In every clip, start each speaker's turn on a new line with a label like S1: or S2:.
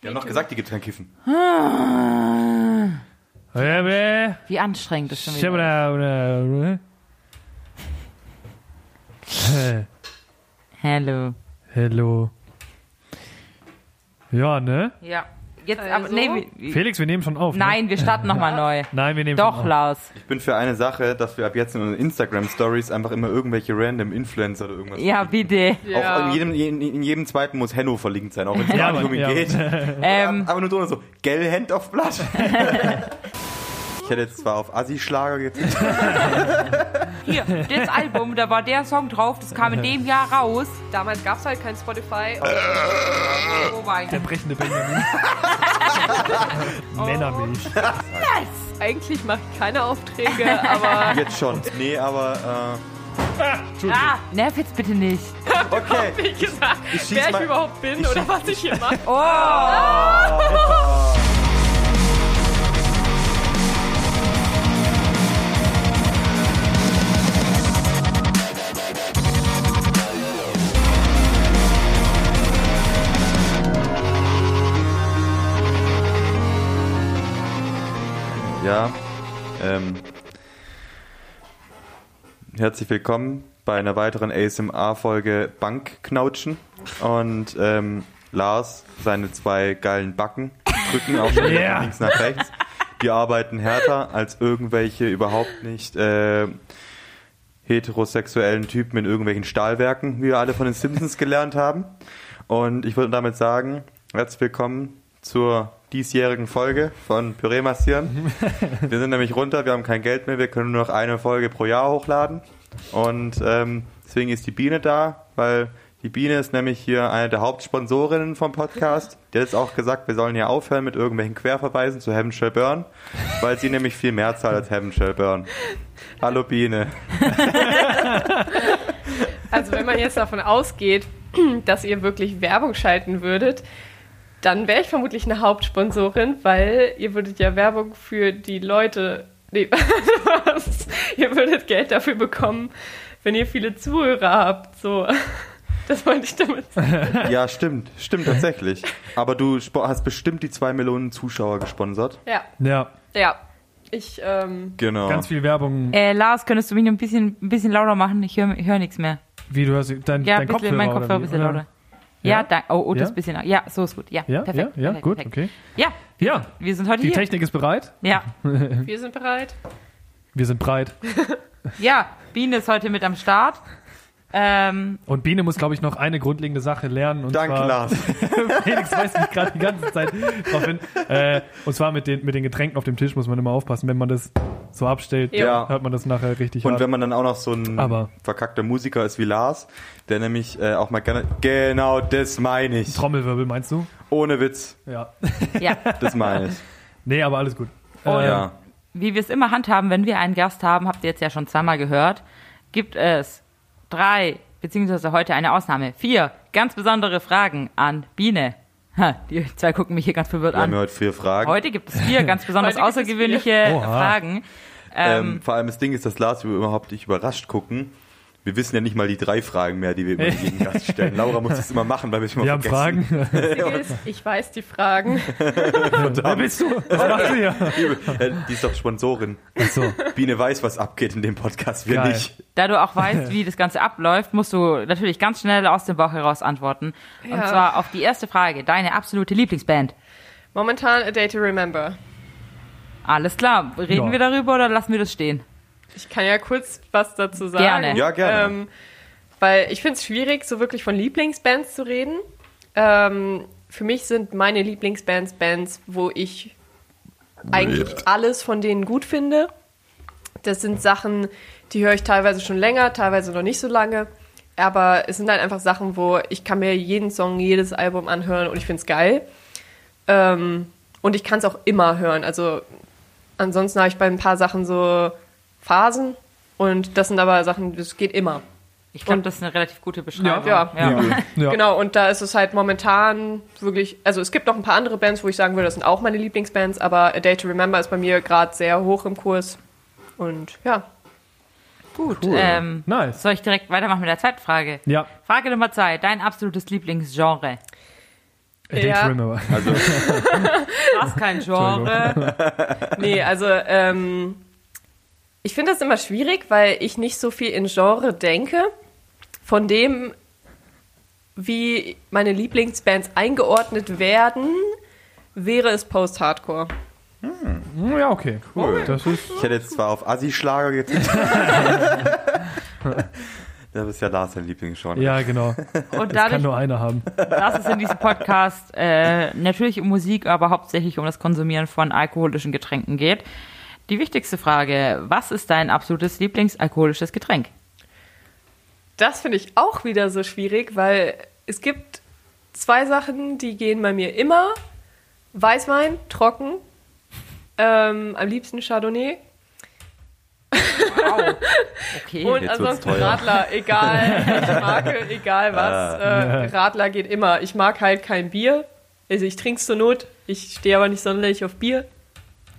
S1: Wir haben noch gesagt, die gibt kein Kiffen.
S2: Wie anstrengend das schon wieder.
S3: Hello.
S2: Hello.
S3: Ja, ne?
S2: Ja. Jetzt, aber,
S4: Also?
S2: nee, wir-
S3: Felix, wir nehmen schon auf.
S2: nein, wir starten nochmal neu.
S3: Ne? Nein, wir nehmen
S2: Doch,
S3: schon auf.
S2: Laus.
S1: Ich bin für eine Sache, dass wir ab jetzt in unseren Instagram-Stories einfach immer irgendwelche random Influencer oder irgendwas.
S2: Ja, bitte.
S1: Auch in, jedem, in, in jedem zweiten muss Henno verlinkt sein, auch wenn es
S3: Ja,
S1: gar nicht um ihn
S3: Mann, ja.
S1: geht.
S2: Ähm,
S1: Aber nur drunter so, gell, Hand auf Blatt. ich hätte jetzt zwar auf Assi-Schlager getippt.
S2: hier, das Album, da war der Song drauf, das kam in dem Jahr raus.
S4: Damals gab es halt kein Spotify.
S2: Oh mein
S3: Der brechende Benjamin. Männermilch.
S4: Eigentlich mache ich keine Aufträge, aber
S1: Jetzt schon. Nee, aber
S2: Ah, nerv jetzt bitte nicht.
S1: äh, okay.
S4: wie gesagt,
S1: Ich schieß
S4: wer ich
S1: mal-
S4: überhaupt bin
S1: ich
S4: oder
S1: schieß-
S4: was ich hier mache.
S2: Oh,
S1: Ja. Ähm, herzlich willkommen bei einer weiteren ASMR-Folge Bankknautschen. Und ähm, Lars, seine zwei geilen Backen drücken auch schon
S3: Ja.
S1: von links nach rechts. Die arbeiten härter als irgendwelche überhaupt nicht äh, heterosexuellen Typen in irgendwelchen Stahlwerken, wie wir alle von den Simpsons gelernt haben. Und ich würde damit sagen, herzlich willkommen zur diesjährigen Folge von Püree massieren. Wir sind nämlich runter, wir haben kein Geld mehr, wir können nur noch eine Folge pro Jahr hochladen. Und ähm, deswegen ist die Biene da, weil die Biene ist nämlich hier eine der Hauptsponsorinnen vom Podcast. Die hat jetzt auch gesagt, wir sollen hier aufhören mit irgendwelchen Querverweisen zu Heaven Shall Burn, weil sie nämlich viel mehr zahlt als Heaven Shall Burn. Hallo Biene.
S4: Also wenn man jetzt davon ausgeht, dass ihr wirklich Werbung schalten würdet, dann wäre ich vermutlich eine Hauptsponsorin, weil ihr würdet ja Werbung für die Leute. Nee, was? Ihr würdet Geld dafür bekommen, wenn ihr viele Zuhörer habt. So. Das wollte ich damit sagen.
S1: Ja, stimmt, stimmt tatsächlich. Aber du spo- hast bestimmt die zwei Millionen Zuschauer gesponsert.
S4: Ja,
S3: Ja,
S4: ja. Ich, ähm,
S1: Genau.
S3: ganz viel Werbung.
S2: äh, Lars, könntest du mich noch ein bisschen, ein bisschen lauter machen? Ich höre hör nichts mehr.
S3: Wie du hast dein,
S2: Ja,
S3: dein
S2: bitte,
S3: Kopfhörer
S2: mein
S3: oder
S2: Kopfhörer ein
S3: wie,
S2: bisschen
S3: oder?
S2: lauter. Ja,
S3: Ja?
S2: danke. Oh, oh, das
S3: Ja?
S2: bisschen. lau- Ja, so ist gut. Ja,
S3: Ja,
S2: perfekt.
S3: ja, ja,
S2: perfekt,
S3: gut,
S2: perfekt.
S3: okay.
S2: Ja,
S3: Ja,
S2: wir sind heute
S3: die
S2: hier.
S3: Technik ist bereit.
S2: Ja,
S4: wir sind bereit.
S3: Wir sind breit.
S2: ja, Biene ist heute mit am Start. Ähm,
S3: Und Biene muss, glaube ich, noch eine grundlegende Sache lernen. Und
S1: Danke,
S3: zwar,
S1: Lars.
S3: Felix weist mich gerade die ganze Zeit drauf hin. Äh, und zwar mit den, mit den Getränken auf dem Tisch muss man immer aufpassen. Wenn man das so abstellt,
S1: Ja.
S3: hört man das nachher richtig
S1: Und
S3: hart.
S1: wenn man dann auch noch so ein
S3: Aber-
S1: verkackter Musiker ist wie Lars, der nämlich äh, auch mal gerne. Genau, das meine ich.
S3: Trommelwirbel, meinst du?
S1: Ohne Witz,
S3: Ja.
S2: ja,
S1: das meine ich.
S3: Nee, aber alles gut. Äh,
S2: Und-
S1: Oh, ja.
S2: wie wir es immer handhaben, wenn wir einen Gast haben, habt ihr jetzt ja schon zweimal gehört, gibt es drei, beziehungsweise heute eine Ausnahme, vier ganz besondere Fragen an Biene. Ha, die zwei gucken mich hier ganz verwirrt
S1: Wir haben ja
S2: an.
S1: heute vier Fragen.
S2: Heute gibt es vier ganz besonders
S4: Heute gibt es
S2: außergewöhnliche
S3: Oha.
S2: Fragen.
S1: ähm, vor allem das Ding ist, dass Lars wir überhaupt nicht überrascht gucken. Wir wissen ja nicht mal die drei Fragen mehr, die wir über jeden Gast stellen. Laura muss das immer machen, weil wir es immer
S3: Wir haben
S1: vergessen.
S3: Fragen.
S4: Witzig ist, Ich weiß die Fragen.
S3: Wer bist du? Was machst du hier?
S1: Äh, Die ist doch Sponsorin.
S3: Achso.
S1: Biene weiß, was abgeht in dem Podcast, wir
S3: Geil.
S1: nicht.
S2: Da du auch weißt, wie das Ganze abläuft, musst du natürlich ganz schnell aus dem Bauch heraus antworten. Und
S4: Ja.
S2: zwar auf die erste Frage, deine absolute Lieblingsband.
S4: Momentan A Day to Remember.
S2: Alles klar, reden
S3: Ja.
S2: wir darüber oder lassen wir das stehen?
S4: Ich kann ja kurz was dazu sagen.
S2: Gerne.
S1: Ja, gerne.
S4: Ähm, weil ich finde es schwierig, so wirklich von Lieblingsbands zu reden. Ähm, für mich sind meine Lieblingsbands Bands, wo ich eigentlich alles von denen gut finde. Das sind Sachen, die höre ich teilweise schon länger, teilweise noch nicht so lange. Aber es sind halt einfach Sachen, wo ich kann mir jeden Song, jedes Album anhören und ich finde es geil. Ähm, und ich kann es auch immer hören. Also ansonsten habe ich bei ein paar Sachen so Phasen und das sind aber Sachen, das geht immer.
S2: Ich glaube, das ist eine relativ gute Beschreibung.
S4: Ja.
S3: Ja.
S4: Genau, und da ist es halt momentan wirklich, also es gibt noch ein paar andere Bands, wo ich sagen würde, das sind auch meine Lieblingsbands, aber A Day to Remember ist bei mir gerade sehr hoch im Kurs. Und ja,
S2: Gut. Ähm,
S3: Nice.
S2: soll ich direkt weitermachen mit der zweiten Frage?
S3: Ja.
S2: Frage Nummer zwei, dein absolutes Lieblingsgenre.
S3: I don't
S4: Ja.
S3: remember.
S1: Also,
S2: Was kein Genre.
S4: Nee, also ähm, ich finde das immer schwierig, weil ich nicht so viel in Genre denke, von dem, wie meine Lieblingsbands eingeordnet werden, wäre es Post-Hardcore.
S3: Hm, Ja, okay.
S1: Cool.
S3: Das ist,
S1: ich hätte jetzt zwar auf Assi-Schlager getippt. das ist ja Lars sein Lieblingsgenre.
S3: ja, genau.
S2: Und
S3: Kann
S2: dadurch,
S3: nur einer haben.
S2: dass es in diesem Podcast äh, natürlich um Musik, aber hauptsächlich um das Konsumieren von alkoholischen Getränken geht. Die wichtigste Frage, was ist dein absolutes Lieblingsalkoholisches Getränk?
S4: Das finde ich auch wieder so schwierig, weil es gibt zwei Sachen, die gehen bei mir immer. Weißwein, trocken, ähm, am liebsten Chardonnay
S2: Wow. Okay.
S4: und
S1: Jetzt wird's
S4: ansonsten
S1: teuer.
S4: Radler, egal welche Marke, egal
S1: Ah.
S4: was. Äh, Radler geht immer. Ich mag halt kein Bier. Also ich trinke es zur Not, ich stehe aber nicht sonderlich auf Bier.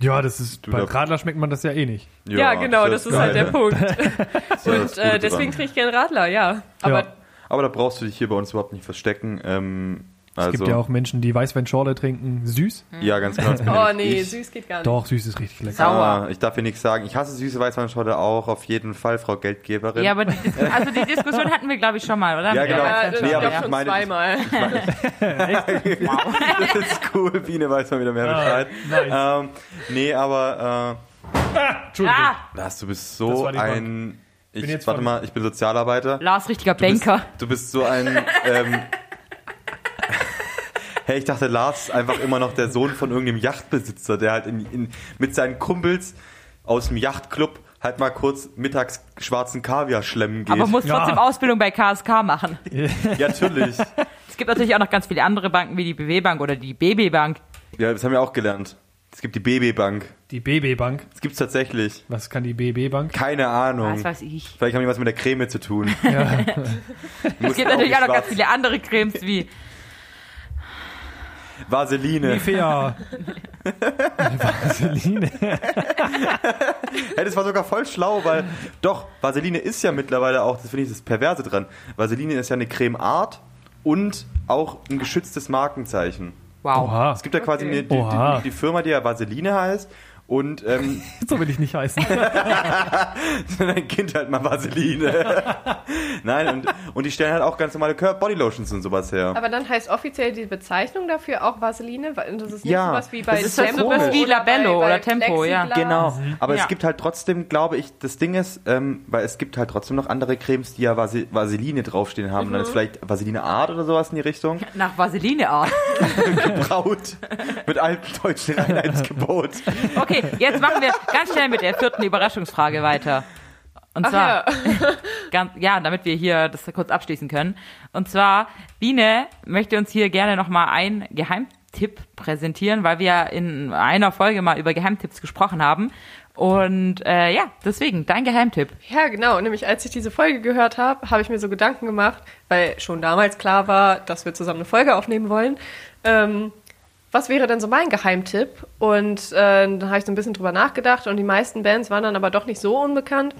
S3: Ja, das ist.
S1: Du
S3: Bei
S1: darfst-
S3: Radler schmeckt man das ja eh nicht.
S4: Ja, genau, das, ist halt der Punkt. Und äh,
S1: kriege
S4: deswegen trinke ich gerne Radler, ja. Aber
S3: ja.
S1: Aber da brauchst du dich hier bei uns überhaupt nicht verstecken. Ähm,
S3: Es
S1: also,
S3: gibt ja auch Menschen, die Weißweinschorle trinken. Süß?
S1: Ja, ganz genau. das bin
S4: oh
S1: nämlich
S4: nee,
S1: ich.
S4: süß geht gar nicht.
S3: Doch, süß ist richtig lecker.
S2: Sau-
S1: Ah, ich darf hier nichts sagen. Ich hasse süße Weißweinschorle auch, auf jeden Fall, Frau Geldgeberin.
S2: Ja, aber die, Dis- also die Diskussion hatten wir, glaube ich, schon mal, oder?
S1: Ja,
S2: Mit
S1: genau.
S2: der
S4: Ja,
S2: Weißweinschorle,
S4: das
S1: Nee,
S4: ich
S1: aber
S4: glaube
S1: ich meine-
S4: schon zweimal.
S1: das ist cool. Biene weiß mal wieder mehr
S3: Ah,
S1: Bescheid.
S3: Äh,
S1: Ähm, nee, aber
S3: Entschuldigung.
S2: Ah,
S1: äh, Lars, du bist
S3: Das
S1: so
S3: war die
S1: ein. Ich,
S3: Bin jetzt
S1: warte
S3: von-
S1: mal, ich bin Sozialarbeiter.
S2: Lars, richtiger
S1: Du bist,
S2: Banker.
S1: du bist so ein. Ähm, hey, ich dachte, Lars ist einfach immer noch der Sohn von irgendeinem Yachtbesitzer, der halt in, in, mit seinen Kumpels aus dem Yachtclub halt mal kurz mittags schwarzen Kaviar schlemmen geht.
S2: aber muss
S3: Ja.
S2: trotzdem Ausbildung bei KSK machen.
S1: ja, natürlich.
S2: Es gibt natürlich auch noch ganz viele andere Banken wie die BW Bank oder die BB Bank.
S1: Ja, das haben wir auch gelernt. Es gibt die BB-Bank.
S3: Die BB-Bank.
S1: Das gibt's tatsächlich.
S3: Was kann die BB-Bank?
S1: Keine Ahnung.
S2: Was weiß ich.
S1: Vielleicht haben die was mit der Creme zu tun.
S2: Es gibt natürlich auch noch ganz viele andere Cremes wie
S1: Vaseline.
S3: Nivea. Vaseline.
S1: Hey, das war sogar voll schlau, weil doch, Vaseline ist ja mittlerweile auch, das finde ich das Perverse dran. Vaseline ist ja eine Cremeart und auch ein geschütztes Markenzeichen.
S2: Wow.
S3: Oha.
S1: Es gibt ja quasi
S4: Okay.
S1: eine, die,
S3: Oha.
S1: die, die Firma, die ja Vaseline heißt und ähm,
S3: So will ich nicht heißen.
S1: dein Kind halt mal Vaseline. Nein, und, und die stellen halt auch ganz normale Körper Bodylotions und sowas her.
S4: Aber dann heißt offiziell die Bezeichnung dafür auch Vaseline. weil Das ist nicht
S1: Ja,
S4: sowas wie bei
S1: das ist halt
S4: Tempo.
S1: sowas
S4: oder
S2: wie
S4: bei-
S2: Labello
S4: bei
S2: oder Tempo, ja.
S4: Plexiglas.
S1: Genau, aber
S2: Ja.
S1: es gibt halt trotzdem, glaube ich, das Ding ist, ähm, weil es gibt halt trotzdem noch andere Cremes, die ja Vase Vaseline draufstehen haben. Dann ist vielleicht Vaseline Art oder sowas in die Richtung.
S2: Nach Vaseline ah. Art.
S1: Braut mit altem deutschen Reinheitsgebot.
S2: Okay, jetzt machen wir ganz schnell mit der vierten Überraschungsfrage weiter. Und
S4: Ach
S2: zwar,
S4: ja.
S2: ganz, ja, damit wir hier das kurz abschließen können. Und zwar, Biene möchte uns hier gerne nochmal einen Geheimtipp präsentieren, weil wir ja in einer Folge mal über Geheimtipps gesprochen haben. Und äh, ja, deswegen, dein Geheimtipp.
S4: Ja, genau. Nämlich als ich diese Folge gehört habe, habe ich mir so Gedanken gemacht, weil schon damals klar war, dass wir zusammen eine Folge aufnehmen wollen. Ähm, was wäre denn so mein Geheimtipp? Und äh, dann habe ich so ein bisschen drüber nachgedacht und die meisten Bands waren dann aber doch nicht so unbekannt.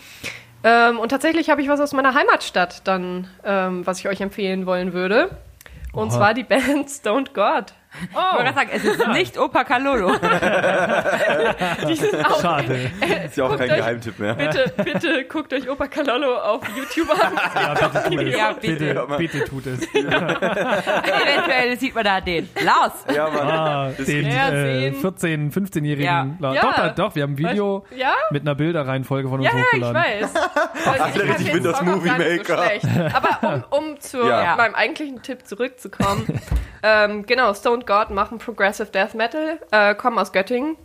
S4: Ähm, und tatsächlich habe ich was aus meiner Heimatstadt dann, ähm, was ich euch empfehlen wollen würde. Und
S3: Oha.
S4: zwar die Band Stoned God.
S2: Ich
S4: Oh.
S2: wollte gerade sagen, es ist nicht Opa Kalolo.
S4: Die sind auch
S3: Schade.
S1: Ist ja auch
S4: Guckt
S1: kein
S4: euch-
S1: Geheimtipp mehr.
S4: Bitte, bitte guckt euch Opa Kalolo auf YouTube an.
S3: Ja, bitte tut es.
S2: Ja, bitte.
S3: Bitte, bitte tut es.
S2: Eventuell sieht man da den. Lars.
S1: Ja, Mann.
S3: Ah, den
S4: Ja,
S3: äh,
S4: sehen.
S3: 14-, 15-jährigen.
S2: Ja.
S3: La-
S4: Ja.
S3: Doch, da- doch, wir haben ein Video
S4: Ja?
S3: mit einer Bilderreihenfolge von uns
S4: Ja, ja, ich
S3: hochgeladen.
S4: weiß. Ach,
S1: der richtig Windows Movie Maker.
S4: Aber um, um zu
S1: Ja.
S4: meinem eigentlichen Tipp zurückzukommen, ähm, genau, Stone God machen Progressive Death Metal, äh, kommen aus Göttingen.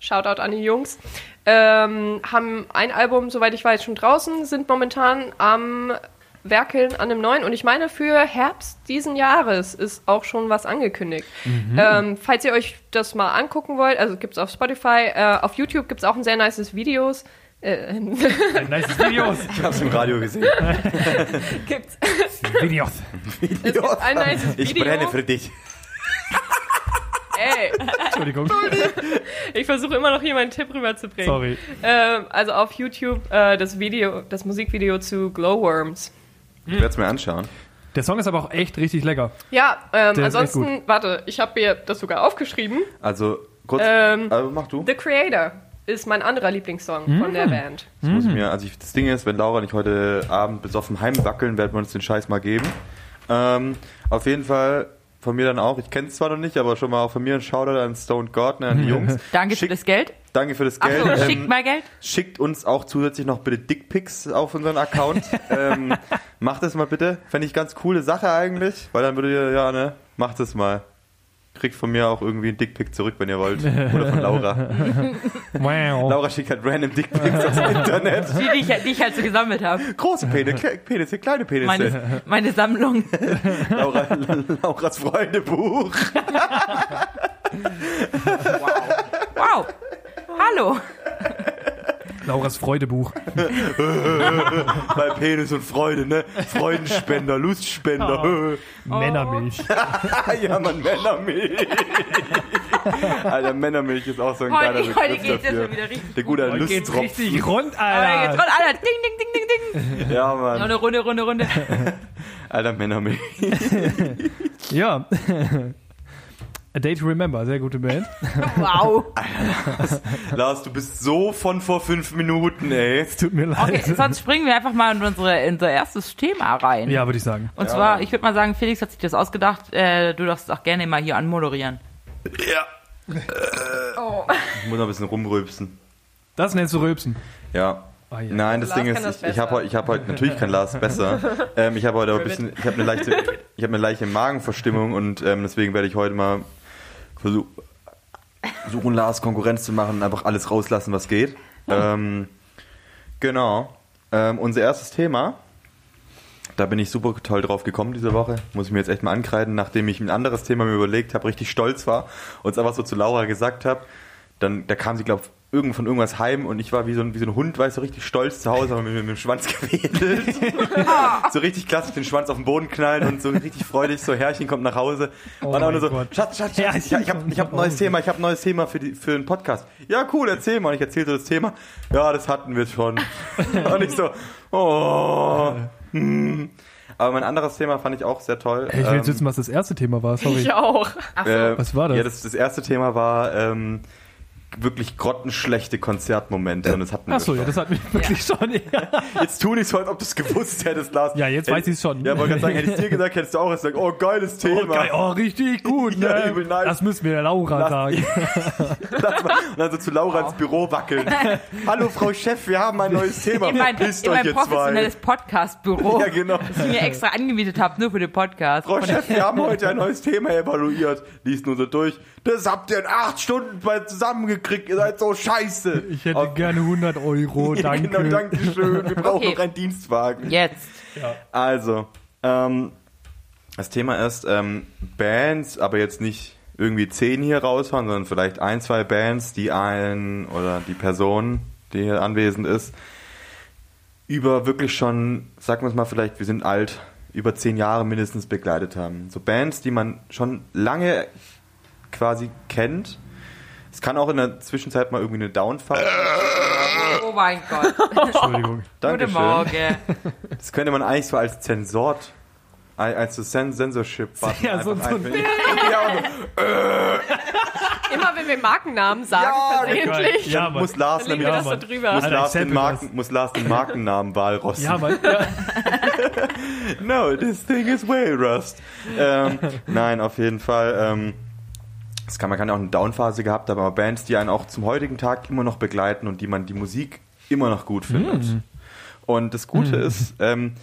S4: Shoutout an die Jungs. Ähm, haben ein Album, soweit ich weiß, schon draußen, sind momentan am Werkeln an einem neuen und ich meine, für Herbst diesen Jahres ist auch schon was angekündigt. Ähm, falls ihr euch das mal angucken wollt, also gibt's auf Spotify, äh, auf YouTube gibt's auch ein sehr nices Videos. Äh,
S3: Ein nice Videos.
S1: Ich hab's im Radio gesehen.
S4: gibt's
S3: Videos.
S4: Es gibt ein nices
S1: Ich
S4: Video.
S1: brenne für dich.
S4: Ey,
S3: Entschuldigung.
S4: ich versuche immer noch hier meinen Tipp rüberzubringen.
S3: Sorry.
S4: Ähm, also auf YouTube äh, das Video, das Musikvideo zu Glowworms.
S1: Ich werd's mir anschauen.
S3: Der Song ist aber auch echt richtig lecker.
S4: Ja, ähm,
S3: Der ist echt
S4: ansonsten, warte, ich habe mir das sogar aufgeschrieben.
S1: Also, kurz.
S4: Ähm,
S1: also mach du.
S4: The Creator ist mein anderer Lieblingssong von der Band.
S1: Das muss ich mir, also ich, das Ding ist, wenn Laura nicht heute Abend besoffen heimwackeln, werden wir uns den Scheiß mal geben. Ähm, auf jeden Fall von mir dann auch. Ich kenne es zwar noch nicht, aber schon mal auch von mir ein Shoutout an Stone Gardner,
S4: Hm.
S1: an die Jungs.
S2: Danke
S1: Schick-
S2: für das Geld.
S1: Danke für das
S2: Ach
S1: Geld.
S2: so,
S1: Ähm,
S2: schickt mal Geld.
S1: Schickt uns auch zusätzlich noch bitte Dickpics auf unseren Account. ähm, macht das mal bitte. Fände ich ganz coole Sache eigentlich, weil dann würdet ihr, ja, ne, macht es mal. Kriegt von mir auch irgendwie einen Dickpic zurück, wenn ihr wollt. Oder von Laura.
S3: Wow.
S1: Laura schickt halt random Dickpics aufs Internet.
S2: Die, die, ich, die ich halt so gesammelt habe.
S1: Große Pene- Kle- Penisse, kleine Penisse.
S2: Meine, meine Sammlung.
S1: Laura, Lauras Freundebuch.
S2: Wow. Hallo.
S3: Lauras Freudebuch.
S1: Bei Penis und Freude, ne? Freudenspender,
S2: Oh.
S1: Lustspender.
S4: Oh.
S1: Ah,
S3: Männermilch.
S1: ja, man, Männermilch. Alter, Männermilch ist auch so ein geiler
S2: Heute,
S1: Begriff
S2: heute geht's jetzt
S1: dafür.
S2: schon wieder richtig.
S1: Der gute
S3: Heute geht's
S1: Lusttropfen.
S3: richtig rund,
S2: Aber jetzt
S3: Alter.
S2: rund, Alter. Ding, ding, ding, ding, ding.
S1: Ja,
S2: Noch
S1: Mann.
S2: eine Runde, Runde, Runde.
S1: Alter, Männermilch.
S3: Ja. A Day to Remember, sehr gute Band.
S2: Wow.
S1: Lars, du bist so von vor fünf Minuten, ey.
S3: Es tut mir leid.
S2: Okay, sonst springen wir einfach mal in, unsere, in unser erstes Thema rein.
S3: Ja, würde ich sagen.
S2: Und zwar, ich würde mal sagen, Felix hat sich das ausgedacht. Äh, du darfst es auch gerne mal hier anmoderieren.
S1: Ja.
S4: Oh.
S1: Ich muss noch ein bisschen rumrülpsen.
S3: Das nennst du Rülpsen.
S1: Ja.
S3: Ah, ja.
S1: Nein, das
S4: Oh Lars
S1: Ding
S4: kann das
S1: ist, ich, ich
S4: besser.
S1: habe ich hab heute, natürlich kann Lars besser. Ähm, ich habe heute aber ein
S4: Ribbit.
S1: bisschen, ich habe eine leichte, ich habe eine leichte Magenverstimmung und ähm, deswegen werde ich heute mal versuch, versuchen, Lars Konkurrenz zu machen und einfach alles rauslassen, was geht. Ähm, genau. Ähm, unser erstes Thema, da bin ich super toll drauf gekommen diese Woche, muss ich mir jetzt echt mal ankreiden, nachdem ich ein anderes Thema mir überlegt habe, richtig stolz war und es einfach so zu Laura gesagt habe, dann da kam sie, glaube ich, von irgendwas heim und ich war wie so ein, wie so ein Hund, weißt du, richtig stolz zu Hause, aber mit, mit dem Schwanz gewedelt. so richtig klassisch den Schwanz auf den Boden knallen und so richtig freudig, so Herrchen kommt nach Hause
S3: Oh
S1: und auch
S3: mein
S1: nur so,
S3: Gott.
S1: Schatz, Schatz, Schatz, ich,
S3: Herrchen
S1: ich habe ich hab ein
S3: kommt
S1: neues
S3: nach Hause.
S1: Thema, ich habe ein neues Thema für, die, für den Podcast. Ja, cool, erzähl mal. Und ich erzählte das Thema. Ja, das hatten wir schon. und ich so, oh. Hm. Aber mein anderes Thema fand ich auch sehr toll.
S3: Ey, Ich will jetzt
S1: Ähm,
S3: wissen, was das erste Thema war. Sorry.
S4: Ich auch.
S1: äh,
S3: Was war das?
S1: Ja, das, das erste Thema war ähm, wirklich grottenschlechte Konzertmomente. Und das hatten wir
S3: Achso, ja,
S1: schon.
S3: das hat mich wirklich schon. Ja.
S1: Jetzt tu nicht so, als ob du es gewusst hättest, Lars.
S3: Ja, jetzt
S1: Hätt-
S3: weiß ich's schon.
S1: Ja, wollte gerade sagen, hätte ich dir gesagt, hättest du auch gesagt, oh, geiles Thema.
S3: Oh, geil. oh, richtig gut. Ne?
S1: Ja, übel nice.
S3: Das müssen wir der Laura
S1: Lass-
S3: sagen.
S1: Lass mal- Und dann so zu Laura ins Büro wackeln. Hallo, Frau Chef, wir haben ein neues Thema.
S2: In mein,
S1: Verpisst
S2: in
S1: euch,
S2: mein
S1: ihr zwei.
S2: professionelles Podcast-Büro,
S1: Ja, genau.
S2: das ich mir extra angemietet habe, nur für den Podcast.
S1: Frau
S2: Von
S1: Chef, wir haben heute ein neues Thema evaluiert. Lies nur so durch. Das habt ihr in acht Stunden bei zusammengekriegt. Ihr seid so scheiße.
S3: Ich hätte
S1: Auf-
S3: gerne 100 Euro. Danke.
S1: Genau, danke schön. Wir brauchen
S2: Okay.
S1: noch einen Dienstwagen.
S2: Jetzt.
S1: Also, ähm, das Thema ist ähm, Bands, aber jetzt nicht irgendwie zehn hier raushauen, sondern vielleicht ein, zwei Bands, die einen oder die Person, die hier anwesend ist, über wirklich schon, sagen wir es mal vielleicht, wir sind alt, über zehn Jahre mindestens begleitet haben. So Bands, die man schon lange quasi kennt. Es kann auch in der Zwischenzeit mal irgendwie eine Downfall.
S2: Oh mein Gott.
S3: Entschuldigung.
S2: Guten Morgen.
S1: Das könnte man eigentlich so als Zensort, als so Sen Censorship Button
S3: Ja, so-
S1: einfach
S3: so-
S1: einführen. ja, und
S4: Immer wenn wir Markennamen sagen,
S1: Ja,
S4: versehentlich.
S3: Ja, oh Mann.
S1: muss Lars
S4: Dann legen
S1: nämlich
S4: wir
S3: Ja,
S4: das da
S3: Mann.
S4: drüber.
S1: muss
S3: Alter,
S1: Lars, den
S3: accepte
S1: Marken, muss Lars den Markennamen Walross.
S3: Ja, Mann. Ja.
S1: No, this thing is Walrus. ähm, nein, auf jeden Fall. Ähm, das kann, man kann ja auch eine Downphase gehabt haben, aber Bands, die einen auch zum heutigen Tag immer noch begleiten und die man die Musik immer noch gut findet.
S3: Mhm.
S1: Und das Gute ist, ähm,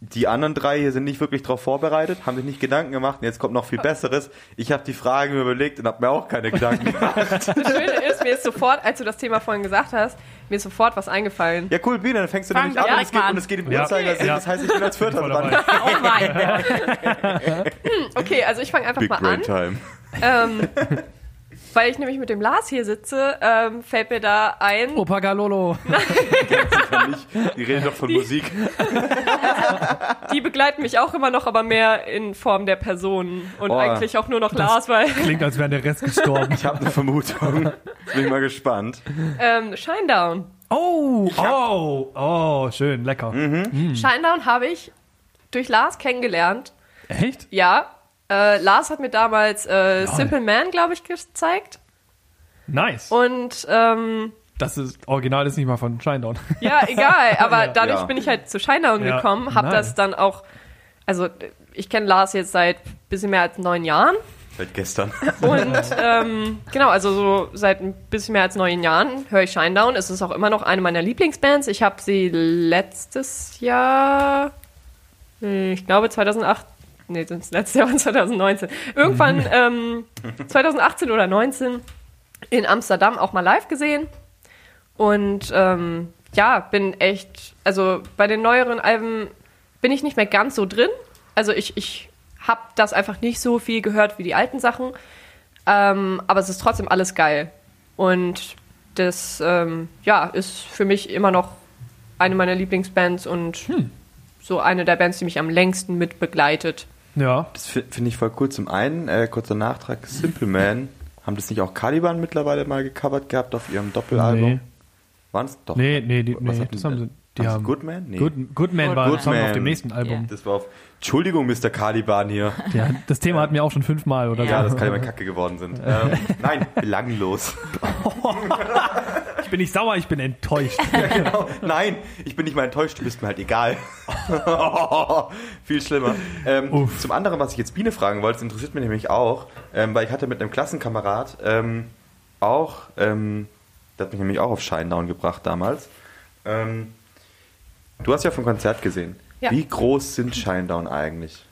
S1: die anderen drei hier sind nicht wirklich darauf vorbereitet, haben sich nicht Gedanken gemacht und jetzt kommt noch viel Besseres. Ich habe die Fragen mir überlegt und habe mir auch keine Gedanken gemacht.
S4: Das Schöne ist, mir ist sofort, als du das Thema vorhin gesagt hast, mir ist sofort was eingefallen.
S1: Ja, cool, Biene, dann fängst du
S2: Fang
S1: nämlich an, und
S2: direkt
S1: es geht,
S2: mal an.
S1: und es geht im
S3: Ja.
S1: Uhrzeigersinn,
S3: Ja.
S1: das heißt, ich bin als Vierter
S3: Voll
S1: dran.
S3: dabei.
S2: Oh mein Gott.
S4: Okay, also ich fange einfach
S1: Big
S4: mal an.
S1: Brain Time.
S4: Ähm, weil ich nämlich mit dem Lars hier sitze, ähm, fällt mir da ein.
S3: Opa Galolo.
S1: Kann ich, die reden doch von Musik.
S4: Die begleiten mich auch immer noch, aber mehr in Form der Personen. Und
S1: Oh.
S4: eigentlich auch nur noch Lars, weil
S3: Klingt, als wäre der Rest gestorben.
S1: Ich habe eine Vermutung. Jetzt bin ich mal gespannt.
S4: ähm, Shinedown.
S1: Mhm.
S3: Oh, oh, oh, schön, lecker.
S4: Shinedown habe ich durch Lars kennengelernt.
S3: Echt?
S4: Ja, äh, Lars hat mir damals äh, Simple Man, glaube ich, gezeigt.
S3: Nice.
S4: Und ähm,
S3: Das ist, Original ist nicht mal von Shinedown.
S4: ja, egal. Aber
S3: Ja.
S4: dadurch
S1: Ja.
S4: bin ich halt zu Scheinaugen
S3: Ja,
S4: gekommen, habe
S3: nice.
S4: das dann auch. Also ich kenne Lars jetzt seit bisschen mehr als neun Jahren.
S1: Seit gestern.
S4: Und ähm, genau, also so seit ein bisschen mehr als neun Jahren höre ich Shinedown. Es ist auch immer noch eine meiner Lieblingsbands. Ich habe sie letztes Jahr, nee, ich glaube 2008, nee, das letzte Jahr war 2019, irgendwann ähm, 2018 oder 19 in Amsterdam auch mal live gesehen. Und ähm, ja, bin echt, also bei den neueren Alben bin ich nicht mehr ganz so drin. Also ich, ich habe das einfach nicht so viel gehört wie die alten Sachen. Ähm, aber es ist trotzdem alles geil. Und das, ähm, ja, ist für mich immer noch eine meiner Lieblingsbands und so eine der Bands, die mich am längsten mit begleitet.
S3: Ja.
S1: Das fi- finde ich voll cool. Zum einen, äh, kurzer Nachtrag, Simple Man. Haben das nicht auch Caliban mittlerweile mal gecovert gehabt auf ihrem Doppelalbum?
S3: Nee.
S1: Nee. Waren es doch?
S3: Nee, nee, die,
S1: Was
S3: nee
S1: hatten
S3: das
S1: sie
S3: haben sie.
S1: denn?
S3: Die
S1: Haben sie
S3: haben
S1: Goodman? Nee.
S3: Good, Goodman war
S2: Goodman.
S3: ein Song auf dem nächsten Album.
S1: Das war auf. Entschuldigung, Mr. Caliban hier.
S3: Ja, das Thema hatten wir auch schon fünfmal oder
S1: Ja,
S3: so.
S1: dass Caliban kacke geworden sind. Ähm, nein, belanglos.
S3: Ich bin nicht sauer, ich bin enttäuscht.
S1: genau. Nein, ich bin nicht mal enttäuscht, du bist mir halt egal. Viel schlimmer. Ähm,
S3: Uff.
S1: zum anderen, was ich jetzt Biene fragen wollte, das interessiert mich nämlich auch, ähm, weil ich hatte mit einem Klassenkamerad ähm, auch, ähm, der hat mich nämlich auch auf Shinedown gebracht damals. Ähm, du hast ja vom Konzert gesehen.
S4: Ja.
S1: Wie groß sind Shinedown eigentlich?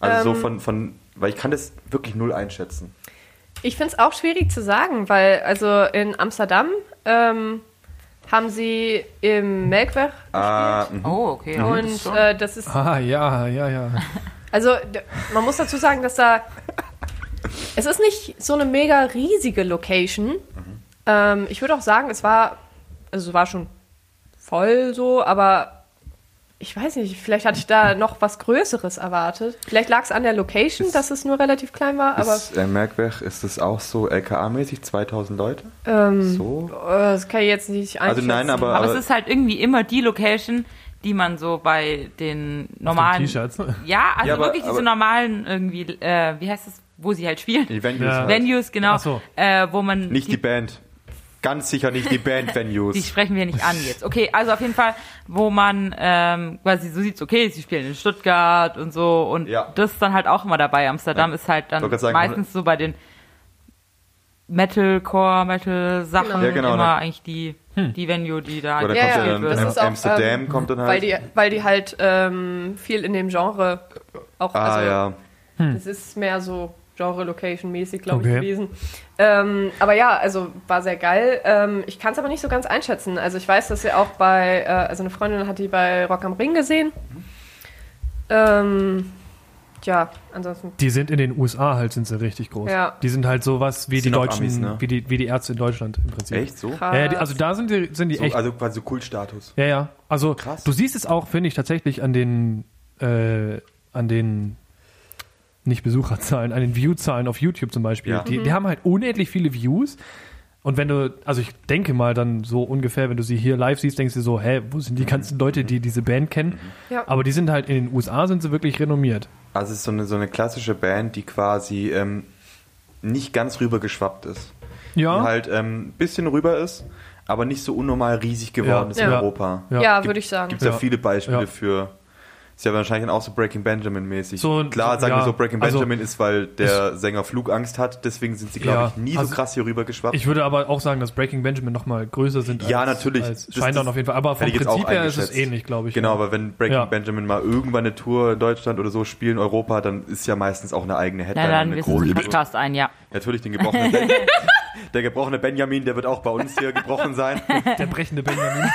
S1: Also so
S4: Ähm.
S1: von, von, weil ich kann das wirklich null einschätzen.
S4: Ich finde es auch schwierig zu sagen, weil also in Amsterdam ähm, haben sie im Melkweg gespielt.
S1: Ah, mh.
S2: Oh, okay. ja.
S4: und äh, das ist
S3: ah, ja, ja, ja.
S4: Also, d- man muss dazu sagen, dass da. Es ist nicht so eine mega riesige Location. Ähm, ich würde auch sagen, es war. Also, es war schon voll so, aber ich weiß nicht, vielleicht hatte ich da noch was Größeres erwartet. Vielleicht lag es an der Location,
S1: Ist-
S4: dass es nur relativ klein war, aber
S1: ist, äh, Merkweg, ist das auch so LKA-mäßig, 2000 Leute?
S4: ähm,
S1: So?
S4: äh, das kann ich jetzt nicht einschätzen.
S1: Also nein, aber-
S2: Aber es ist halt irgendwie immer die Location, die man so bei den normalen.
S3: T-Shirts.
S2: Ja, also
S1: Ja, aber-
S2: wirklich diese
S1: aber-
S2: normalen irgendwie, äh, wie heißt es, wo sie halt spielen.
S1: Die Venues.
S3: Ja.
S1: halt.
S2: Venues, genau.
S3: Ach so.
S2: Äh, wo man.
S1: Nicht die, Band. Ganz sicher nicht die Band Venues.
S2: Die sprechen wir nicht an jetzt. Okay, also auf jeden Fall, wo man ähm, quasi so sieht, okay, sie spielen in Stuttgart und so und
S1: Ja.
S2: das ist dann halt auch immer dabei. Amsterdam
S1: Ja.
S2: ist halt dann
S1: Wollte gerade sagen,
S2: meistens so bei den Metalcore, Metal-Sachen
S1: Genau. Ja, genau,
S2: immer
S1: ne?
S2: eigentlich die,
S3: Hm.
S2: die Venue, die da
S1: Oder
S4: Ja,
S1: kommt
S4: ja,
S1: ja,
S2: das
S1: dann
S4: ist
S1: Am-
S4: auch,
S1: Amsterdam
S4: ähm,
S1: kommt dann halt.
S4: weil, die, weil die halt ähm, viel in dem Genre auch.
S1: ah
S4: also,
S1: ja.
S4: Das ist mehr so Genre-Location-mäßig, glaube
S3: Okay.
S4: ich, gewesen. Ähm, aber ja, also war sehr geil. Ähm, ich kann es aber nicht so ganz einschätzen. Also ich weiß, dass sie auch bei, äh, also eine Freundin hat die bei Rock am Ring gesehen. Ähm, ja, ansonsten.
S3: Die sind in den USA halt, sind sie richtig groß.
S4: Ja.
S3: Die sind halt sowas wie die
S1: Sind auch
S3: Deutschen,
S1: Amis, ne?
S3: wie, die, wie die Ärzte in Deutschland im Prinzip.
S1: Echt so?
S4: Krass.
S3: Ja, ja, die, also da sind die, sind die
S1: so
S3: echt.
S1: also quasi so Kultstatus.
S3: ja, ja. Also
S1: Krass.
S3: du siehst es auch, finde ich, tatsächlich an den, äh, an den nicht Besucherzahlen, an den Viewzahlen auf YouTube zum Beispiel.
S1: Ja.
S3: Die, die haben halt unendlich viele Views. Und wenn du, also ich denke mal dann so ungefähr, wenn du sie hier live siehst, denkst du so, hä, wo sind die ganzen Leute, die diese Band kennen?
S4: Ja.
S3: Aber die sind halt in den USA sind sie wirklich renommiert.
S1: Also es ist so eine, so eine klassische Band, die quasi ähm, nicht ganz rübergeschwappt ist.
S3: Ja.
S1: Die halt ein ähm, bisschen rüber ist, aber nicht so unnormal riesig geworden
S3: Ja.
S1: ist in
S4: Ja.
S1: Europa.
S3: Ja.
S4: ja,
S1: Gibt-
S4: würde ich sagen.
S1: Gibt es ja.
S3: Ja.
S1: viele Beispiele
S3: Ja.
S1: für. Ist ja wahrscheinlich dann auch so Breaking Benjamin mäßig.
S3: So ein-
S1: Klar,
S3: so-
S1: sagen
S3: ja.
S1: wir so, Breaking
S3: Also,
S1: Benjamin ist, weil der Sänger Flugangst hat, deswegen sind sie, glaube
S3: Ja.
S1: ich, nie
S3: Also,
S1: so krass hier rüber geschwappt.
S3: Ich würde aber auch sagen, dass Breaking Benjamin noch mal größer sind
S1: Ja, natürlich.
S3: als
S1: Das-
S3: Shinedown
S1: das
S3: auf jeden Fall. Aber vom
S1: Hätte ich jetzt auch
S3: Prinzip her ist es
S1: eingeschätzt.
S3: ähnlich, glaube ich.
S1: Genau, aber wenn Breaking
S3: Ja.
S1: Benjamin mal irgendwann eine Tour in Deutschland oder so spielen, Europa, dann ist ja meistens auch eine eigene
S2: Na
S1: Headline.
S2: dann,
S1: eine
S2: wir sind
S1: große-
S2: Podcast ein, ja.
S1: Natürlich den gebrochenen ben Der gebrochene Benjamin, der wird auch bei uns hier gebrochen sein. Der
S3: Der brechende Benjamin.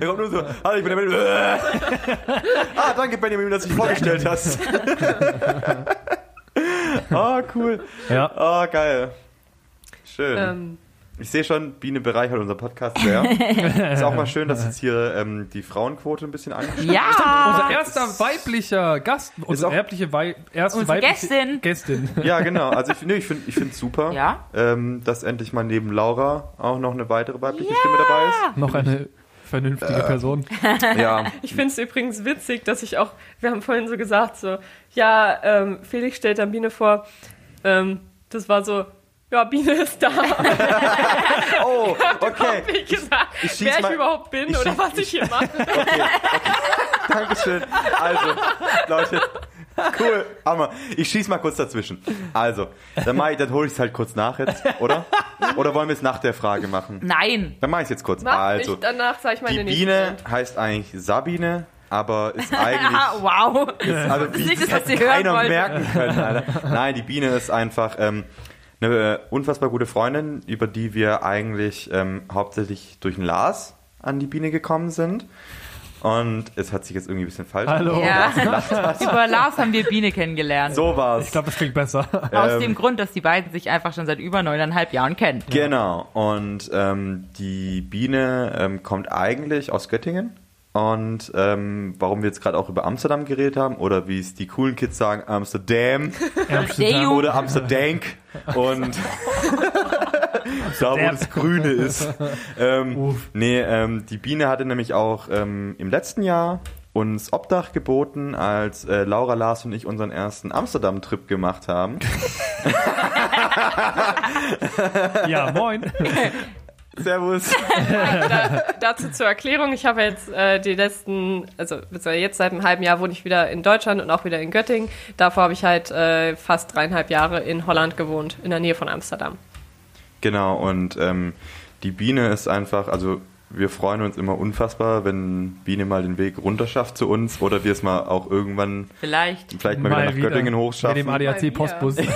S1: kommt nur so, hallo, ich bin der Benjamin. ah, danke Benjamin, dass du dich vorgestellt hast. Ah, cool.
S3: ja.
S1: Ah, geil. Schön.
S4: Ähm,
S1: Ich sehe schon, Biene bereichert unser Podcast sehr. Ist auch mal schön, dass jetzt hier ähm, die Frauenquote ein bisschen angeht.
S2: Ja!
S3: Unser erster weiblicher Gast, unsere
S1: auch-
S3: erbliche Wei erste
S2: Unsere
S3: weibliche
S2: Gästin.
S3: Gästin.
S1: Ja, genau. Also ich, nee, ich finde es super,
S2: Ja.
S1: ähm, dass endlich mal neben Laura auch noch eine weitere weibliche Stimme dabei ist.
S3: Noch eine Vernünftige Person.
S1: Ja,
S4: Ich finde es übrigens witzig, dass ich auch, wir haben vorhin so gesagt, so, ja, ähm, Felix stellt dann Biene vor, ähm, das war so, ja, Biene ist da. Hab
S1: oh, okay.
S4: ich gesagt,
S1: ich schieß
S4: wer ich
S1: mal-
S4: überhaupt bin
S1: ich
S4: oder
S1: schieß-
S4: was ich hier mache.
S1: Okay. Dankeschön. Also, Leute. Cool, Hammer. Ich schieß mal kurz dazwischen. Also, dann, mach ich, dann hole ich es halt kurz nach jetzt, oder? Oder wollen wir es nach der Frage machen?
S2: Nein.
S1: Dann mache ich es jetzt kurz.
S4: Mach
S1: also,
S4: ich, danach sage ich meine
S1: die
S4: nächste
S1: Biene
S4: Antwort.
S1: heißt eigentlich Sabine, aber ist eigentlich...
S2: Ah, wow.
S1: Also, wie,
S2: nicht
S1: das
S2: das, was
S1: hätte
S2: ihr hören
S1: keiner
S2: wollt.
S1: merken können, Alter. Nein, die Biene ist einfach ähm, eine äh, unfassbar gute Freundin, über die wir eigentlich ähm, hauptsächlich durch den Lars an die Biene gekommen sind. Und es hat sich jetzt irgendwie ein bisschen falsch
S3: Hallo.
S2: Ja. Über Lars haben wir Biene kennengelernt.
S1: So war's.
S3: Ich glaube, das klingt besser.
S2: Aus
S1: ähm,
S2: dem Grund, dass die beiden sich einfach schon seit über neuneinhalb Jahren kennen.
S1: Genau. Und ähm, die Biene ähm, kommt eigentlich aus Göttingen. Und ähm, warum wir jetzt gerade auch über Amsterdam geredet haben, oder wie es die coolen Kids sagen, Amsterdam.
S2: Amsterdam.
S1: oder Amsterdank und da, wo das Grüne ist. Ähm,
S3: Uff.
S1: nee, ähm, die Biene hatte nämlich auch ähm, im letzten Jahr uns Obdach geboten, als äh, Laura, Lars und ich unseren ersten Amsterdam-Trip gemacht haben.
S3: Ja, moin.
S1: Servus.
S4: Dazu zur Erklärung, ich habe jetzt äh, die letzten, also beziehungsweise jetzt seit einem halben Jahr wohne ich wieder in Deutschland und auch wieder in Göttingen. Davor habe ich halt äh, fast dreieinhalb Jahre in Holland gewohnt, in der Nähe von Amsterdam.
S1: Genau, und ähm, die Biene ist einfach, also wir freuen uns immer unfassbar, wenn Biene mal den Weg runter schafft zu uns oder wir es mal auch irgendwann
S2: Vielleicht.
S1: vielleicht mal, wieder nach Göttingen hochschaffen.
S3: Mit dem ADAC-Postbus.
S1: den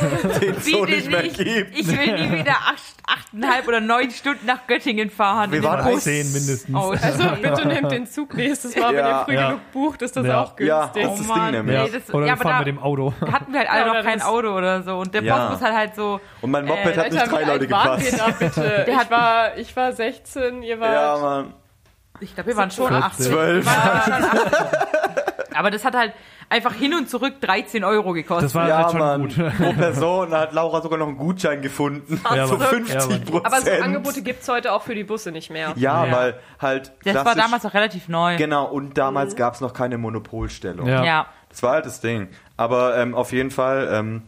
S1: so nicht mehr gibt.
S2: Ich will nie wieder acht, achteinhalb oder neun Stunden nach Göttingen fahren.
S1: Wir waren Bus.
S3: 10 mindestens.
S2: Oh, das
S4: Also bitte nehmt den Zug nächstes Mal, wenn
S1: Ja.
S4: ihr früh
S3: Ja.
S4: genug bucht, ist das
S3: Ja.
S4: auch
S1: Ja.
S4: günstig.
S1: Das ist das Ding nämlich.
S3: ja.
S2: oh nee, das, ja,
S3: Oder wir
S2: aber
S3: fahren
S2: da
S3: mit dem Auto.
S2: hatten wir halt alle
S4: Ja,
S2: noch
S4: oder
S2: kein
S4: das-
S2: Auto oder so. Und der
S1: Ja.
S2: Postbus hat halt so.
S1: Und mein Moped
S2: Äh,
S1: hat nicht
S4: Alter,
S1: drei
S4: wie
S1: Leute
S4: alt wart ihr
S1: gepasst.
S4: da bitte?
S2: Der hat-
S4: Ich war, ich war 16, ihr
S1: Ja,
S4: wart...
S1: Mann.
S2: Ich glaube, wir waren schon
S3: 14.
S2: 18.
S1: Zwölf.
S2: Wir waren schon 18. Aber das hat halt einfach hin und zurück 13 Euro gekostet.
S3: Das war
S1: Ja,
S3: halt schon
S1: Mann.
S3: gut.
S1: Pro Person da hat Laura sogar noch einen Gutschein gefunden.
S2: Ja,
S1: zu
S2: Mann.
S1: 50
S3: Ja,
S1: Prozent.
S4: Aber so Angebote gibt es heute auch für die Busse nicht mehr.
S1: Ja,
S3: Ja.
S1: weil halt
S2: das war
S1: klassisch-
S2: damals auch relativ neu.
S1: Genau, und damals gab es noch keine Monopolstellung.
S3: Ja.
S2: Ja.
S1: Das war halt das Ding. Aber ähm, auf jeden Fall, ähm,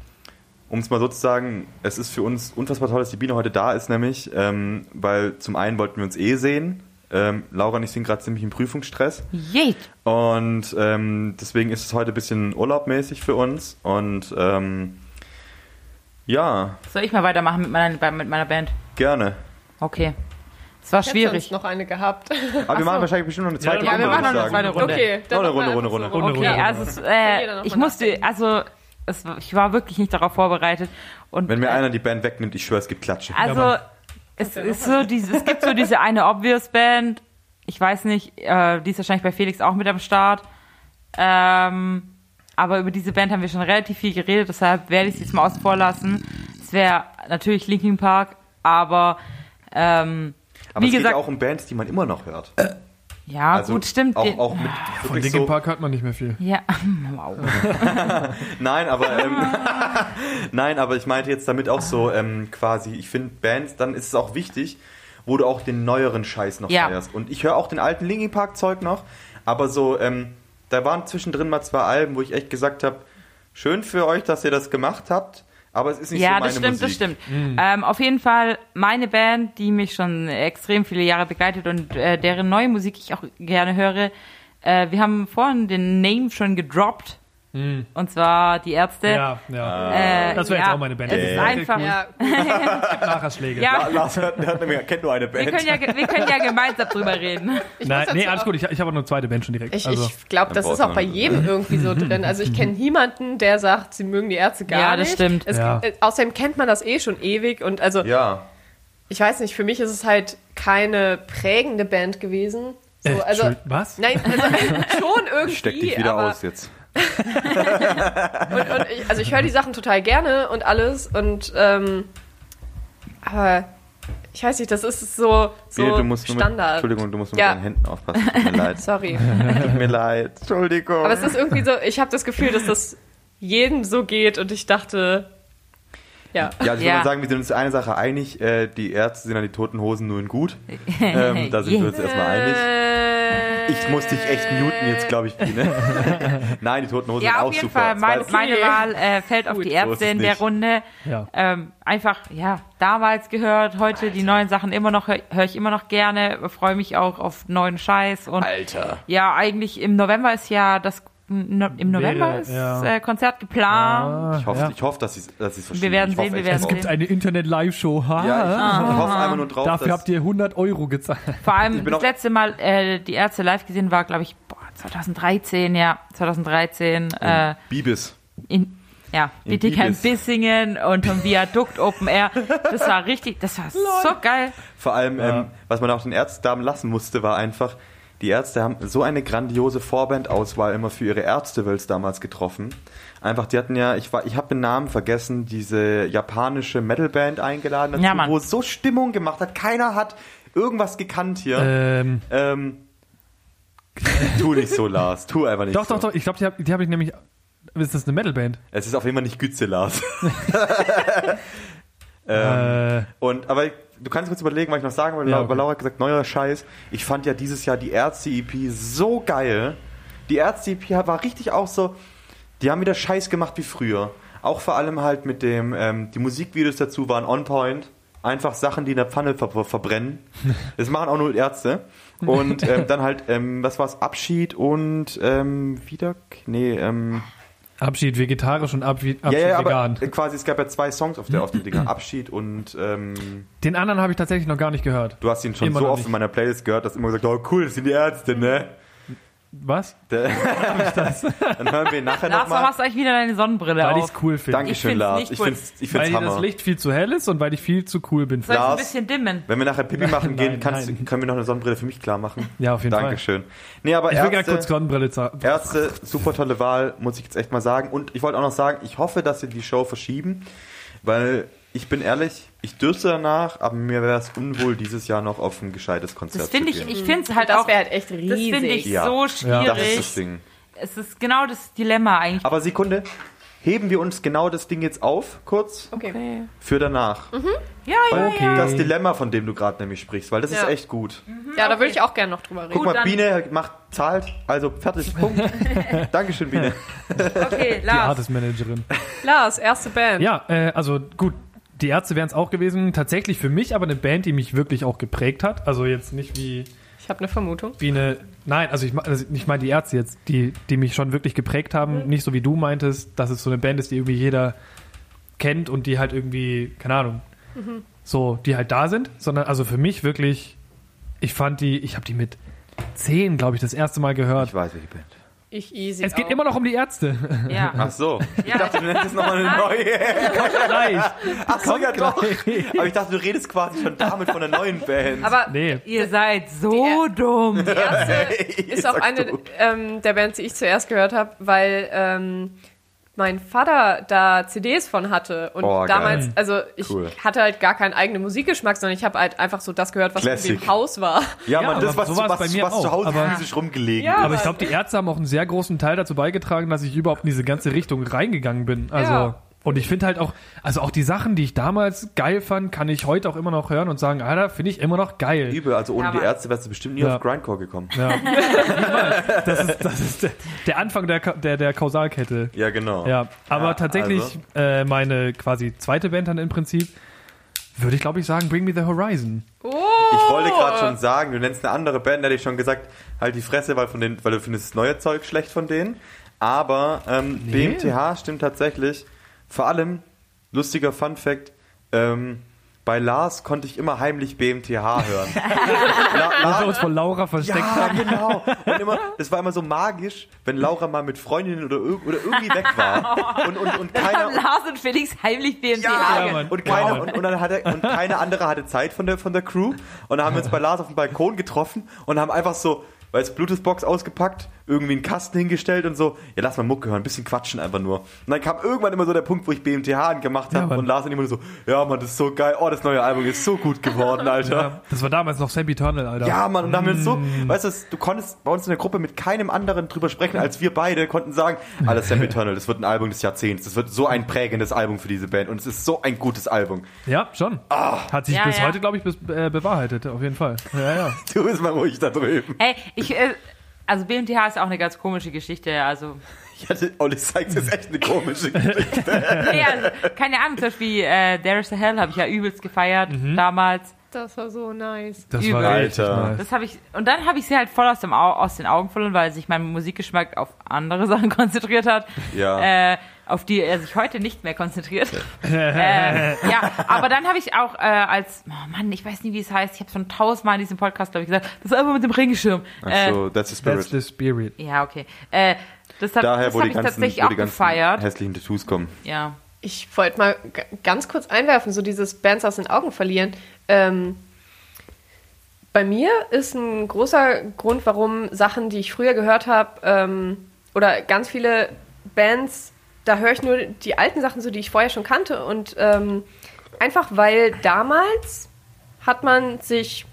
S1: um es mal so zu sagen, es ist für uns unfassbar toll, dass die Biene heute da ist, nämlich, ähm, weil zum einen wollten wir uns eh sehen. Ähm, Laura und ich sind gerade ziemlich im Prüfungsstress.
S2: Jeet.
S1: Und ähm, deswegen ist es heute ein bisschen urlaubmäßig für uns. Und ähm, ja,
S2: Soll ich mal weitermachen mit meiner, mit meiner Band?
S1: gerne.
S2: Okay. Es war
S4: Ich hätte
S2: schwierig.
S4: sonst noch eine gehabt.
S1: Aber wir
S2: Ach so.
S1: machen wahrscheinlich bestimmt noch eine zweite
S3: Ja,
S1: Runde.
S2: wir machen
S1: würde
S2: noch
S1: ich sagen.
S2: eine zweite Runde.
S4: Okay,
S1: Noch
S4: dann
S1: eine
S4: noch mal
S1: Runde,
S4: einfach
S1: Runde,
S4: so
S1: Runde.
S2: Okay,
S3: Runde,
S2: also es,
S4: jeder noch
S2: äh,
S4: mal
S2: ich musste,
S4: nachdenken.
S2: also es, ich war wirklich nicht darauf vorbereitet. Und
S1: Wenn mir
S2: äh,
S1: einer die Band wegnimmt, ich schwöre, es gibt Klatsche.
S2: also
S3: Ja, Mann.
S2: es, ist so diese, es gibt so diese eine Obvious Band. Ich weiß nicht, äh, die ist wahrscheinlich bei Felix auch mit am Start. Ähm, aber über diese Band haben wir schon relativ viel geredet, deshalb werde ich sie jetzt mal außen vor lassen. Es wäre natürlich Linkin Park, aber ähm,
S1: Aber
S2: wie
S1: es
S2: gesagt,
S1: geht ja auch um Bands, die man immer noch hört.
S2: ja
S1: Also
S2: gut, stimmt.
S1: Auch,
S2: Den-
S1: auch mit
S3: Von
S1: wirklich
S3: Linkin
S1: so.
S3: Park hört man nicht mehr viel.
S2: Ja, wow.
S1: Nein, aber ähm, nein, aber ich meinte jetzt damit auch so ähm, quasi. Ich finde Bands, dann ist es auch wichtig, wo du auch den neueren Scheiß noch
S2: Ja.
S1: feierst. Und ich höre auch den alten Linkin Park Zeug noch, aber so ähm, da waren zwischendrin mal zwei Alben, wo ich echt gesagt habe, schön für euch, dass ihr das gemacht habt, aber es ist nicht so
S2: Ja,
S1: meine
S2: das stimmt,
S1: Musik. Mhm.
S2: das stimmt. Ähm, auf jeden Fall meine Band, die mich schon extrem viele Jahre begleitet und äh, deren neue Musik ich auch gerne höre. Äh, wir haben vorhin den Name schon gedroppt.
S1: Mhm.
S2: Und zwar die Ärzte.
S3: Ja, ja.
S2: Äh,
S3: Das wäre jetzt auch meine Band.
S2: Es ist
S3: gewesen.
S2: einfach.
S3: Cool.
S4: Ja,
S3: Nachherschläge.
S2: Ja.
S1: La- Lars hört, hört nämlich, kennt nur eine
S2: Wir,
S1: Band.
S2: können ja, ge- wir können ja gemeinsam drüber reden.
S4: ich muss
S3: Nein,
S4: dazu
S3: nee, alles
S4: auch-
S3: gut. Ich, ich habe noch eine zweite Band schon direkt.
S4: Ich,
S3: also,
S4: ich glaube, das
S1: braucht
S4: ist auch
S1: man
S4: bei
S1: nicht. ne?
S4: jedem irgendwie so drin. Also ich kenne niemanden, der sagt, sie mögen die Ärzte gar
S2: Ja, das
S4: nicht.
S2: stimmt.
S4: Es,
S3: Ja.
S4: äh, außerdem kennt man das eh schon ewig und also
S1: Ja,
S4: ich weiß nicht, für mich ist es halt keine prägende Band gewesen. So,
S3: Äh,
S4: also
S3: Entschuldigung, was?
S4: Nein, also schon irgendwie.
S1: steck dich wieder
S4: aber,
S1: aus jetzt.
S4: Und, und ich, also ich höre die Sachen total gerne und alles und ähm, aber ich weiß nicht, das ist so, so
S1: Biene, du musst nur Mit,
S4: Standard.
S1: Entschuldigung, du musst nur
S4: Ja.
S1: mit deinen Händen aufpassen. Tut mir leid.
S4: Sorry.
S1: Tut mir leid. Entschuldigung.
S4: Aber es ist irgendwie so, ich habe das Gefühl, dass das jedem so geht und ich dachte, Ja.
S1: Ja, also ich
S2: Ja.
S1: würde mal sagen, wir sind uns in einer Sache einig. Äh, die Ärzte sind an die toten Hosen nur in gut. Ähm, da sind wir uns erstmal einig.
S4: Äh,
S1: Ich muss dich echt muten jetzt, glaube ich, Biene. Nein, die toten Hosen
S2: Ja,
S1: sind
S2: auf
S1: auch
S2: jeden
S1: super.
S2: Fall. Meine,
S1: Zwei-
S2: meine
S4: Okay.
S2: Wahl äh, fällt auf
S4: Gut.
S2: die
S1: So ist
S2: Ärzte
S1: es
S2: in der
S1: nicht.
S2: Runde.
S3: Ja.
S2: Ähm, einfach, ja, damals gehört, heute die neuen Sachen immer noch, höre hör ich immer noch gerne, freue mich auch auf neuen Scheiß. Und
S1: Alter.
S2: ja, eigentlich im November ist ja das, no, im November
S3: Wäre,
S2: ist
S3: ja.
S2: äh, Konzert geplant.
S3: Ah,
S1: Ich hoffe,
S3: ja.
S1: ich hoffe dass sie dass es verschieben.
S2: Wir werden
S1: ich hoffe
S2: sehen, wir
S1: echt
S2: werden Ah.
S1: drauf.
S2: sehen.
S3: Gibt eine Internet-Live-Show. Ha.
S1: Ja, ich, ich hoffe einfach nur drauf,
S3: Dafür
S1: dass...
S3: habt ihr 100 Euro gezahlt.
S2: Vor allem
S1: bin
S2: das
S1: auch-
S2: letzte Mal äh, die Ärzte live gesehen war, glaube ich, boah, 2013, ja, 2013. Äh,
S1: Bibis.
S2: in, ja,
S1: Hm. In
S2: BTK in
S1: Bibis.
S2: Bissingen und vom Viadukt Open Air. Das war richtig, das war so geil.
S1: Vor allem, ähm, was man auch den Ärztedamen lassen musste, war einfach, die Ärzte haben so eine grandiose Vorbandauswahl immer für ihre Ärztewölz damals getroffen. Einfach, die hatten ja, ich war, ich habe den Namen vergessen, diese japanische Metalband eingeladen, dazu,
S2: Ja, Mann.
S1: wo es so Stimmung gemacht hat. Keiner hat irgendwas gekannt hier.
S3: Ähm,
S1: Ähm, tu nicht so, Lars. Tu einfach nicht
S3: doch,
S1: so.
S3: doch, doch. Ich glaube, die habe die hab ich nämlich. Ist das eine Metalband?
S1: Es ist auf jeden Fall nicht Gütze, Lars.
S3: Äh,
S1: Und, aber du kannst kurz überlegen, was ich noch sagen wollte.
S3: Ja,
S1: Laura-
S3: okay.
S1: weil Laura hat gesagt, neuer Scheiß. Ich fand ja dieses Jahr die Ärzte-EP so geil. Die Ärzte-EP war richtig auch so, die haben wieder Scheiß gemacht wie früher. Auch vor allem halt mit dem, ähm, die Musikvideos dazu waren on point. Einfach Sachen, die in der Pfanne ver ver verbrennen. Das machen auch nur Ärzte. Und ähm, dann halt, ähm, was war's? Abschied und ähm, wieder, nee, ähm,
S3: Abschied vegetarisch und Abschied, Abschied
S1: ja, ja,
S3: vegan.
S1: aber quasi, es gab ja zwei Songs auf der, auf dem Dinger. Abschied und, ähm,
S3: Den anderen habe ich tatsächlich noch gar nicht gehört.
S1: Du hast ihn schon
S3: Immer
S1: so
S3: noch
S1: oft
S3: nicht.
S1: in meiner Playlist gehört, dass immer gesagt, oh cool, das sind die Ärzte, ne?
S3: Was?
S1: Da- Dann hören wir ihn nachher
S2: Lars, warum
S1: nochmal.
S2: hast du eigentlich wieder deine Sonnenbrille
S3: Weil ich
S2: auf?
S3: es cool finde.
S2: Ich
S1: Dankeschön,
S2: find's
S1: Lars.
S2: nicht
S1: Ich
S2: cool.
S1: find's, ich
S3: Weil
S1: find's
S3: dir
S1: Hammer.
S3: das Licht viel zu hell ist und weil ich viel zu cool bin.
S2: Soll ich ein
S1: Lars.
S2: bisschen dimmen?
S1: Wenn wir nachher Pipi machen gehen,
S3: Nein,
S1: kannst,
S3: nein.
S1: können wir noch eine Sonnenbrille für mich klar machen.
S3: Ja, auf jeden Fall.
S1: Dankeschön. Nee, aber
S3: Ich will gerade
S1: Ärzte,
S3: kurz Sonnenbrille zeigen.
S1: Ärzte, super tolle Wahl, muss ich jetzt echt mal sagen. Und ich wollte auch noch sagen, ich hoffe, dass sie die Show verschieben, weil ich bin ehrlich, ich dürfte danach, aber mir wäre es unwohl, dieses Jahr noch auf ein gescheites Konzert
S2: Das finde
S1: zu
S2: ich,
S1: gehen.
S2: ich finde es halt
S4: Das
S2: auch,
S4: wäre halt echt
S2: das
S4: riesig.
S2: finde ich
S1: Ja.
S2: so
S3: Ja.
S2: schwierig.
S1: das ist das Ding.
S2: Es ist genau das Dilemma eigentlich.
S1: Aber Sekunde, heben wir uns genau das Ding jetzt auf, kurz,
S4: Okay.
S2: Okay.
S1: für danach.
S2: Ja, ja,
S1: Weil
S2: ja.
S1: Das Dilemma, von dem du gerade nämlich sprichst, weil das ist
S4: Ja.
S1: echt gut.
S4: Ja, da würde ich auch gerne noch drüber reden.
S1: Guck mal,
S2: dann-
S1: Biene macht, zahlt, also fertig, Punkt. Dankeschön, Biene.
S2: Okay,
S3: Die
S2: Lars.
S3: Artist-Managerin.
S4: Lars, erste Band.
S3: Ja, äh, also gut, die Ärzte wären es auch gewesen. Tatsächlich für mich aber eine Band, die mich wirklich auch geprägt hat. Also jetzt nicht wie,
S4: Ich habe eine Vermutung.
S3: wie eine. Nein, also ich, mein- also ich meine die Ärzte jetzt, die, die mich schon wirklich geprägt haben. Nicht so wie du meintest, dass es so eine Band ist, die irgendwie jeder kennt und die halt irgendwie, keine Ahnung, so, die halt da sind, sondern also für mich wirklich, ich fand die, ich habe die mit zehn, glaube ich, das erste Mal gehört.
S1: Ich weiß, welche Band.
S4: Ich easy.
S3: Es geht
S4: auch.
S3: immer noch um die Ärzte.
S2: Ja.
S1: Ach so, ich
S2: Ja.
S1: dachte, du nennst jetzt nochmal eine neue.
S3: Gleich.
S1: Ach so, ja doch.
S3: Gleich.
S1: Aber ich dachte, du redest quasi schon damit von einer neuen Band.
S4: Aber
S3: Nee.
S2: Ihr seid so dumm.
S4: die erste ist auch
S1: Sag
S4: eine
S1: du.
S4: ähm, der Bands, die ich zuerst gehört habe, weil ähm, mein Vater da CDs von hatte. Und
S1: Oh, geil.
S4: damals, also ich
S1: Cool.
S4: hatte halt gar keinen eigenen Musikgeschmack, sondern ich habe halt einfach so das gehört, was
S1: Classic.
S4: in dem Haus war.
S1: Ja,
S3: Ja,
S1: man, das,
S3: aber
S1: was,
S3: so
S1: du-
S3: war's
S1: was,
S3: bei mir
S1: was
S3: auch.
S1: zu Hause
S3: Aber-
S1: physisch rumgelegen
S4: Ja.
S1: ist.
S3: Aber ich glaube, die Ärzte haben auch einen sehr großen Teil dazu beigetragen, dass ich überhaupt in diese ganze Richtung reingegangen bin. Also
S4: Ja.
S3: und ich finde halt auch, also auch die Sachen, die ich damals geil fand, kann ich heute auch immer noch hören und sagen, Alter, finde ich immer noch geil.
S1: Übel, also ohne
S2: Ja,
S1: die
S2: Mann.
S1: Ärzte wärst du bestimmt nie
S3: Ja.
S1: auf Grindcore gekommen.
S3: Das ist, das ist der, der Anfang der, Ka- der, der Kausalkette.
S1: Ja, genau.
S3: Ja, aber
S1: Ja,
S3: tatsächlich
S1: also.
S3: äh, meine quasi zweite Band dann im Prinzip, würde ich glaube ich sagen, Bring Me The Horizon.
S4: Oh!
S1: Ich wollte gerade schon sagen, du nennst eine andere Band, da hätte ich schon gesagt, halt die Fresse, weil, von den, weil du findest das neue Zeug schlecht von denen. Aber ähm, BMTH stimmt tatsächlich. Vor allem, lustiger Fun Fact, ähm, bei Lars konnte ich immer heimlich BMTH hören. La
S3: Als wir
S1: La
S3: uns von Laura versteckt
S1: ja, genau. Und immer, das war immer so magisch, wenn Laura mal mit Freundinnen oder, irg- oder irgendwie weg war. Und, und, und keiner,
S2: genau. Lars und Felix heimlich BMT.
S1: ja,
S3: Mann. Genau.
S1: und,
S3: Ja,
S1: keine,
S3: Mann.
S1: und, und, dann hat er, und keine andere hatte Zeit von der, von der Crew. Und dann haben wir uns bei Lars auf dem Balkon getroffen und haben einfach so, weil es Bluetooth-Box ausgepackt, irgendwie einen Kasten hingestellt und so, ja, lass mal Mucke hören, ein bisschen quatschen einfach nur. Und dann kam irgendwann immer so der Punkt, wo ich BMTH gemacht
S3: Ja,
S1: habe
S3: Mann.
S1: und Lars dann immer so, ja, Mann, das ist so geil, oh, das neue Album ist so gut geworden, Alter.
S3: Das war damals noch Sammy Tunnel, Alter.
S1: Ja, Mann, und da haben wir uns so,
S3: Mm.
S1: weißt du, du konntest bei uns in der Gruppe mit keinem anderen drüber sprechen, als wir beide konnten sagen, alles Sam Eternal, das wird ein Album des Jahrzehnts, das wird so ein prägendes Album für diese Band und es ist so ein gutes Album.
S3: Ja, schon. Hat sich
S2: Ja,
S3: bis
S2: ja.
S3: heute, glaube ich, bis, äh, bewahrheitet, auf jeden Fall. Ja, ja.
S1: Du bist mal ruhig da drüben.
S2: Ey, ich, äh, also BMTH ist auch eine ganz komische Geschichte, also.
S1: Ich hatte, oh, Olli Sykes ist echt eine komische
S2: Äh,
S1: Geschichte.
S2: Nee, also keine Ahnung, zum Beispiel äh, There is a Hell habe ich ja übelst gefeiert
S1: Mhm.
S2: damals.
S4: Das war so nice.
S3: Das
S2: Übel.
S3: war richtig
S1: Alter.
S3: nice.
S2: Das habe ich, und dann habe ich sie halt voll aus, dem Au aus den Augen verloren, weil sich mein Musikgeschmack auf andere Sachen konzentriert hat,
S1: Ja.
S2: äh, auf die er sich heute nicht mehr konzentriert. äh, ja, aber dann habe ich auch äh, als, oh Mann, ich weiß nie, wie es heißt, ich habe schon tausendmal in diesem Podcast, glaube ich, gesagt, das ist einfach mit dem Regenschirm.
S1: Ach
S2: Äh,
S1: so, that's the
S3: That's
S1: spirit.
S3: the spirit.
S2: ja, okay. Äh, das hab-
S1: Daher,
S2: das
S1: wo
S2: habe
S1: die
S2: ich
S1: ganzen,
S2: tatsächlich
S1: wo
S2: auch
S1: die ganzen
S2: gefeiert.
S1: hässlichen Tattoos kommen.
S2: Ja.
S4: Ich wollte mal g- ganz kurz einwerfen, so dieses Bands aus den Augen verlieren. Ähm, bei mir ist ein großer Grund, warum Sachen, die ich früher gehört habe, ähm, oder ganz viele Bands, da höre ich nur die alten Sachen, so die ich vorher schon kannte. Und ähm, einfach weil damals hat man sich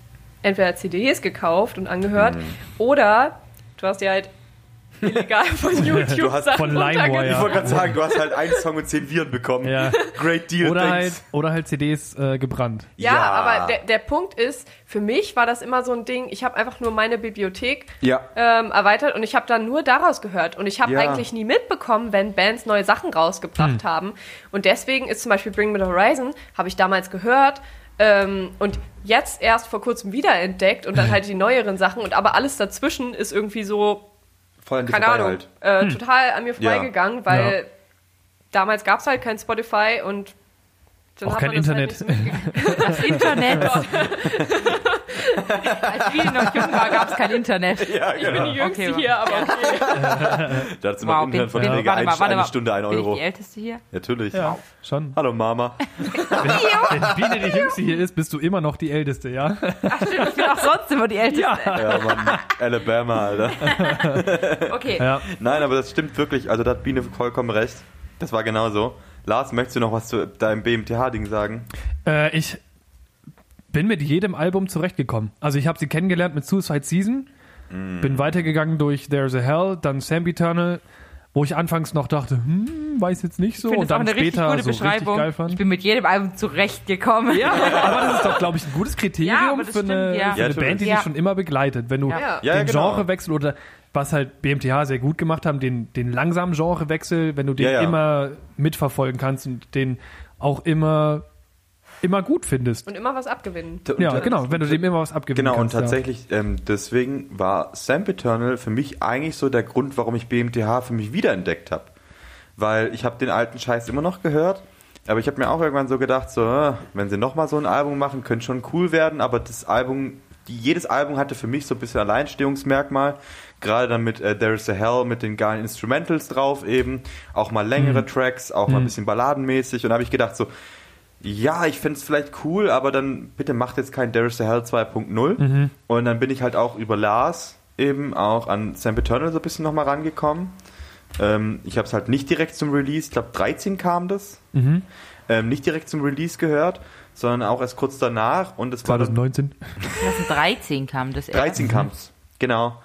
S4: entweder CDs gekauft und angehört,
S3: Mhm.
S4: oder du hast dir halt illegal von YouTube
S1: hast
S4: Sachen
S3: von LimeWire.
S4: runtergeladen.
S1: Ich
S3: Ja.
S1: wollte gerade sagen, du hast halt einen Song und zehn Viren bekommen.
S3: Ja.
S1: Great deal,
S3: Oder halt,
S1: thanks.
S3: oder halt CDs äh, gebrannt.
S4: Ja,
S1: Ja.
S4: aber der, der Punkt ist, für mich war das immer so ein Ding, ich habe einfach nur meine Bibliothek
S1: Ja.
S4: ähm, erweitert und ich habe dann nur daraus gehört. Und ich habe
S1: Ja.
S4: eigentlich nie mitbekommen, wenn Bands neue Sachen rausgebracht
S3: Hm.
S4: haben. Und deswegen ist zum Beispiel Bring Me the Horizon, habe ich damals gehört. Ähm, und jetzt erst vor kurzem wiederentdeckt und dann halt die neueren Sachen und aber alles dazwischen ist irgendwie so,
S1: Voll an dir
S4: keine
S1: vorbei
S4: Ahnung, äh, total an mir vorbeigegangen, weil
S3: Hm. Ja.
S4: damals gab es halt kein Spotify und dann
S3: Auch
S4: hat
S3: kein
S4: man das
S3: Internet.
S4: Halt nicht so mitgekriegt.
S2: Das Internet. als wir noch jung waren, gab es kein Internet.
S1: Ja,
S4: Ich bin
S1: genau.
S4: die Jüngste
S2: Okay,
S4: hier, aber okay.
S1: Da hat sie noch Internetverträge,
S2: warte mal,
S1: eine,
S2: warte mal.
S1: eine Stunde, ein
S2: Bin ich
S1: Euro.
S2: die Älteste hier?
S1: Natürlich.
S3: Ja, schon.
S1: Hallo Mama.
S3: Wenn Biene die Jüngste hier ist, bist du immer noch die Älteste, ja?
S2: Ach stimmt, ich bin auch sonst immer die Älteste.
S1: Ja, Mann. Alabama, Alter.
S2: Okay.
S3: Ja.
S1: Nein, aber das stimmt wirklich. Also da hat Biene vollkommen recht. Das war genau so. Lars, möchtest du noch was zu deinem BMTH-Ding sagen?
S3: Äh, ich bin mit jedem Album zurechtgekommen. Also ich habe sie kennengelernt mit Suicide Season, bin weitergegangen durch There's a Hell, dann Sam Eternal, wo ich anfangs noch dachte, hm, weiß jetzt nicht so,
S2: Ich finde
S3: und
S2: das auch
S3: dann
S2: eine richtig
S3: später
S2: gute
S3: so richtig
S2: Beschreibung.
S3: geil fand.
S2: ich bin mit jedem Album zurechtgekommen.
S3: aber das ist doch, glaube ich, ein gutes Kriterium
S2: Ja, aber
S3: für
S2: das
S3: eine,
S2: stimmt, ja.
S3: für
S1: Ja,
S3: eine
S1: natürlich.
S3: Band, die
S2: Ja.
S3: dich schon immer begleitet. Wenn du
S4: Ja. Ja,
S1: ja,
S3: den
S1: genau.
S3: Genrewechsel oder was halt BMTH sehr gut gemacht haben, den, den langsamen Genrewechsel, wenn du den
S1: Ja, ja.
S3: immer mitverfolgen kannst und den auch immer, immer gut findest.
S4: Und immer was abgewinnen.
S3: Ja, genau, wenn du dem immer was abgewinnen
S1: Genau, und
S3: kannst. ja.
S1: tatsächlich, ähm, deswegen war Sam Eternal für mich eigentlich so der Grund, warum ich BMTH für mich wiederentdeckt habe. Weil ich habe den alten Scheiß immer noch gehört, aber ich habe mir auch irgendwann so gedacht, so, äh, wenn sie nochmal so ein Album machen, könnte schon cool werden, aber das Album, die, jedes Album hatte für mich so ein bisschen Alleinstehungsmerkmal. Gerade dann mit äh, There is a Hell, mit den geilen Instrumentals drauf eben, auch mal
S3: Mhm.
S1: längere Tracks, auch mal ein bisschen balladenmäßig und da habe ich gedacht so, ja, ich find's vielleicht cool, aber dann bitte macht jetzt kein There is the Hell 2.0. Und dann bin ich halt auch über Lars eben auch an Sam Eternal so ein bisschen nochmal rangekommen. Ähm, ich habe es halt nicht direkt zum Release, ich glaube 13 kam das, ähm, nicht direkt zum Release gehört, sondern auch erst kurz danach. Und es war dann
S3: 2019.
S2: 2013 kam das erst.
S1: 13 kam's, genau.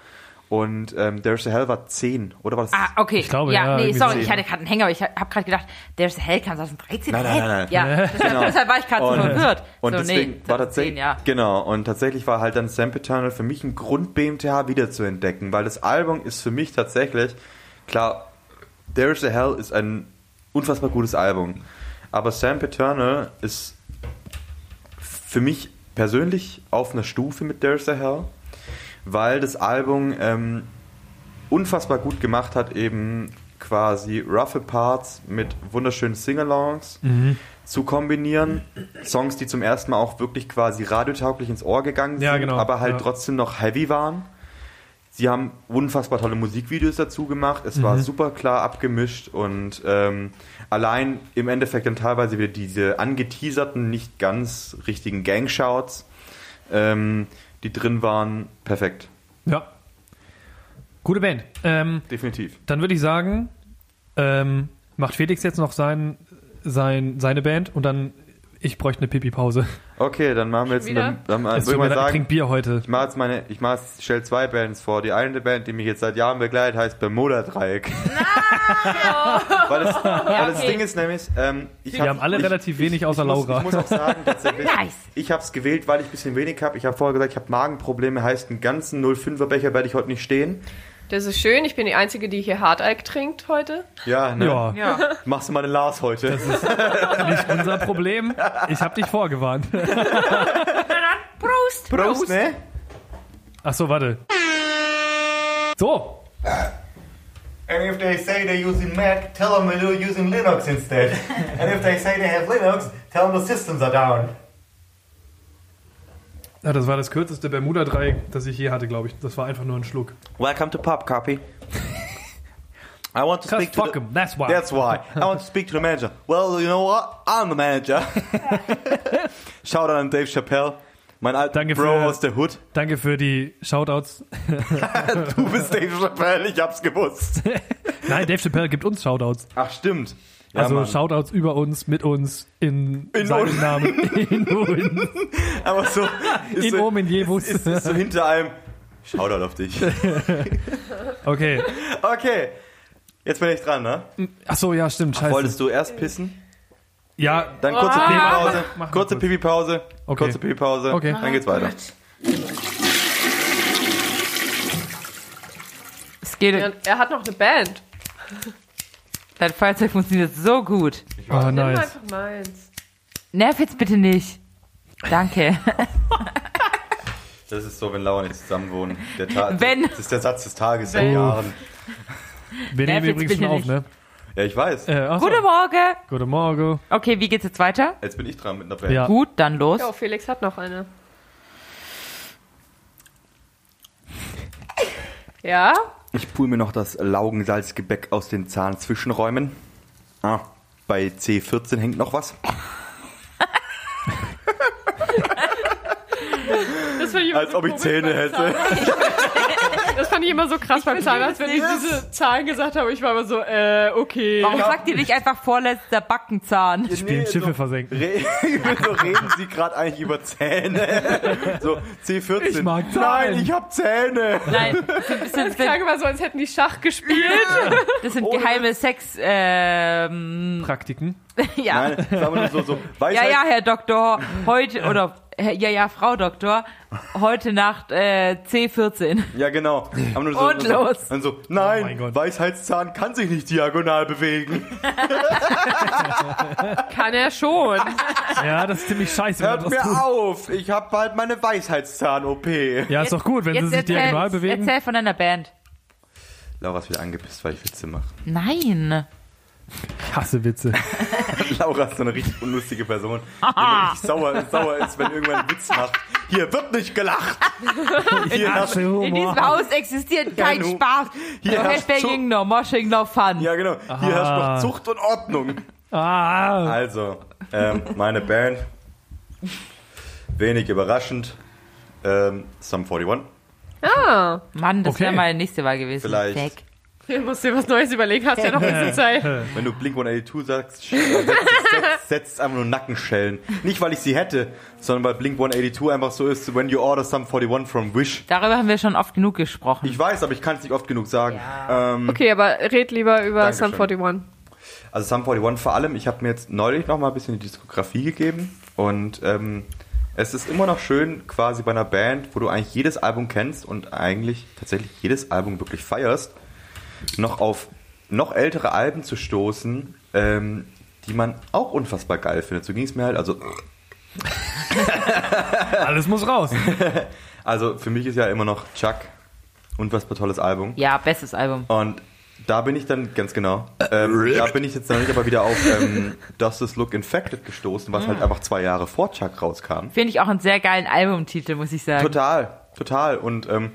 S1: Und ähm, There is the Hell war 10, oder war das?
S2: Ah, okay.
S3: Ich glaube, ja,
S2: nee,
S3: irgendwie
S2: sorry,
S3: so.
S2: ich hatte gerade einen Hänger, aber ich habe gerade gedacht, der ist hell, kann 2013
S1: Nein, nein,
S2: hä?
S1: nein, nein. Genau.
S2: Ja, deshalb, deshalb war ich gerade so
S1: Und-
S2: verwirrt.
S1: Und
S2: so,
S1: deswegen
S2: nee,
S1: war
S2: 2010,
S1: tatsächlich
S2: ja.
S1: genau und tatsächlich war halt dann Sam Eternal für mich ein Grund BMTH wieder zu entdecken, weil das Album ist für mich tatsächlich klar. There is a Hell ist ein unfassbar gutes Album, aber Sam Eternal ist für mich persönlich auf einer Stufe mit There is a Hell, weil das Album ähm, unfassbar gut gemacht hat, eben quasi roughe Parts mit wunderschönen Singalongs
S3: Mhm.
S1: zu kombinieren. Songs, die zum ersten Mal auch wirklich quasi radiotauglich ins Ohr gegangen sind,
S3: Ja, genau,
S1: aber halt
S3: ja.
S1: trotzdem noch heavy waren. Sie haben unfassbar tolle Musikvideos dazu gemacht. Es
S3: Mhm.
S1: war super klar abgemischt und ähm, allein im Endeffekt dann teilweise wieder diese angeteaserten, nicht ganz richtigen Gangshouts, ähm, die drin waren, perfekt.
S3: Ja. Gute Band. Ähm,
S1: Definitiv.
S3: dann würde ich sagen, ähm, macht Felix jetzt noch sein, sein, seine Band und dann ich bräuchte eine Pipi-Pause.
S1: Okay, dann machen wir jetzt
S4: Wieder?
S1: eine. Dann,
S3: Es
S1: also würde ich
S3: tut mir
S1: mal
S3: leid, Ich
S1: sagen,
S3: trinke Bier heute.
S1: ich mache jetzt meine, ich mache jetzt, stell zwei Bands vor. Die eine Band, die mich jetzt seit Jahren begleitet, heißt Bermuda Dreieck. weil das, weil das
S2: okay.
S1: Ding ist nämlich, ähm, ich
S3: Wir haben alle
S1: ich,
S3: relativ wenig außer
S1: ich muss,
S3: Laura.
S1: Ich muss auch sagen, tatsächlich,
S2: Nice.
S1: ich habe es gewählt, weil ich ein bisschen wenig habe. Ich habe vorher gesagt, ich habe Magenprobleme, heißt, einen ganzen 05er Becher werde ich heute nicht stehen.
S4: Das ist schön. Ich bin die Einzige, die hier Hartalk trinkt heute.
S1: Ja, ne?
S3: ja,
S2: Ja.
S1: Machst du mal den Lars heute?
S3: nicht unser Problem. Ich habe dich vorgewarnt.
S2: Prost!
S1: Prost, ne?
S3: Ach so, warte. So,
S5: And if they say they're using Mac, tell them they're using Linux instead. and if they say they have Linux, tell them the systems are down.
S3: ja, das war das kürzeste Bermuda-Dreieck, das ich je hatte, glaube ich. Das war einfach nur ein Schluck.
S1: Welcome to Pop Copy. I want to
S3: Cause
S1: speak to
S3: fuck
S1: the-
S3: him, that's why.
S1: That's why. I want to speak to the manager. Well, you know what? I'm the manager. Shoutout an Dave Chappelle, mein alter
S3: Danke
S1: Bro
S3: für-
S1: aus der Hood.
S3: Danke für die Shoutouts.
S1: Du bist Dave Chappelle, ich hab's gewusst.
S3: Nein, Dave Chappelle gibt uns Shoutouts.
S1: Ach, stimmt. Ja,
S3: also
S1: Mann.
S3: Shoutouts über uns, mit uns, in,
S1: In
S3: seinem
S1: uns.
S3: Namen. In uns.
S1: Aber so ist,
S3: In
S1: so,
S3: Omen Jebus.
S1: ist, ist so hinter einem Shoutout auf dich.
S3: Okay.
S1: Okay, jetzt bin ich dran, ne?
S3: Ach so, ja, stimmt. Scheiße.
S1: Wolltest du erst pissen,
S3: ja,
S1: dann kurze
S4: Ah.
S1: Pipi-Pause,
S3: Mach mal
S1: kurze
S3: kurz.
S1: Pipi-Pause,
S3: Okay.
S1: kurze Pipi-Pause,
S3: Okay.
S1: dann geht's weiter.
S2: Es geht.
S4: Er, er hat noch eine Band.
S2: Dein Feuerzeug funktioniert so gut.
S3: oh,
S4: Nimm
S3: nice.
S4: einfach meins.
S2: Nerv jetzt bitte nicht. Danke.
S1: Das ist so, wenn Laura nicht zusammen wohnen. Der Ta
S2: Wenn.
S1: Das ist der Satz des Tages seit
S4: Wenn.
S1: Jahren.
S3: Wir nehmen
S2: jetzt
S3: übrigens schon
S2: bitte
S3: auf, ne?
S1: Ja, ich weiß.
S3: Äh, ach so.
S2: Guten Morgen.
S3: Guten Morgen.
S2: Okay, wie geht's jetzt weiter?
S1: Jetzt bin ich dran mit einer Band.
S3: Ja.
S2: Gut, dann los.
S4: Ja, Felix hat noch eine. Ja?
S1: Ich pul mir noch das Laugensalzgebäck aus den Zahnzwischenräumen. Ah, bei C14 hängt noch was.
S4: Das fand ich immer
S1: Als
S4: so
S1: ob ich
S4: komisch
S1: Zähne
S4: beim
S1: hätte.
S4: Zahnarzt. Das fand ich immer so krass beim Zahnarzt, wenn ich
S2: nicht.
S4: diese Zahlen gesagt habe. Ich war immer so, äh, okay.
S2: Warum sagt ihr nicht einfach vorletzter Backenzahn?
S3: Spielen Schiffe versenken.
S1: Re so reden sie gerade eigentlich über Zähne. So, C14.
S3: Ich mag Zahlen.
S1: Nein, ich hab Zähne.
S2: Nein, das sind, das sind,
S4: Ich sage mal so, als hätten die Schach gespielt.
S2: das sind geheime Sex. Ähm,
S1: Hm.
S3: Praktiken.
S2: ja.
S1: Nein, sagen wir nur so, so
S2: ja,
S1: Weisheit.
S2: ja, Herr Doktor, heute, oder, Herr- ja, ja, Frau Doktor, heute Nacht äh, C14.
S1: Ja, genau. Aber nur so,
S2: Und
S1: nur so,
S2: los.
S1: Dann so,
S3: Oh mein
S1: nein,
S3: Gott.
S1: Weisheitszahn kann sich nicht diagonal bewegen.
S4: Kann er schon.
S3: Ja, das ist ziemlich scheiße, wenn
S1: Hört
S3: man
S1: mir
S3: das tut.
S1: auf, ich hab bald meine Weisheitszahn-OP.
S3: Ja, ist doch gut, wenn sie sich
S2: erzähl,
S3: diagonal bewegen.
S2: erzähl von deiner Band.
S1: Laura ist wieder angepisst, weil ich Witze mache.
S2: Nein.
S3: Ich hasse Witze.
S1: Laura ist so eine richtig unlustige Person, die immer richtig sauer, sauer ist, wenn irgendwann ein Witz macht. Hier wird nicht gelacht. Hier herrscht,
S2: In diesem Haus existiert kein
S1: nu.
S2: Spaß.
S1: Hier
S2: no
S1: herrscht
S2: Headbanging, no Moshing, no Fun.
S1: ja, genau. Hier
S3: Aha.
S1: herrscht noch Zucht und Ordnung.
S3: Ah,
S1: Also, ähm, meine Band, wenig überraschend, ähm, Sum 41.
S4: Ah.
S2: Mann, das
S3: Okay.
S2: wäre meine nächste Wahl gewesen.
S1: Vielleicht.
S2: Weg.
S4: Du musst dir was Neues überlegen, hast ja noch ein bisschen Zeit.
S1: Wenn du Blink 182 sagst, setzt, setzt einfach nur Nackenschellen. Nicht, weil ich sie hätte, sondern weil Blink 182 einfach so ist, when you order Sum 41 from Wish.
S2: Darüber haben wir schon oft genug gesprochen.
S1: Ich weiß, aber ich kann es nicht oft genug sagen. Ähm,
S4: Okay, aber red lieber über
S1: Dankeschön.
S4: Sun 41.
S1: Also Sum 41 vor allem, ich habe mir jetzt neulich nochmal ein bisschen die Diskografie gegeben und ähm, es ist immer noch schön quasi bei einer Band, wo du eigentlich jedes Album kennst und eigentlich tatsächlich jedes Album wirklich feierst, noch auf noch ältere Alben zu stoßen, ähm, die man auch unfassbar geil findet. So ging es mir halt, also
S3: alles muss raus.
S1: Also für mich ist ja immer noch Chuck unfassbar tolles Album.
S2: ja, bestes Album.
S1: Und da bin ich dann, ganz genau, ähm, da bin ich jetzt noch nicht aber wieder auf ähm, Does This Look Infected gestoßen, was halt einfach zwei Jahre vor Chuck rauskam.
S2: Finde ich auch einen sehr geilen Albumtitel, muss ich sagen.
S1: Total, total. Und ähm,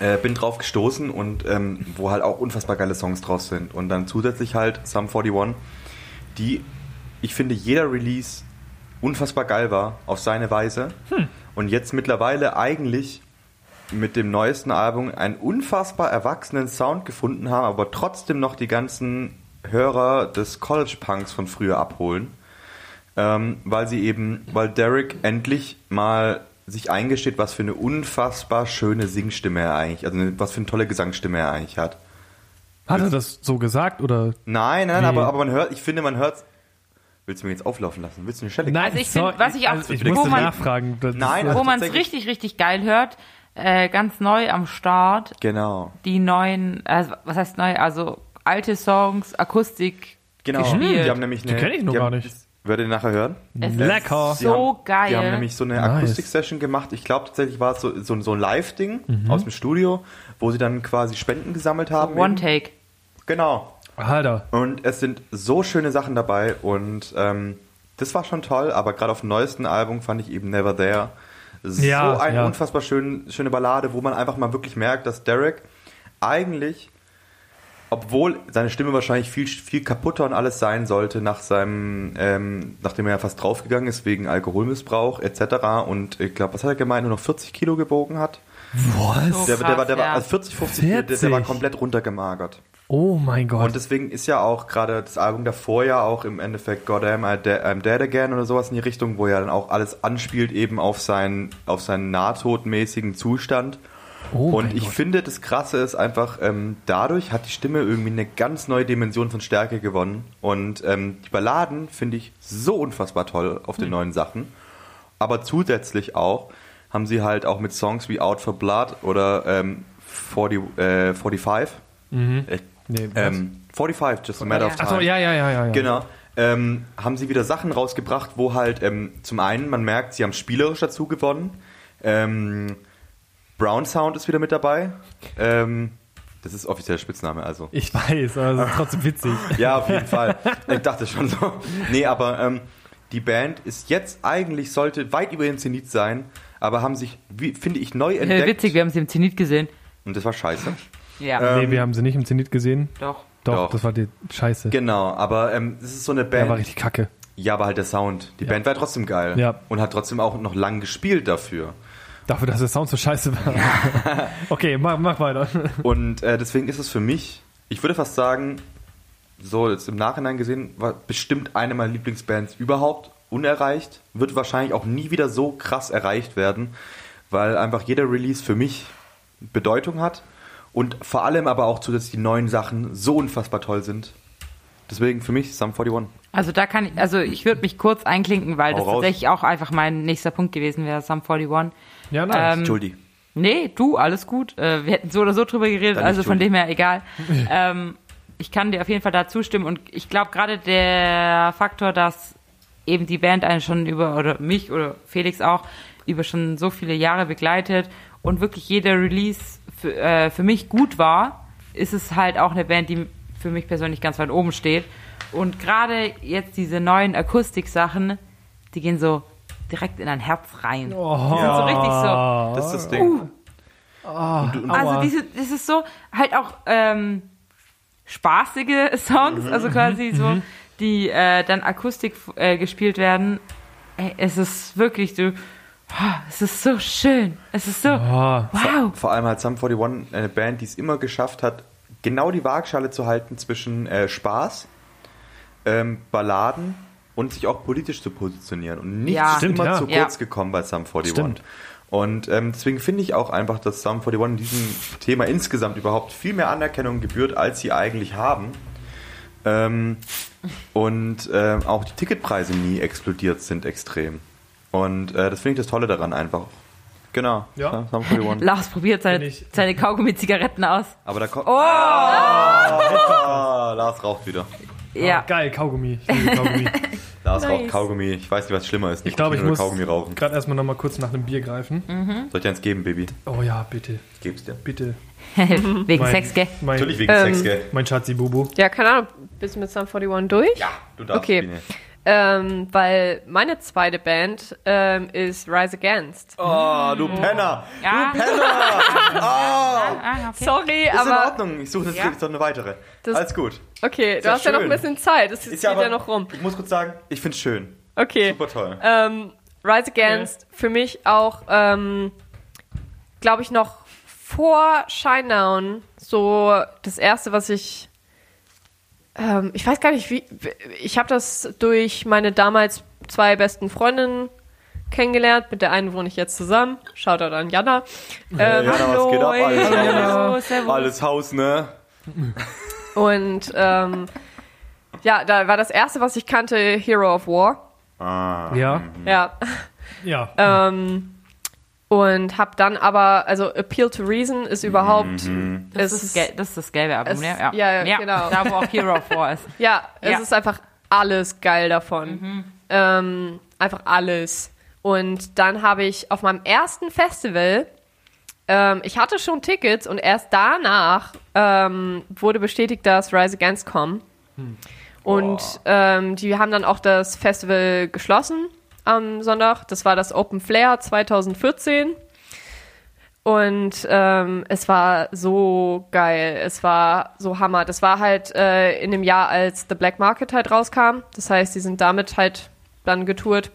S1: äh, bin drauf gestoßen und ähm, wo halt auch unfassbar geile Songs draus sind. Und dann zusätzlich halt Sum 41, die ich finde jeder Release unfassbar geil war, auf seine Weise. Und jetzt mittlerweile eigentlich mit dem neuesten Album einen unfassbar erwachsenen Sound gefunden haben, aber trotzdem noch die ganzen Hörer des College Punks von früher abholen. Ähm, weil sie eben, weil Derek endlich mal sich eingesteht, was für eine unfassbar schöne Singstimme er eigentlich, also eine- was für eine tolle Gesangsstimme er eigentlich hat.
S3: Hat er das so gesagt oder?
S2: Also
S1: Nein, nein,
S3: Wie?
S1: aber, aber man hört, ich finde, man hört. Willst du mir jetzt auflaufen lassen? Willst du eine Schelle?
S3: Nein,
S2: Also ich find, was ich auch-
S3: also ich
S2: wo
S3: musste
S2: man-
S3: nachfragen. das-
S1: Nein,
S3: das-
S2: Wo man es
S1: tatsächlich-
S2: richtig, richtig geil hört, äh, ganz neu am Start,
S1: Genau.
S2: die neuen, also, was heißt neu, also alte Songs, Akustik,
S1: Genau.
S2: Gespielt.
S1: Die haben nämlich eine.
S3: Die kenn ich noch
S1: die
S3: gar
S1: haben-
S3: nicht.
S1: Werdet ihr nachher hören?
S2: es
S3: Lecker.
S2: ist so
S1: die haben,
S2: geil.
S1: Die haben nämlich so eine
S3: Nice.
S1: Akustik-Session gemacht. Ich glaube tatsächlich war es so, so, so ein Live-Ding
S3: Mhm.
S1: aus dem Studio, wo sie dann quasi Spenden gesammelt haben.
S2: One
S1: eben.
S2: Take.
S1: Genau.
S3: Alter.
S1: Und es sind so schöne Sachen dabei und ähm, das war schon toll, aber gerade auf dem neuesten Album fand ich eben Never There so
S3: Ja,
S1: eine
S3: ja.
S1: unfassbar schön, schöne Ballade, wo man einfach mal wirklich merkt, dass Derek eigentlich, obwohl seine Stimme wahrscheinlich viel, viel kaputter und alles sein sollte, nach seinem, ähm, nachdem er ja fast draufgegangen ist wegen Alkoholmissbrauch etc. und ich glaube, was hat er gemeint, nur noch 40 Kilo gebogen hat?
S3: Was?
S2: So
S1: Der, der, war, der war
S2: Oh, krass, ja.
S1: also 40, 50 Kilo, der, der war
S3: 40?
S1: komplett runtergemagert.
S3: Oh mein
S1: Und
S3: Gott.
S1: deswegen ist ja auch gerade das Album davor ja auch im Endeffekt God Am I De I'm Dead Again oder sowas in die Richtung, wo ja dann auch alles anspielt eben auf seinen, auf seinen nahtodmäßigen Zustand.
S3: Oh mein
S1: Und ich
S3: Gott.
S1: finde, das Krasse ist einfach, ähm, dadurch hat die Stimme irgendwie eine ganz neue Dimension von Stärke gewonnen. Und ähm, die Balladen finde ich so unfassbar toll auf
S3: Hm.
S1: den neuen Sachen. Aber zusätzlich auch haben sie halt auch mit Songs wie Out for Blood oder ähm, 40, äh, 45. Ich,
S3: Mhm. Nee, was?
S1: ähm, 45, just a matter of
S2: Ja.
S1: time.
S3: Achso, ja, ja, ja, ja. ja.
S1: halt- Genau. Ähm, haben sie wieder Sachen rausgebracht, wo halt ähm, zum einen man merkt, sie haben spielerisch dazu gewonnen. Ähm, Brown Sound ist wieder mit dabei. Ähm, das ist offizieller Spitzname, also.
S3: Ich weiß, aber es ist trotzdem witzig.
S1: Ja, auf jeden Fall. Ich dachte schon so. Nee, aber ähm, die Band ist jetzt eigentlich, sollte weit über den Zenit sein, aber haben sich, wie, finde ich, neu
S2: Äh,
S1: entdeckt.
S2: witzig, wir haben sie im Zenit gesehen.
S1: Und das war scheiße. Ähm.
S2: Ja,
S3: nee, wir haben sie nicht im Zenit gesehen.
S2: doch.
S3: Doch,
S1: Doch.
S3: das war die Scheiße.
S1: Genau, aber ähm, es ist so eine
S3: Der
S1: Band.
S3: war richtig kacke.
S1: Ja, aber halt der Sound. Die Band war trotzdem geil.
S3: Ja.
S1: Und hat trotzdem auch noch lang gespielt dafür.
S3: Dafür, dass der Sound so scheiße war. okay, mach, mach weiter.
S1: Und äh, deswegen ist es für mich, ich würde fast sagen, so jetzt im Nachhinein gesehen, war bestimmt eine meiner Lieblingsbands überhaupt unerreicht. Wird wahrscheinlich auch nie wieder so krass erreicht werden, weil einfach jeder Release für mich Bedeutung hat. Und vor allem aber auch zusätzlich die neuen Sachen so unfassbar toll sind. Deswegen für mich Sum 41.
S2: Also da kann ich, also ich würde mich kurz einklinken, weil
S1: Hau
S2: das
S1: raus.
S2: tatsächlich auch einfach mein nächster Punkt gewesen wäre, Sum 41.
S3: Ja, nice.
S2: Ähm,
S1: Entschuldi.
S2: Nee, du, alles gut. Äh, wir hätten so oder so drüber geredet,
S1: Dann nicht
S2: also von
S1: du.
S2: dem her egal. ähm, ich kann dir auf jeden Fall da zustimmen und ich glaube gerade der Faktor, dass eben die Band einen schon über, oder mich oder Felix auch, über schon so viele Jahre begleitet und wirklich jeder Release für, äh, für mich gut war, ist es halt auch eine Band, die für mich persönlich ganz weit oben steht. Und gerade jetzt diese neuen Akustik-Sachen, die gehen so direkt in dein Herz rein.
S3: Oh. Uh.
S2: Das ist so richtig so.
S1: Das ist das Ding.
S2: Also diese, das ist so halt auch ähm, spaßige Songs,
S3: Mhm.
S2: also quasi so, die äh, dann Akustik äh, gespielt werden. Ey, es ist wirklich, du, oh, es ist so schön. Es ist so,
S3: Ah,
S2: wow.
S1: Vor allem halt Sum 41 eine Band, die es immer geschafft hat, genau die Waagschale zu halten zwischen äh, Spaß, ähm, Balladen und sich auch politisch zu positionieren. Und nichts
S2: Ja.
S1: ist
S3: Stimmt,
S1: immer
S3: ja.
S1: zu
S2: Ja.
S1: kurz gekommen bei Sum 41.
S3: Stimmt.
S1: Und ähm, deswegen finde ich auch einfach, dass Sum 41 in diesem Thema insgesamt überhaupt viel mehr Anerkennung gebührt, als sie eigentlich haben. Ähm, und ähm, auch die Ticketpreise nie explodiert sind extrem. Und äh, das finde ich das Tolle daran einfach. Genau.
S3: Ja.
S1: Sum 41.
S2: Lars probiert seine,
S3: Bin ich-
S2: seine Kaugummi-Zigaretten aus.
S1: Aber da kommt.
S2: Oh,
S1: Ah, Lars raucht wieder.
S2: ja.
S3: Oh, Ah, Geil, Kaugummi. Ich, liebe Kaugummi.
S1: Lars
S4: Nice.
S1: raucht Kaugummi. Ich weiß nicht, was schlimmer ist.
S3: ich glaube, ich
S1: Nikotin
S3: muss
S1: oder Kaugummi rauchen.
S3: gerade erstmal nochmal kurz nach einem Bier greifen.
S2: Mhm.
S1: Soll ich dir eins geben, Baby?
S3: Oh ja, bitte,
S1: Ich geb's dir.
S3: bitte.
S2: Wegen
S3: Mein-
S2: Sex, gell?
S3: Mein,
S1: Natürlich wegen
S4: Ähm.
S1: Sex, gell?
S3: mein Schatzi Bubu.
S4: Ja, keine Ahnung, bist du mit Sum 41 durch?
S1: Ja, du darfst.
S4: Okay.
S1: Biene.
S4: Ähm, weil meine zweite Band ähm, ist Rise Against.
S1: Oh,
S4: Mhm.
S1: du Penner.
S2: Ja. Ah, okay.
S4: Sorry,
S1: Ist in
S4: aber
S1: Ordnung. Ich suche jetzt
S2: Ja.
S1: noch eine weitere.
S4: Das-
S1: Alles gut.
S4: okay, du
S1: ja
S4: hast ja noch ein
S1: schön.
S4: bisschen Zeit. Es geht
S1: Ist ja
S4: ja,
S1: aber-
S4: noch rum.
S1: Ich muss kurz sagen, ich find's schön.
S4: Okay.
S1: Super toll.
S4: Ähm, Rise Against für mich auch, ähm, glaube ich, noch vor Shinedown so das erste, was ich. Ähm, ich weiß gar nicht, wie. Ich habe das durch meine damals zwei besten Freundinnen kennengelernt. Mit der einen wohne ich jetzt zusammen. Shoutout an Jana. Ähm,
S1: Jana, was
S4: hallo,
S1: geht ab, Alter?
S4: Hallo, servus.
S1: Alles Haus, ne?
S4: Und ähm, ja, da war das erste, was ich kannte, Hero of War.
S1: Ah.
S3: Ja.
S1: Mhm.
S4: Ja.
S3: Ja.
S2: Äh,
S4: Ähm, und hab dann aber, also Appeal to Reason ist überhaupt.
S2: Das,
S4: es
S2: ist, gel- das ist das gelbe Album,
S4: es-
S2: ne?
S4: ja, ja, genau.
S2: Da, wo auch Hero of War ist.
S4: Ja, es
S2: Ja. Mhm.
S4: ist einfach alles geil davon. Ähm, einfach alles. Und dann habe ich auf meinem ersten Festival, ähm, ich hatte schon Tickets und erst danach ähm, wurde bestätigt, dass Rise Against kommen. Und ähm, die haben dann auch das Festival geschlossen am Sonntag. Das war das Open Flair 2014. Und ähm, es war so geil, es war so Hammer. Das war halt äh, in dem Jahr, als The Black Market halt rauskam. Das heißt, die sind damit halt dann getourt.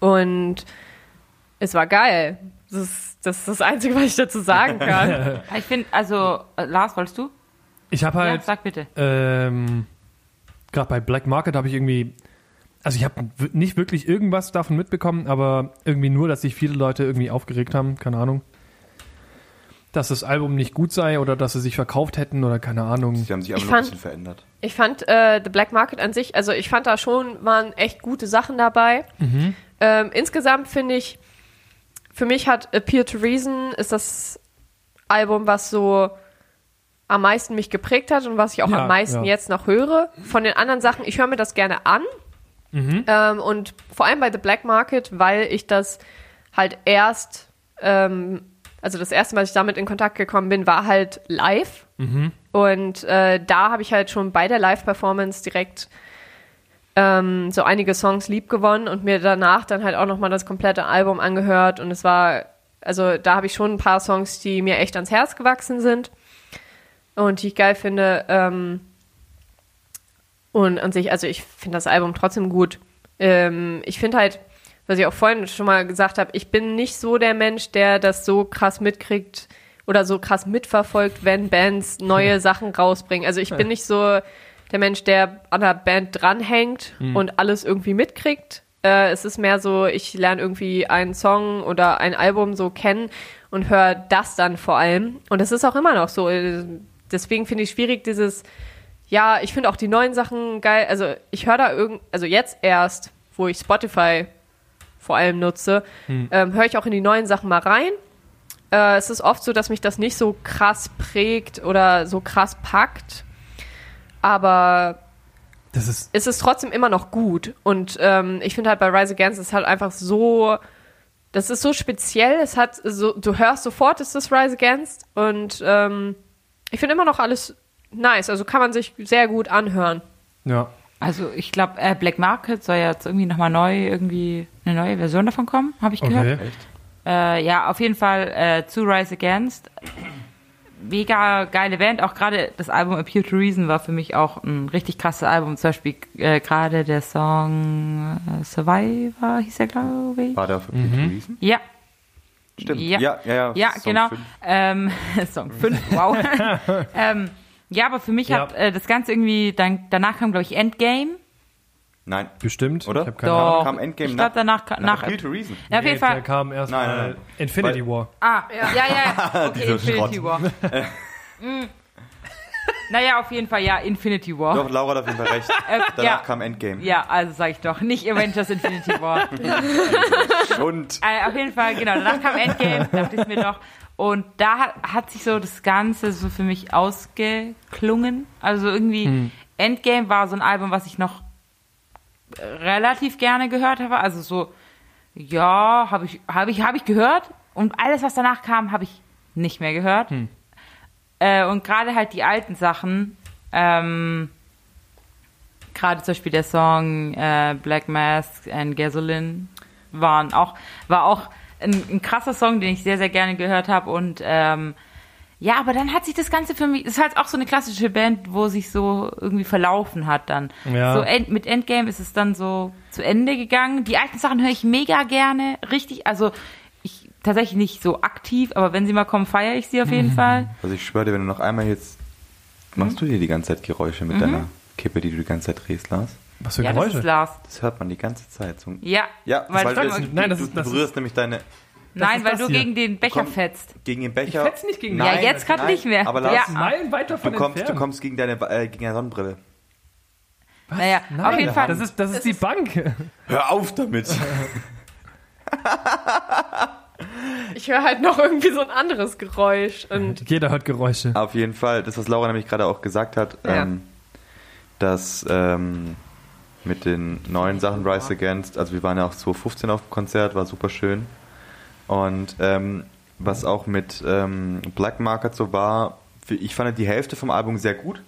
S4: Und es war geil. Das ist das, ist das Einzige, was ich dazu sagen kann.
S2: Ich finde, also, äh, Lars, wolltest du?
S3: Ich habe
S2: Ja,
S3: halt.
S2: sag bitte.
S3: Ähm, Gerade bei Black Market habe ich irgendwie, also ich habe w- nicht wirklich irgendwas davon mitbekommen, aber irgendwie nur, dass sich viele Leute irgendwie aufgeregt haben, keine Ahnung. Dass das Album nicht gut sei oder dass sie sich verkauft hätten oder keine Ahnung.
S1: Die haben sich
S4: Ich
S1: einfach nur ein
S4: fand-
S1: bisschen verändert.
S4: Ich fand äh, The Black Market an sich, also ich fand da schon, waren echt gute Sachen dabei. Ähm, insgesamt finde ich, für mich hat Appeal to Reason ist das Album, was so am meisten mich geprägt hat und was ich auch
S3: Ja,
S4: am meisten
S3: ja.
S4: jetzt noch höre. Von den anderen Sachen, ich höre mir das gerne an.
S3: Mhm.
S4: Ähm, und vor allem bei The Black Market, weil ich das halt erst, ähm, also das erste Mal, dass ich damit in Kontakt gekommen bin, war halt live.
S3: Mhm.
S4: Und äh, da habe ich halt schon bei der Live-Performance direkt ähm, so einige Songs lieb gewonnen und mir danach dann halt auch nochmal das komplette Album angehört. Und es war, also da habe ich schon ein paar Songs, die mir echt ans Herz gewachsen sind und die ich geil finde. Ähm, und an sich, also ich finde das Album trotzdem gut. Ähm, ich finde halt, was ich auch vorhin schon mal gesagt habe, ich bin nicht so der Mensch, der das so krass mitkriegt oder so krass mitverfolgt, wenn Bands neue Sachen rausbringen. Also ich bin nicht so der Mensch, der an der Band dranhängt und alles irgendwie mitkriegt. Äh, es ist mehr so, ich lerne irgendwie einen Song oder ein Album so kennen und höre das dann vor allem. Und das ist auch immer noch so. Äh, Deswegen finde ich schwierig, dieses ja, ich finde auch die neuen Sachen geil. Also ich höre da irgend, also jetzt erst, wo ich Spotify vor allem nutze, ähm, höre ich auch in die neuen Sachen mal rein. Äh, es ist oft so, dass mich das nicht so krass prägt oder so krass packt, aber
S3: Das ist,
S4: es ist trotzdem immer noch gut. Und ähm, ich finde halt bei Rise Against ist halt einfach so, das ist so speziell. Es hat so, du hörst sofort, es ist Rise Against und ähm, ich finde immer noch alles nice. Also kann man sich sehr gut anhören.
S3: ja.
S2: Also, ich glaube, äh, Black Market soll ja jetzt irgendwie nochmal neu, irgendwie eine neue Version davon kommen, habe ich gehört.
S3: Okay.
S2: Äh, ja, auf jeden Fall äh, zu Rise Against. Mega geile Band. Auch gerade das Album Appeal to Reason war für mich auch ein richtig krasses Album. Zum Beispiel äh, gerade der Song äh, Survivor hieß er, glaube ich.
S1: War da für mhm. Reason?
S2: Ja,
S1: Stimmt.
S2: Ja.
S1: ja, ja. Ja,
S2: ja
S1: Song
S2: genau.
S1: fünf.
S2: Ähm, Song 5, wow. ähm, ja, aber für mich
S3: Ja.
S2: hat äh, das Ganze irgendwie, dann, danach kam, glaube ich, Endgame.
S1: Nein.
S3: Bestimmt.
S1: Oder?
S3: Ich habe keine Ahnung.
S2: Doch.
S1: Kam Endgame
S2: ich
S1: nach-
S2: glaube, danach
S1: Nach
S2: kam nach,
S1: Appeal to Reason.
S2: Ja, auf jeden
S3: Da
S2: Fall.
S3: kam erst
S1: Nein, nein,
S3: mal
S1: nein.
S3: Infinity
S1: Weil-
S3: War.
S2: Ah, ja, ja, ja. Okay,
S1: Dieser
S2: Infinity
S1: Schrott.
S2: War. Mm. naja, auf jeden Fall, ja, Infinity War.
S1: Doch, Laura hat auf jeden Fall recht.
S2: Äh,
S1: Danach
S2: ja.
S1: kam Endgame.
S2: Ja, also sag ich doch. Nicht Avengers Infinity War.
S1: Und
S2: äh, auf jeden Fall, genau. Danach kam Endgame, dachte ich mir doch. Und da hat, hat sich so das Ganze so für mich ausgeklungen. Also irgendwie, Endgame war so ein Album, was ich noch relativ gerne gehört habe. Also so, ja, habe ich, hab ich, hab ich gehört. Und alles, was danach kam, habe ich nicht mehr gehört. Äh, und gerade halt die alten Sachen, ähm, gerade zum Beispiel der Song äh, Black Mask and Gasoline waren auch, war auch ein, ein krasser Song, den ich sehr, sehr gerne gehört habe. Und ähm, ja, aber dann hat sich das Ganze für mich, das ist halt auch so eine klassische Band, wo sich so irgendwie verlaufen hat dann.
S3: Ja.
S2: So end, mit Endgame ist es dann so zu Ende gegangen. Die alten Sachen höre ich mega gerne, richtig, also ich tatsächlich nicht so aktiv, aber wenn sie mal kommen, feiere ich sie auf
S3: Mhm.
S2: jeden Fall.
S1: Also ich schwöre dir, wenn du noch einmal jetzt. Machst du hier die ganze Zeit Geräusche
S3: Mhm.
S1: mit deiner Kippe, die du die ganze Zeit drehst, Lars?
S3: Was für
S2: ja, das ist
S3: Geräusche?
S2: Lars.
S1: Das hört man die ganze Zeit. So ein-
S2: Ja,
S1: Ja,
S2: weil,
S1: weil
S2: sag
S1: du,
S2: mal,
S1: du,
S3: Nein, das ist-
S1: du
S3: das ist-
S1: berührst nämlich deine
S2: nein,
S3: ist
S2: weil
S3: das
S2: du
S3: hier.
S2: gegen den Becher
S1: Komm.
S2: fetzt.
S1: gegen den Becher.
S3: Ich fetz nicht gegen
S2: Ja, jetzt gerade
S1: nein,
S2: nicht mehr.
S1: Aber Lars,
S2: Ja.
S3: Meilen weit davon
S1: du, kommst, du
S3: entfernt.
S1: kommst gegen deine, äh, gegen deine Sonnenbrille.
S2: Naja, auf jeden Fall.
S3: Das ist, das ist die Bank.
S1: Hör auf damit!
S4: Ich höre halt noch irgendwie so ein anderes Geräusch.
S1: Äh.
S4: Und
S3: Jeder hört Geräusche.
S1: Auf jeden Fall, das, was Laura nämlich gerade auch gesagt hat,
S4: Ja.
S1: ähm, dass ähm, mit den neuen Sachen Rise Against, also wir waren ja auch 2015 auf dem Konzert, war super schön. Und ähm, was auch mit ähm, Black Market so war, für, ich fand die Hälfte vom Album sehr gut.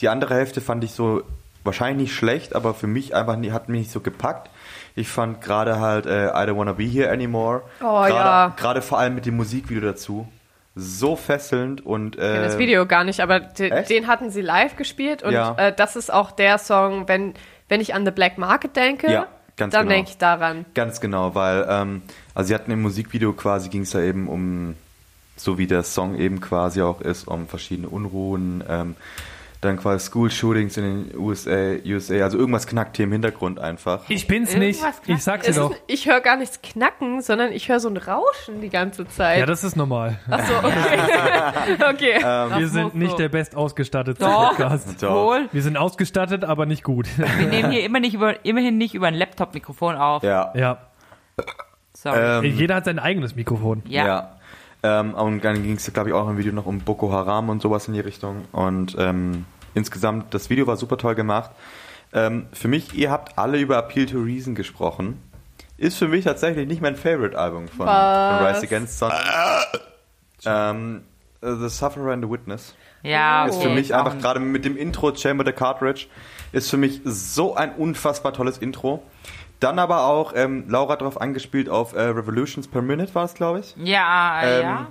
S1: Die andere Hälfte fand ich so wahrscheinlich nicht schlecht, aber für mich einfach nie, hat mich nicht so gepackt. Ich fand gerade halt äh, I Don't Wanna Be Here Anymore.
S4: Oh,
S1: gerade,
S4: ja.
S1: Gerade vor allem mit dem Musikvideo dazu. So fesselnd und. Äh,
S4: das Video gar nicht, aber de
S1: echt?
S4: den hatten sie live gespielt. Und
S1: Ja.
S4: äh, das ist auch der Song, wenn, wenn ich an The Black Market denke,
S1: Ja, ganz
S4: dann
S1: genau.
S4: denke ich daran.
S1: Ganz genau, weil ähm, also sie hatten im Musikvideo quasi ging es da eben um so wie der Song eben quasi auch ist um verschiedene Unruhen, ähm, dann quasi School Shootings in den USA, USA, also irgendwas knackt hier im Hintergrund einfach.
S3: Ich bin's
S2: Irgendwas
S3: nicht.
S2: knackt.
S3: Ich sag's dir
S4: Es
S3: doch.
S4: ist, ich höre gar nichts knacken, sondern ich höre so ein Rauschen die ganze Zeit.
S3: Ja, das ist normal.
S4: so, okay. okay.
S3: Wir sind
S2: muss
S3: nicht
S2: so.
S3: der best ausgestattete
S2: Doch.
S3: Podcast.
S2: Wohl.
S3: Wir sind ausgestattet, aber nicht gut.
S2: Wir nehmen hier immer nicht über, immerhin nicht über ein Laptop-Mikrofon auf.
S1: Ja.
S3: ja.
S2: Sorry.
S1: Ähm,
S3: Jeder hat sein eigenes Mikrofon.
S2: ja.
S1: Ähm, und dann ging es, glaube ich, auch im Video noch um Boko Haram und sowas in die Richtung. Und ähm, insgesamt, das Video war super toll gemacht. Ähm, für mich, ihr habt alle über Appeal to Reason gesprochen. Ist für mich tatsächlich nicht mein Favorite-Album von, von
S4: Was?
S1: Rise Against Sun. ähm, äh, The Sufferer and the Witness.
S2: Ja,
S1: Ist
S2: okay. Um.
S1: für mich
S2: Komm.
S1: einfach gerade mit dem Intro Chamber the Cartridge ist für mich so ein unfassbar tolles Intro. Dann aber auch, ähm, Laura hat darauf angespielt, auf äh, Revolutions per Minute war es, glaube ich.
S2: Ja,
S1: Ähm,
S2: ja.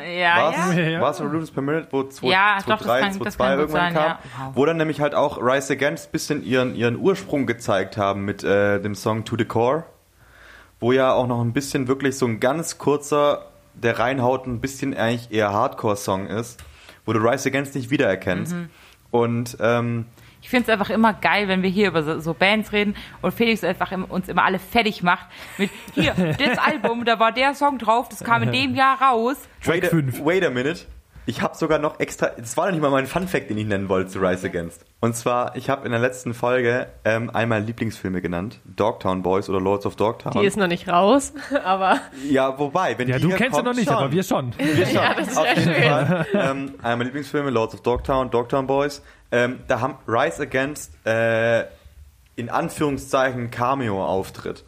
S2: ja,
S1: War's?
S2: ja.
S3: Ja.
S1: War's Revolutions per Minute, wo 2,
S2: Ja,
S1: ja,
S2: doch, das
S1: 3,
S2: kann-
S1: 2,
S2: das
S1: 2
S2: kann gut
S1: irgendwann
S2: sein,
S1: kam.
S2: ja. Wow.
S1: Wo dann nämlich halt auch Rise Against bisschen ihren, ihren Ursprung gezeigt haben mit äh, dem Song To The Core. Wo ja auch noch ein bisschen wirklich so ein ganz kurzer, der reinhaut, ein bisschen eigentlich eher Hardcore-Song ist. Wo du Rise Against nicht wiedererkennst.
S2: Mhm.
S1: Und ähm,
S2: Ich finde es einfach immer geil, wenn wir hier über so, so Bands reden und Felix einfach im, uns immer alle fertig macht mit hier, das Album, da war der Song drauf, das kam in dem Jahr raus.
S1: Track wait,
S3: fünf.
S1: A, wait a minute. Ich habe sogar noch extra. Das war noch nicht mal mein Fun-Fact, den ich nennen wollte zu Rise Against. Und zwar, ich habe in der letzten Folge ähm, einmal Lieblingsfilme genannt: Dogtown Boys oder Lords of Dogtown.
S4: Die ist noch nicht raus, aber
S1: ja, wobei, wenn
S3: Ja,
S1: die
S3: du
S1: hier
S3: kennst sie
S1: kommt,
S3: noch nicht,
S1: schon.
S3: aber wir schon.
S1: ja, das ist auf jeden Fall. Ähm, einer meiner Lieblingsfilme, Lords of Dogtown, Dogtown Boys. Ähm, da haben Rise Against äh, in Anführungszeichen einen Cameo-Auftritt.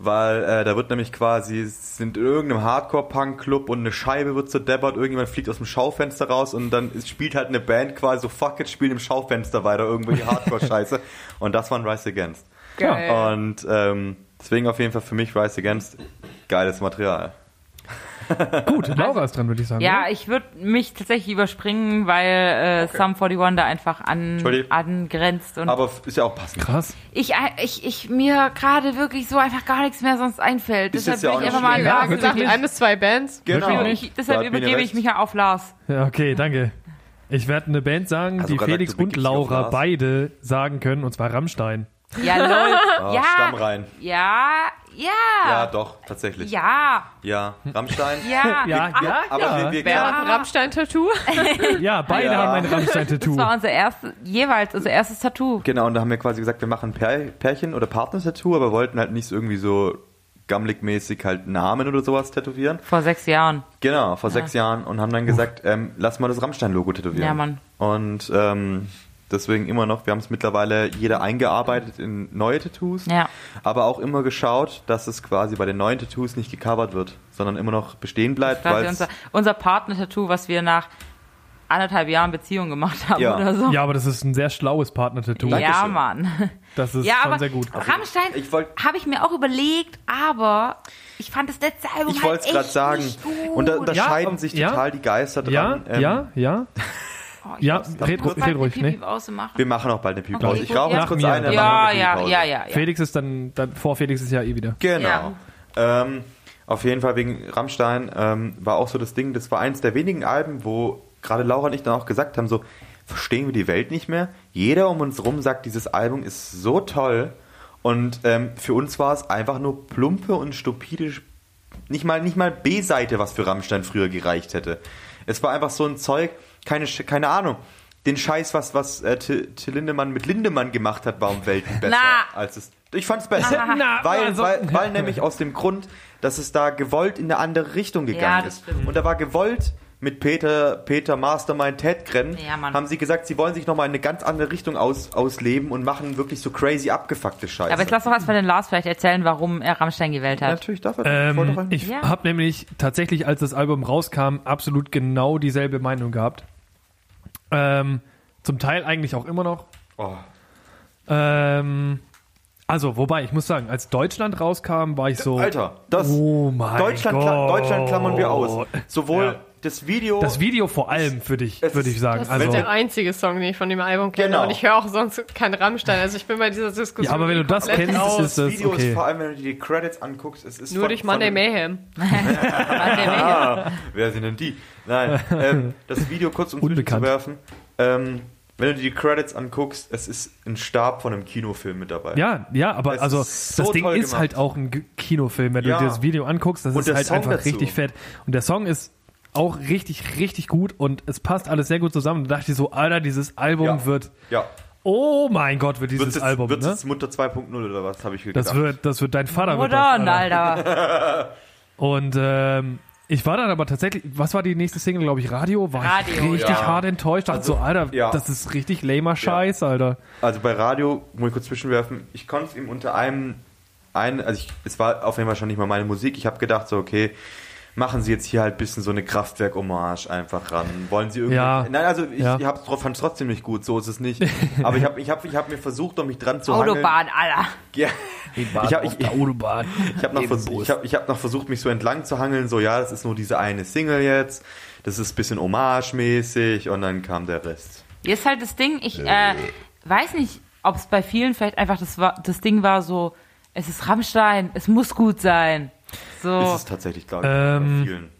S1: Weil äh, da wird nämlich quasi, es sind in irgendeinem Hardcore-Punk-Club und eine Scheibe wird zerdeppert, irgendjemand fliegt aus dem Schaufenster raus und dann ist, spielt halt eine Band quasi so, fuck it, spielen im Schaufenster weiter irgendwelche Hardcore-Scheiße. und das waren Rise Against.
S4: geil.
S1: Und ähm, deswegen auf jeden Fall für mich Rise Against geiles Material.
S3: Gut, Laura ist dran, würde ich sagen.
S2: Also Ja,
S3: oder?
S2: ich würde mich tatsächlich überspringen, weil äh, Sum 41 da einfach an,
S1: Entschuldigung.
S2: angrenzt und
S1: Aber f- ist ja auch passend.
S3: Krass.
S2: ich, äh, ich, ich mir gerade wirklich so einfach gar nichts mehr sonst einfällt.
S1: Ist jetzt
S2: Deshalb
S1: ja
S2: will
S3: Oh,
S1: auch
S2: ich
S1: nicht
S2: einfach mal
S1: schlimm.
S4: ja,
S2: ja,
S4: gesagt, ein bis zwei Bands.
S1: Genau.
S2: ich, Deshalb
S1: Da hat Biene
S2: übergebe
S1: recht.
S2: ich mich ja auf Lars.
S3: Ja, okay, danke. Ich werde eine Band sagen,
S1: Also
S3: die
S1: gerade
S3: Felix
S1: du begibst
S3: und
S1: dich auf
S3: Laura
S1: Lars.
S3: beide sagen können, und zwar Rammstein.
S2: Ja, lol.
S1: Ah,
S2: ja,
S1: Stamm rein.
S2: ja,
S1: Ja,
S2: ja,
S1: doch, tatsächlich. Ja.
S2: ja,
S1: Rammstein.
S2: ja,
S3: Ah, Ja, ja,
S1: Aber
S3: ja.
S1: wir, wir
S4: Wer hat
S1: ja.
S4: ein Rammstein-Tattoo?
S3: Ja, beide
S1: Ja.
S3: haben ein Rammstein-Tattoo.
S2: Das war unser erstes, jeweils unser erstes Tattoo.
S1: Genau, und da haben wir quasi gesagt, wir machen Pär Pärchen- oder Partner-Tattoo, aber wollten halt nicht so irgendwie so gammelig-mäßig halt Namen oder sowas tätowieren.
S2: Vor sechs Jahren.
S1: Genau, vor sechs Jahren und haben dann gesagt, ähm, lass mal das Rammstein-Logo tätowieren.
S2: Ja, Mann.
S1: Und ähm, deswegen immer noch, wir haben es mittlerweile jeder eingearbeitet in neue Tattoos,
S2: Ja.
S1: aber auch immer geschaut, dass es quasi bei den neuen Tattoos nicht gecovert wird, sondern immer noch bestehen bleibt,
S2: Quasi
S1: weil
S2: unser, unser Partner-Tattoo, was wir nach anderthalb Jahren Beziehung gemacht haben
S1: Ja.
S2: oder so.
S3: Ja, aber das ist ein sehr schlaues Partner-Tattoo.
S2: ja
S1: Dankeschön.
S2: Mann.
S3: Das ist
S2: Ja,
S3: schon
S2: aber
S3: sehr gut.
S2: Rammstein
S1: ich wollt-
S2: habe ich mir auch überlegt, aber ich fand das letzte Album
S1: Ich
S2: halt
S1: wollte es
S2: echt
S1: gerade sagen.
S2: nicht gut.
S1: Und da unterscheiden
S3: Ja, ähm,
S1: sich
S3: ja.
S1: total die Geister
S3: Ja,
S1: dran. Ähm,
S3: ja, ja.
S2: Oh, ich
S3: Ja,
S2: muss
S3: red,
S2: kurz
S3: red,
S2: mal die
S3: ruhig. ne?
S2: Pipi
S3: Nee.
S2: ausmachen.
S1: Wir machen auch bald eine Pipi-Pause.
S2: Okay,
S1: ich
S2: gut,
S1: rauche
S2: ja.
S1: jetzt kurz
S3: Ja,
S1: eine, dann
S2: Ja,
S1: machen wir
S2: ja,
S1: eine
S2: ja, ja, ja.
S3: Felix ist dann, dann, vor Felix ist ja eh wieder.
S1: Genau. Ähm, Auf jeden Fall wegen Rammstein ähm, war auch so das Ding, das war eins der wenigen Alben, wo gerade Laura und ich dann auch gesagt haben, so verstehen wir die Welt nicht mehr. Jeder um uns rum sagt, dieses Album ist so toll und ähm, für uns war es einfach nur plumpe und stupide, nicht mal, nicht mal B-Seite, was für Rammstein früher gereicht hätte. Es war einfach so ein Zeug, keine, Sch- keine Ahnung. Den Scheiß, was, was äh, Till Till Lindemann mit Lindemann gemacht hat, war um Welten besser
S2: Na.
S1: als es. Ich fand's besser.
S3: Na,
S1: weil,
S3: also-
S1: weil, weil nämlich aus dem Grund, dass es da gewollt in eine andere Richtung gegangen
S2: Ja, das
S1: ist.
S2: stimmt.
S1: Und da war gewollt mit Peter, Peter Mastermind, Ted Grenn,
S2: Ja, Mann.
S1: haben sie gesagt, sie wollen sich nochmal in eine ganz andere Richtung aus, ausleben und machen wirklich so crazy abgefuckte Scheiße.
S2: Aber jetzt lass doch was von den Lars vielleicht erzählen, warum er Rammstein gewählt hat.
S1: Natürlich darf er. Ich wollte doch
S3: Ähm,
S1: einen-
S3: ich
S2: Ja.
S3: habe nämlich tatsächlich, als das Album rauskam, absolut genau dieselbe Meinung gehabt. Ähm, zum Teil eigentlich auch immer noch.
S1: oh.
S3: Ähm, also, wobei, ich muss sagen, als Deutschland rauskam, war ich so.
S1: Alter, das
S3: Oh mein
S1: Deutschland, kla-
S3: Gott.
S1: Deutschland klammern wir aus. Sowohl
S3: Ja.
S1: das Video.
S3: Das Video vor allem für dich,
S1: es
S3: würde ich
S1: ist-
S3: sagen.
S4: Das
S3: Also,
S4: ist der einzige Song, den ich von dem Album kenne.
S1: Genau.
S4: Und ich höre auch sonst keinen Rammstein. Also ich bin bei dieser Diskussion.
S3: ja, aber wenn du das
S4: komplett
S3: kennst,
S1: Genau,
S3: ist
S1: das
S3: das
S1: Video ist
S3: okay.
S1: vor allem, wenn du dir die Credits anguckst, es ist
S4: Nur
S1: von-
S4: durch
S1: von
S4: Monday
S1: dem-
S4: Mayhem.
S1: Ah, wer sind denn die? Nein, ähm, das Video kurz um
S3: Unbekannt.
S1: zu werfen. Ähm, wenn du dir die Credits anguckst, es ist ein Stab von einem Kinofilm mit dabei.
S3: Ja, ja, aber
S1: Es
S3: also
S1: ist so
S3: das Ding
S1: toll
S3: ist
S1: gemacht.
S3: halt auch ein G- Kinofilm, wenn
S1: Ja.
S3: du dir das Video anguckst, das
S1: Und der
S3: ist halt
S1: Song
S3: einfach
S1: dazu.
S3: richtig fett. Und der Song ist auch richtig, richtig gut und es passt alles sehr gut zusammen. Da dachte ich so, Alter, dieses Album
S1: Ja.
S3: wird,
S1: ja.
S3: oh mein Gott, wird dieses
S1: Wird's jetzt,
S3: Album,
S1: wird's
S3: ne?
S1: jetzt Mutter 2.0 oder was, habe ich gedacht.
S3: Das wird, das wird dein Vater. wird das,
S2: Modern, Alter.
S3: Und ähm, ich war dann aber tatsächlich, was war die nächste Single, glaube ich, Radio? War ich
S2: Radio,
S3: richtig
S1: ja. Also,
S3: hart enttäuscht. Dachte so, Alter,
S1: ja.
S3: das ist richtig lamer Scheiß, Alter.
S1: also bei Radio, muss ich kurz zwischenwerfen, ich konnte es ihm unter einem, ein, also ich, es war auf jeden Fall schon nicht mal meine Musik. Ich habe gedacht, so, okay, machen Sie jetzt hier halt ein bisschen so eine Kraftwerk-Hommage einfach ran. Wollen Sie irgendwie.
S3: Ja.
S1: Nein, also ich,
S3: Ja.
S1: ich fand es trotzdem nicht gut, so ist es nicht. Aber ich habe ich hab, ich hab mir versucht, um mich dran zu hangeln.
S2: Autobahn, Alter.
S1: Ja. Ich habe ich, ich,
S3: Autobahn.
S1: ich hab noch, vers ich hab, ich hab noch versucht, mich so entlang zu hangeln, so, ja, das ist nur diese eine Single jetzt, das ist ein bisschen Hommage-mäßig und dann kam der Rest.
S2: Hier ist halt das Ding, ich äh, weiß nicht, ob es bei vielen vielleicht einfach das, war, das Ding war so, es ist Rammstein, es muss gut sein.
S1: Ist
S2: So,
S1: es tatsächlich, glaube ich,
S3: Ähm,
S1: bei vielen.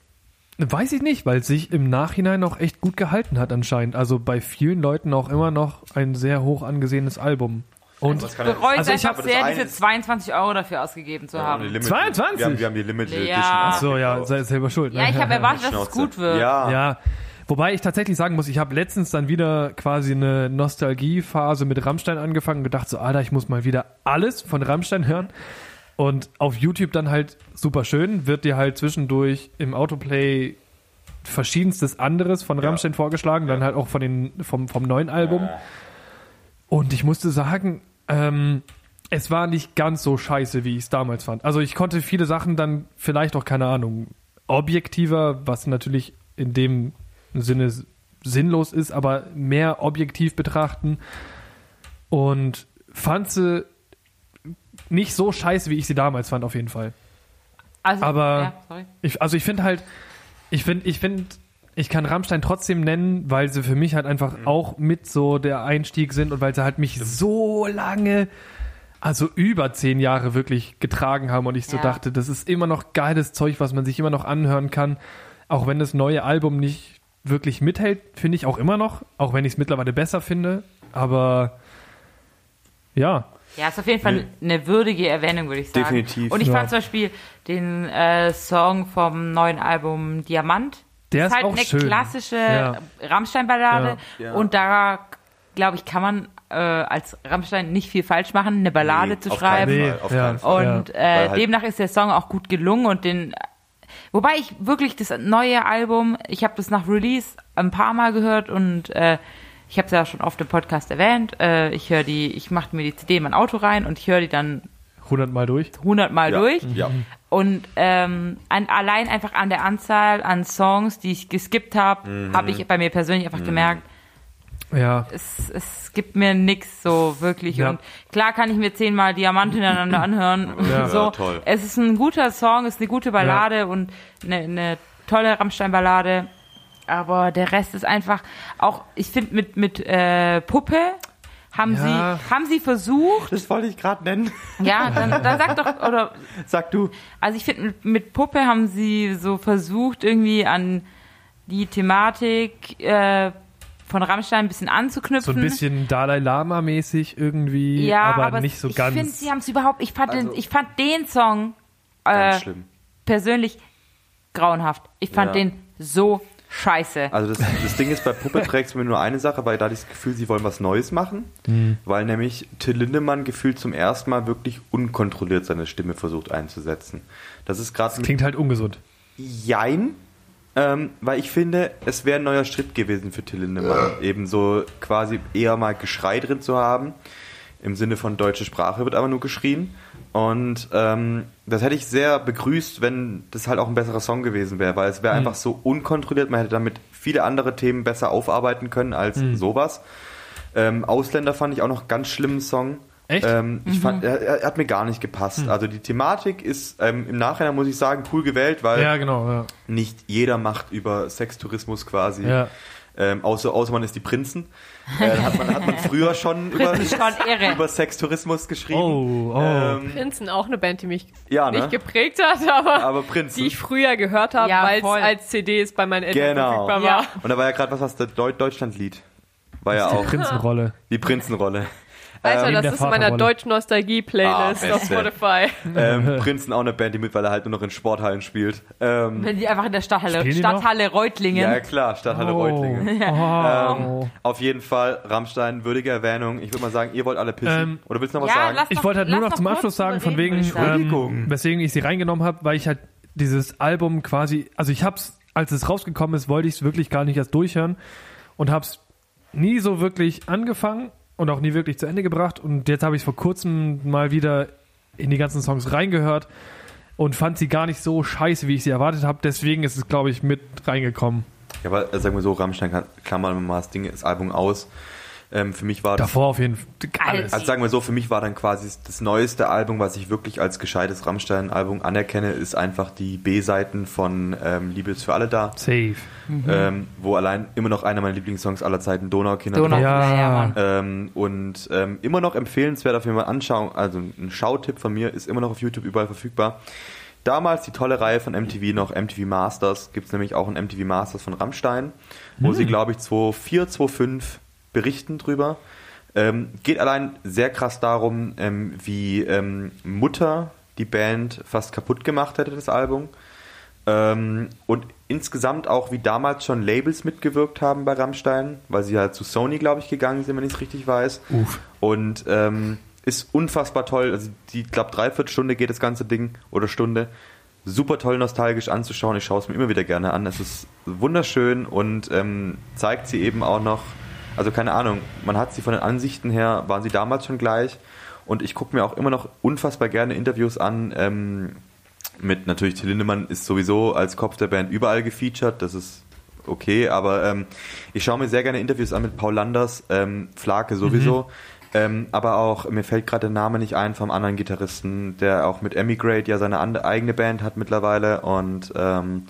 S3: Weiß ich nicht, weil es sich im Nachhinein noch echt gut gehalten hat anscheinend. Also bei vielen Leuten auch immer noch ein sehr hoch angesehenes Album. Und
S1: Das kann ja-
S2: bereut
S3: Also ich
S2: einfach
S1: hab-
S2: sehr,
S1: das eine
S2: diese
S1: ist-
S2: 22 Euro dafür ausgegeben zu
S1: Und die
S2: haben.
S1: Limited-
S3: 22?
S1: Wir haben, wir haben die Limited
S2: Ja.
S1: Edition.
S2: Ach
S3: so, ja,
S1: ausgekauft.
S3: sei selber schuld. ne?
S2: Ja, ich habe erwartet, dass es
S1: Schnauze.
S2: gut wird.
S1: Ja.
S3: Ja, wobei ich tatsächlich sagen muss, ich habe letztens dann wieder quasi eine Nostalgiephase mit Rammstein angefangen und gedacht so, Alter, ich muss mal wieder alles von Rammstein hören. Und auf YouTube dann halt super schön, wird dir halt zwischendurch im Autoplay verschiedenstes anderes von Rammstein vorgeschlagen, dann halt auch von den, vom, vom neuen Album. Und ich musste sagen, ähm, es war nicht ganz so scheiße, wie ich es damals fand. Also ich konnte viele Sachen dann vielleicht auch, keine Ahnung, objektiver, was natürlich in dem Sinne s- sinnlos ist, aber mehr objektiv betrachten. Und fand sie nicht so scheiße, wie ich sie damals fand, auf jeden Fall.
S2: Also,
S3: Aber-
S2: ja, sorry.
S3: Ich, also ich finde halt, ich finde, ich finde, ich kann Rammstein trotzdem nennen, weil sie für mich halt einfach auch mit so der Einstieg sind und weil sie halt mich so lange, also über zehn Jahre wirklich getragen haben und ich so
S2: Ja.
S3: dachte, das ist immer noch geiles Zeug, was man sich immer noch anhören kann, auch wenn das neue Album nicht wirklich mithält, finde ich auch immer noch, auch wenn ich es mittlerweile besser finde, aber ja,
S2: Ja, ist auf jeden Fall eine würdige Erwähnung, würde ich sagen.
S1: Definitiv.
S2: Und ich
S3: Ja.
S2: fand zum Beispiel den äh, Song vom neuen Album Diamant.
S3: Der ist
S2: halt
S3: auch
S2: eine
S3: schön.
S2: klassische
S3: Ja.
S2: Rammstein-Ballade.
S1: Ja. Ja.
S2: Und da, glaube ich, kann man äh, als Rammstein nicht viel falsch machen, eine Ballade
S1: Nee,
S2: zu
S1: auf keinen
S2: schreiben.
S1: Fall,
S3: Nee,
S1: auf
S3: ja.
S1: keinen Fall.
S2: Und äh,
S1: Weil halt-
S2: demnach ist der Song auch gut gelungen und den. Wobei ich wirklich das neue Album, ich habe das nach Release ein paar Mal gehört und äh, ich habe es ja schon oft im Podcast erwähnt. Äh, ich höre die, ich mache mir die CD in mein Auto rein und ich höre die dann
S3: 100 Mal durch.
S2: 100 Mal
S1: ja.
S2: durch.
S1: Ja.
S3: Mhm.
S2: Und ähm, an, allein einfach an der Anzahl an Songs, die ich geskippt habe,
S1: Mhm.
S2: habe ich bei mir persönlich einfach gemerkt,
S3: Ja,
S2: es, es gibt mir nix so wirklich.
S3: Ja.
S2: Und klar kann ich mir zehnmal Diamant hintereinander anhören.
S1: Ja.
S2: so.
S1: Ja, toll.
S2: Es ist ein guter Song, es ist eine gute Ballade und eine, eine tolle Rammstein-Ballade. Aber der Rest ist einfach auch, ich finde, mit, mit äh, Puppe haben,
S3: Ja.
S2: sie, haben sie versucht,
S1: Das wollte ich gerade nennen.
S2: ja, dann, dann sag doch, oder,
S1: Sag du.
S2: also ich finde, mit, mit Puppe haben sie so versucht, irgendwie an die Thematik äh, von Rammstein ein bisschen
S3: So
S2: anzuknüpfen.
S3: ein bisschen Dalai Lama-mäßig irgendwie,
S2: Mhm. ja,
S3: aber,
S2: aber,
S3: nicht so
S2: ich
S3: ganz.
S2: Ich finde, sie haben es überhaupt, ich fand, den,
S1: Also-
S2: ich fand den Song
S1: Ganz
S2: äh,
S1: schlimm.
S2: persönlich grauenhaft. Ich fand
S1: Ja.
S2: den so scheiße.
S1: Also das, das Ding ist, bei Puppe trägt es mir nur eine Sache, weil da hatte ich das Gefühl, sie wollen was Neues machen, weil nämlich Till Lindemann gefühlt zum ersten Mal wirklich unkontrolliert seine Stimme versucht einzusetzen. Das ist gerade mit
S3: Klingt halt ungesund.
S1: Jein, ähm, weil ich finde, es wäre ein neuer Schritt gewesen für Till Lindemann, eben so quasi eher mal Geschrei drin zu haben. Im Sinne von deutsche Sprache wird aber nur geschrien. Und ähm, das hätte ich sehr begrüßt, wenn das halt auch ein besserer Song gewesen wäre, weil es
S3: Mhm.
S1: wäre einfach so unkontrolliert. Man hätte damit viele andere Themen besser aufarbeiten können als
S3: Mhm.
S1: sowas. Ähm, Ausländer fand ich auch noch ganz schlimmen Song.
S3: Echt? Mhm.
S1: Ähm, ich fand, er, er hat mir gar nicht gepasst. Also die Thematik ist ähm, im Nachhinein, muss ich sagen, cool gewählt, weil
S3: Ja, genau. Ja.
S1: nicht jeder macht über Sextourismus quasi.
S3: Ja.
S1: Ähm, außer, außer man ist die Prinzen. Äh, da hat, man, hat man früher schon über,
S2: Prinzen ist schon irre.
S1: über Sextourismus geschrieben.
S3: Oh, oh.
S1: Ähm,
S4: Prinzen, auch eine Band, die mich
S1: Ja, ne?
S4: nicht geprägt hat, aber,
S1: aber Prinzen.
S4: die ich früher gehört habe,
S2: Ja,
S4: weil es
S2: voll.
S4: als CDs bei meinen Eltern
S1: Genau.
S4: verfügbar
S2: Ja.
S4: war.
S1: Und da war ja gerade was, was das Deu- Deutschlandlied war ja
S3: Die
S1: auch
S3: Prinzenrolle.
S1: die Prinzenrolle.
S4: Alter,
S1: Ähm,
S4: das
S3: der
S4: ist in meiner
S3: Vaterrolle.
S4: Deutsch-Nostalgie-Playlist
S1: Ah,
S4: auf
S1: beste.
S4: Spotify.
S1: ähm, Prinzen auch eine Band, die mittlerweile halt nur noch in Sporthallen spielt. Ähm,
S2: Wenn die einfach in der Stadthalle,
S3: Spielen die noch?
S2: Stadthalle Reutlingen.
S1: ja klar, Stadthalle
S3: oh.
S1: Reutlingen.
S3: Oh.
S1: Ähm, auf jeden Fall, Rammstein, würdige Erwähnung. Ich würde mal sagen, ihr wollt alle pissen.
S3: Ähm,
S1: Oder willst du noch was
S2: Ja,
S1: sagen?
S2: lass-
S3: ich wollte halt nur
S2: Lass
S3: noch zum
S2: noch kurz
S3: Abschluss
S2: drüber
S3: sagen, von
S2: reden, würde
S3: wegen,
S2: ich sagen.
S1: Entschuldigung.
S3: ähm, weswegen ich sie reingenommen habe, weil ich halt dieses Album quasi, also ich hab's, als es rausgekommen ist, wollte ich es wirklich gar nicht erst durchhören und hab's nie so wirklich angefangen und auch nie wirklich zu Ende gebracht und jetzt habe ich vor kurzem mal wieder in die ganzen Songs reingehört und fand sie gar nicht so scheiße, wie ich sie erwartet habe. Deswegen ist es, glaube ich, mit reingekommen.
S1: Ja, aber äh, sagen wir so, Rammstein kann, klammern wir mal das Ding, das Album aus. Ähm, für mich war das,
S3: Davor auf jeden Fall.
S2: Alles.
S1: also sagen wir so, für mich war dann quasi das neueste Album, was ich wirklich als gescheites Rammstein-Album anerkenne, ist einfach die B-Seiten von ähm, Liebe ist für alle da,
S3: Safe.
S1: ähm, wo allein immer noch einer meiner Lieblingssongs aller Zeiten Donaukinder
S2: Donau.
S1: drauf
S3: Ja.
S2: Ja, ja, Mann.
S1: ähm, und ähm, immer noch empfehlenswert auf jeden Fall anschauen. Also ein Schautipp von mir ist immer noch auf YouTube überall verfügbar. Damals die tolle Reihe von MTV noch, MTV Masters, gibt es nämlich auch ein MTV Masters von Rammstein, wo sie, glaube ich, 2004, 2005 berichten drüber. Ähm, geht allein sehr krass darum, ähm, wie ähm, Mutter die Band fast kaputt gemacht hätte, das Album. Ähm, und insgesamt auch, wie damals schon Labels mitgewirkt haben bei Rammstein, weil sie halt zu Sony, glaube ich, gegangen sind, wenn ich es richtig weiß.
S3: Uff.
S1: Und ähm, ist unfassbar toll. Also, die, glaube dreiviertel Stunde geht das ganze Ding oder Stunde. Super toll nostalgisch anzuschauen. Ich schaue es mir immer wieder gerne an. Es ist wunderschön und ähm, zeigt sie eben auch noch. Also keine Ahnung, man hat sie von den Ansichten her, waren sie damals schon gleich. Und ich gucke mir auch immer noch unfassbar gerne Interviews an ähm, mit natürlich Till Lindemann ist sowieso als Kopf der Band überall gefeatured, das ist okay, aber ähm, ich schaue mir sehr gerne Interviews an mit Paul Landers, ähm, Flake sowieso, ähm, aber auch, mir fällt gerade der Name nicht ein vom anderen Gitarristen, der auch mit Emigrate ja seine ande- eigene Band hat mittlerweile und ähm,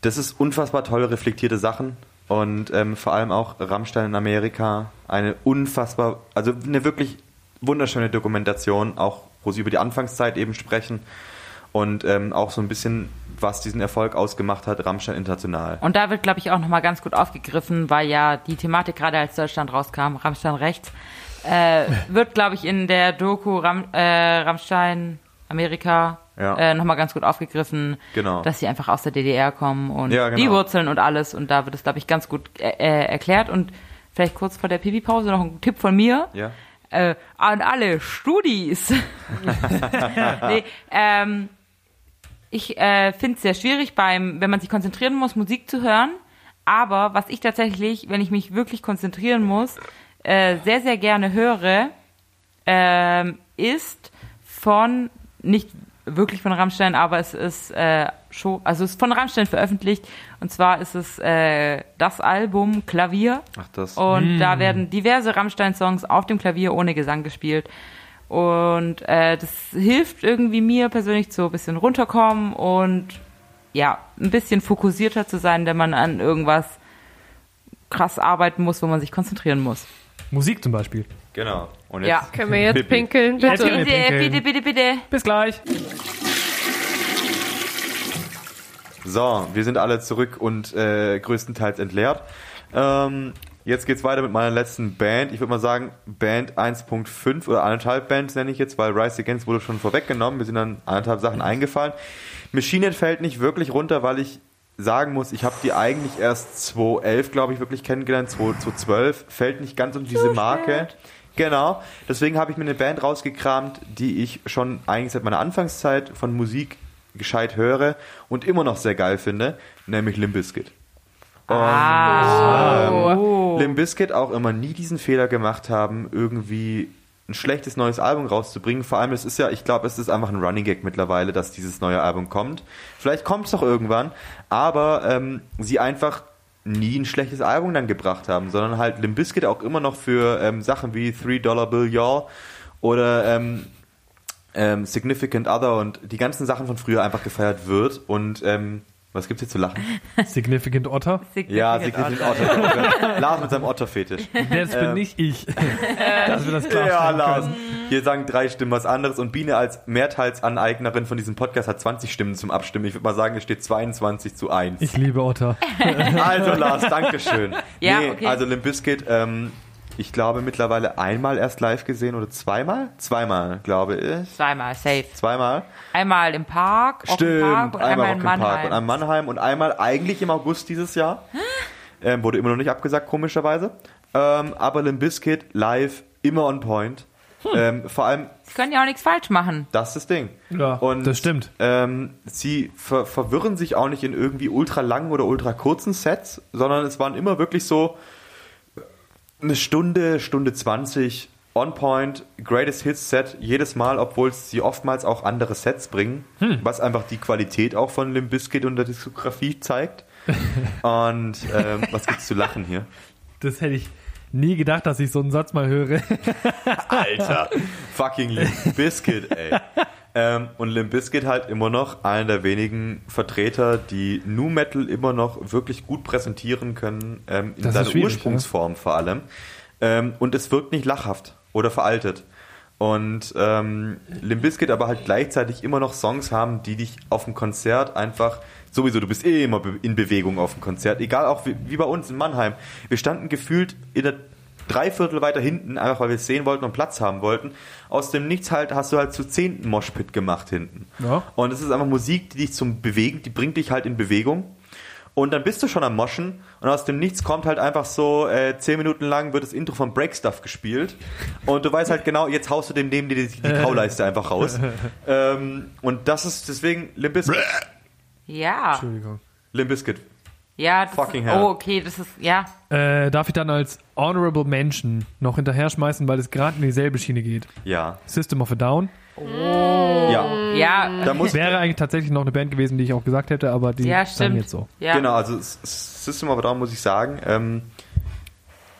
S1: das ist unfassbar tolle, reflektierte Sachen. Und ähm, vor allem auch Rammstein in Amerika, eine unfassbar, also eine wirklich wunderschöne Dokumentation, auch wo sie über die Anfangszeit eben sprechen und ähm, auch so ein bisschen, was diesen Erfolg ausgemacht hat, Rammstein international.
S4: Oh.
S2: Und da wird, glaube ich, auch nochmal ganz gut aufgegriffen, weil ja die Thematik gerade als Deutschland rauskam, Rammstein rechts, äh, wird, glaube ich, in der Doku Ram, äh, Rammstein Amerika
S1: Ja.
S2: äh, nochmal ganz gut aufgegriffen,
S1: Genau.
S2: dass sie einfach aus der DDR kommen und
S1: Ja, genau.
S2: die Wurzeln und alles. Und da wird es, glaube ich, ganz gut äh, äh, erklärt. Und vielleicht kurz vor der Pipi-Pause noch ein Tipp von mir
S1: Ja.
S2: äh, an alle Studis. nee, ähm, ich äh, finde es sehr schwierig, beim, wenn man sich konzentrieren muss, Musik zu hören. Aber was ich tatsächlich, wenn ich mich wirklich konzentrieren muss, äh, sehr, sehr gerne höre, ähm, ist von, nicht wirklich von Rammstein, aber es ist äh, schon, also es ist von Rammstein veröffentlicht. Und zwar ist es äh, das Album Klavier.
S1: Ach, das.
S4: Oh.
S2: Und
S1: Hm.
S2: da werden diverse Rammstein-Songs auf dem Klavier ohne Gesang gespielt. Und äh, das hilft irgendwie mir persönlich so ein bisschen runterkommen und ja, ein bisschen fokussierter zu sein, wenn man an irgendwas krass arbeiten muss, wo man sich konzentrieren muss.
S3: Musik zum Beispiel.
S1: Genau. Und jetzt
S2: Ja.
S4: Können wir jetzt
S1: Pipi.
S4: pinkeln, bitte?
S3: Jetzt-
S2: Bitte,
S3: pinkeln.
S2: bitte, bitte, bitte.
S3: Bis gleich.
S1: So, wir sind alle zurück und äh, größtenteils entleert. Ähm, jetzt geht's weiter mit meiner letzten Band. Ich würde mal sagen, Band 1.5 oder anderthalb Bands nenne ich jetzt, weil Rise Against wurde schon vorweggenommen. Mir sind dann anderthalb Sachen eingefallen. Machine Head fällt nicht wirklich runter, weil ich sagen muss, ich habe die eigentlich erst 2011, glaube ich, wirklich kennengelernt. 2- 2012 fällt nicht ganz unter diese Marke. Genau, deswegen habe ich mir eine Band rausgekramt, die ich schon eigentlich seit meiner Anfangszeit von Musik gescheit höre und immer noch sehr geil finde, nämlich Limp Bizkit. Und ähm, Limp Bizkit auch immer nie diesen Fehler gemacht haben, irgendwie ein schlechtes neues Album rauszubringen. Vor allem, es ist ja, ich glaube, es ist einfach ein Running Gag mittlerweile, dass dieses neue Album kommt. Vielleicht kommt es doch irgendwann, aber ähm, sie einfach nie ein schlechtes Album dann gebracht haben, sondern halt Limp Bizkit auch immer noch für ähm, Sachen wie Three Dollar Bill Y'all oder ähm, ähm, Significant Other und die ganzen Sachen von früher einfach gefeiert wird. Und ähm, was gibt's hier zu lachen?
S3: Significant Otter.
S1: Ja, Significant Other. Lars mit seinem Otterfetisch.
S3: Das bin nicht ich. Dass wir das
S1: Ähm. Ja,
S3: klarstellen
S1: Lars.
S3: können.
S1: Hier sagen drei Stimmen was anderes und Biene als Mehrteilsaneignerin von diesem Podcast hat 20 Stimmen zum Abstimmen. Ich würde mal sagen, es steht 22 zu 1.
S3: Ich liebe Otter.
S1: Also Lars, Dankeschön.
S2: Ja,
S1: nee,
S2: okay.
S1: also Limp Bizkit, ähm, ich glaube mittlerweile einmal erst live gesehen oder zweimal? Zweimal, glaube ich. Äh,
S2: Zweimal, safe.
S1: Zweimal.
S2: Einmal im Park, auf dem
S1: Stimmt,
S2: Park und einmal, in
S1: Rock im
S2: Mannheim.
S1: und einmal Mannheim und einmal eigentlich im August dieses Jahr. Ähm, wurde immer noch nicht abgesagt, komischerweise. Ähm, aber Limp Bizkit live immer on point.
S2: Hm.
S1: Ähm, vor allem
S2: Sie können ja auch nichts falsch machen.
S1: das ist das Ding.
S3: Ja, das stimmt.
S1: Ähm, sie ver verwirren sich auch nicht in irgendwie ultra langen oder ultra kurzen Sets, sondern es waren immer wirklich so äh, eine Stunde, Stunde 20 on point, greatest hits Set jedes Mal, obwohl sie oftmals auch andere Sets bringen,
S3: Hm.
S1: was einfach die Qualität auch von Limp Bizkit und der Diskografie zeigt. Und ähm, was gibt's zu lachen hier?
S3: Das hätte ich nie gedacht, dass ich so einen Satz mal höre.
S1: Alter, fucking Limp Bizkit, ey. Ähm, und Limp Bizkit halt immer noch einer der wenigen Vertreter, die Nu Metal immer noch wirklich gut präsentieren können, ähm, in
S3: Das ist
S1: seiner
S3: schwierig, ne?
S1: Ursprungsform vor allem. Ähm, und es wirkt nicht lachhaft oder veraltet. Und ähm, Limp Bizkit aber halt gleichzeitig immer noch Songs haben, die dich auf dem Konzert einfach sowieso, du bist eh immer be- in Bewegung auf dem Konzert, egal auch wie, wie bei uns in Mannheim. Wir standen gefühlt in der drei Viertel weiter hinten, einfach weil wir es sehen wollten und Platz haben wollten. Aus dem Nichts halt hast du halt zu zehnten Moshpit gemacht hinten.
S3: Ja.
S1: Und es ist einfach Musik, die dich zum Bewegen, die bringt dich halt in Bewegung. Und dann bist du schon am Moschen und aus dem Nichts kommt halt einfach so, äh, zehn Minuten lang wird das Intro von Breakstuff gespielt und du weißt halt genau, jetzt haust du dem neben dir die, die Kauleiste einfach raus. ähm, und das ist deswegen Limp Bizkit.
S2: Ja.
S3: Entschuldigung.
S1: Limp Bizkit.
S2: Ja, das
S1: Fucking
S2: ist,
S1: hell.
S2: Oh, okay, das ist, ja.
S3: Äh, darf ich dann als Honorable Mention noch hinterher schmeißen, weil es gerade in dieselbe Schiene geht?
S1: Ja.
S3: System of a Down.
S1: Ja.
S2: Ja,
S1: Da muss
S3: Wäre eigentlich tatsächlich noch eine Band gewesen, die ich auch gesagt hätte, aber die
S2: ja,
S3: dann
S2: stimmt.
S3: jetzt so.
S2: Ja.
S1: Genau, also S- S- System of a Down muss ich sagen, ähm,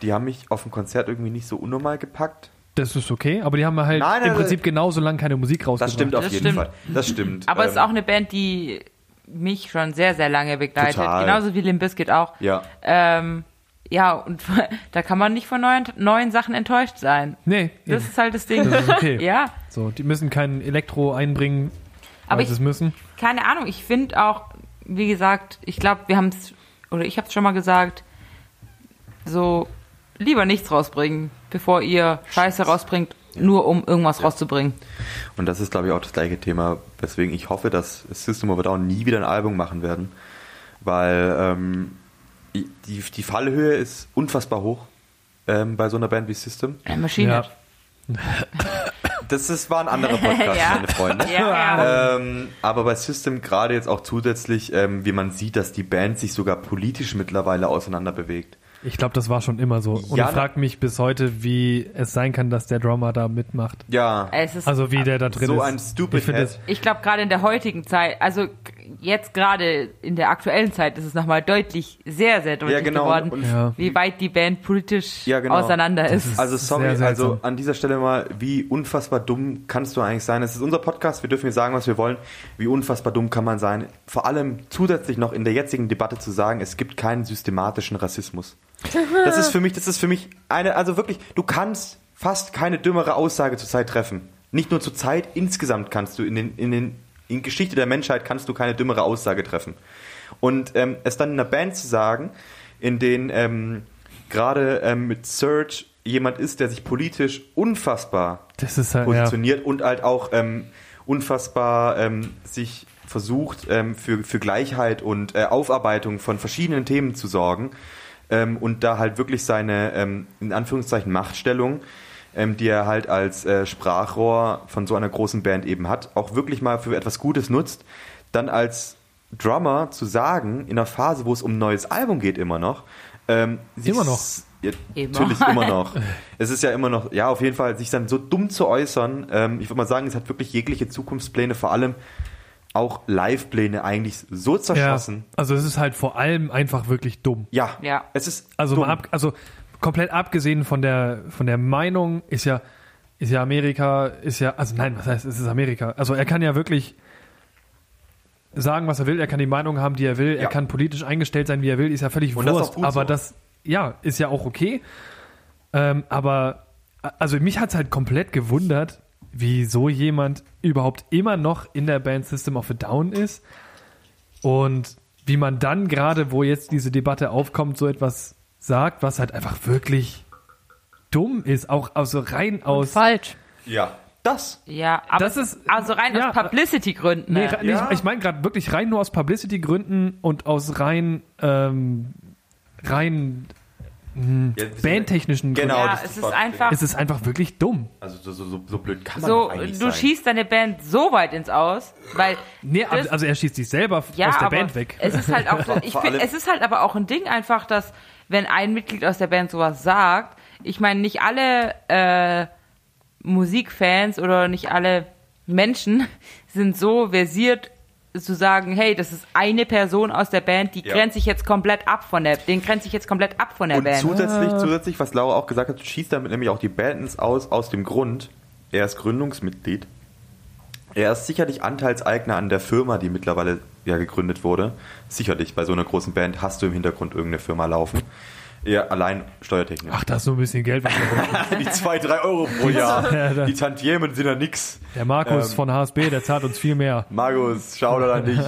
S1: die haben mich auf dem Konzert irgendwie nicht so unnormal gepackt.
S3: Das ist okay, aber die haben halt
S1: Nein, nein,
S3: im Prinzip genauso lang keine Musik rausgebracht.
S1: Das stimmt auf
S2: Das
S1: jeden
S2: stimmt.
S1: Fall. Das stimmt.
S2: Aber es ist
S1: Ähm,
S2: auch eine Band, die mich schon sehr, sehr lange begleitet.
S1: Total.
S2: Genauso wie Limp Bizkit auch.
S1: Ja.
S2: Ähm, ja, und da kann man nicht von neuen, neuen Sachen enttäuscht sein.
S3: Nee,
S2: Das
S3: eben.
S2: ist halt das Ding.
S3: Das ist okay.
S2: Ja,
S3: So, die müssen keinen Elektro einbringen,
S2: Aber
S3: weil
S2: ich-
S3: sie es müssen.
S2: keine Ahnung. Ich finde auch, wie gesagt, ich glaube, wir haben es, oder ich habe es schon mal gesagt, so lieber nichts rausbringen, bevor ihr Scheiße rausbringt, nur um irgendwas rauszubringen.
S1: Und das ist, glaube ich, auch das gleiche Thema, weswegen ich hoffe, dass System of a Down nie wieder ein Album machen werden. Weil ähm, die, die Fallhöhe ist unfassbar hoch ähm, bei so einer Band wie System.
S2: Äh, Maschine.
S3: Ja.
S1: Das ist, war ein anderer Podcast,
S2: Ja.
S1: meine Freunde.
S2: Ja, ja.
S1: Ähm, aber bei System gerade jetzt auch zusätzlich, ähm, wie man sieht, dass die Band sich sogar politisch mittlerweile auseinander bewegt.
S3: Ich glaube, das war schon immer so. Und
S1: Ja,
S3: ich frage mich bis heute, wie es sein kann, dass der Drummer da mitmacht.
S1: Ja.
S2: Es ist
S3: Also wie der da drin
S1: Ah, so
S3: ist.
S1: ein stupid
S3: ich finde
S1: Head.
S3: es-
S2: Ich glaube, gerade in der heutigen Zeit, also k- jetzt gerade in der aktuellen Zeit ist es nochmal deutlich, sehr, sehr deutlich
S1: Ja, genau.
S2: geworden,
S1: Und-
S3: Ja.
S2: wie weit die Band politisch
S1: Ja, genau.
S2: auseinander ist.
S1: Also sorry,
S3: sehr seltsam.
S1: also an dieser Stelle mal, wie unfassbar dumm kannst du eigentlich sein? Es ist unser Podcast, wir dürfen hier sagen, was wir wollen. Wie unfassbar dumm kann man sein? Vor allem zusätzlich noch in der jetzigen Debatte zu sagen, es gibt keinen systematischen Rassismus. Das ist für mich, das ist für mich eine, also wirklich, du kannst fast keine dümmere Aussage zurzeit treffen. Nicht nur zurzeit, insgesamt kannst du in den, in den, in Geschichte der Menschheit kannst du keine dümmere Aussage treffen. Und ähm, es dann in einer Band zu sagen, in denen ähm, gerade ähm, mit Surge jemand ist, der sich politisch unfassbar
S3: Das ist halt, ja.
S1: positioniert und halt auch ähm, unfassbar ähm, sich versucht, ähm, für, für Gleichheit und äh, Aufarbeitung von verschiedenen Themen zu sorgen ähm, und da halt wirklich seine, ähm, in Anführungszeichen, Machtstellung, ähm, die er halt als äh, Sprachrohr von so einer großen Band eben hat, auch wirklich mal für etwas Gutes nutzt, dann als Drummer zu sagen, in einer Phase, wo es um ein neues Album geht immer noch, ähm, sich
S3: Immer noch.
S1: ja,
S2: Immer.
S1: Natürlich immer noch. Es ist ja immer noch, ja, auf jeden Fall, sich dann so dumm zu äußern. Ähm, ich würde mal sagen, es hat wirklich jegliche Zukunftspläne, vor allem auch Live-Pläne eigentlich so
S3: ja.
S1: zerschossen.
S3: Also es ist halt vor allem einfach wirklich dumm.
S1: Ja.
S2: Ja.
S1: Es ist
S3: Also,
S1: dumm.
S3: mal ab, also komplett abgesehen von der, von der Meinung ist ja, ist ja Amerika, ist ja, also nein, was heißt, es ist Amerika. Also er kann ja wirklich sagen, was er will, er kann die Meinung haben, die er will,
S1: Ja.
S3: er kann politisch eingestellt sein, wie er will, ist ja völlig
S1: Und das ist auch
S3: Wurst.
S1: gut
S3: aber
S1: so.
S3: das, ja, ist ja auch okay. Ähm, aber, also mich hat es halt komplett gewundert, wie so jemand überhaupt immer noch in der Band System of a Down ist und wie man dann gerade, wo jetzt diese Debatte aufkommt, so etwas sagt, was halt einfach wirklich dumm ist, auch also rein aus
S2: falsch.
S1: ja. Das.
S2: Ja, aber
S3: Das ist-
S2: also rein
S3: ja,
S2: aus Publicity-Gründen.
S3: Nee,
S2: ne?
S3: re-
S1: Ja.
S3: nee, ich meine gerade wirklich rein nur aus Publicity-Gründen und aus rein, ähm, rein
S1: Ja, wir sind-
S3: bandtechnischen
S1: Genau.
S2: ja,
S1: das ist
S2: es ist
S1: voll-
S2: einfach
S3: Gründen. Es ist einfach wirklich dumm.
S1: Also so, so, so, so blöd kann man
S2: so,
S1: doch eigentlich
S2: du
S1: sein.
S2: schießt deine Band so weit ins Aus, weil
S3: Nee,
S2: Das-
S3: also er schießt sich selber
S2: ja,
S3: aus der
S2: aber
S3: Band weg.
S2: es ist halt auch, so, ich
S1: Vor
S2: find,
S1: allem-
S2: es ist halt aber auch ein Ding einfach, dass wenn ein Mitglied aus der Band sowas sagt, ich meine nicht alle äh, Musikfans oder nicht alle Menschen sind so versiert zu sagen, hey, das ist eine Person aus der Band, die
S1: Ja.
S2: grenzt sich jetzt komplett ab von der, den grenzt sich jetzt komplett ab von der
S1: Und
S2: Band.
S3: äh,
S1: zusätzlich, zusätzlich, was Laura auch gesagt hat, du schießt damit nämlich auch die Bands aus, aus dem Grund, er ist Gründungsmitglied. Er ist sicherlich Anteilseigner an der Firma, die mittlerweile ja gegründet wurde. Sicherlich, bei so einer großen Band hast du im Hintergrund irgendeine Firma laufen. Ja, allein steuertechnisch.
S3: Ach, da ist so ein bisschen Geld. was er-
S1: die zwei, drei Euro pro
S3: Ja,
S1: Jahr.
S3: da-
S1: Die Tantiemen sind ja nix.
S3: Der Markus
S1: Ähm.
S3: von HSB, der zahlt uns viel mehr.
S1: Markus, schau da an dich.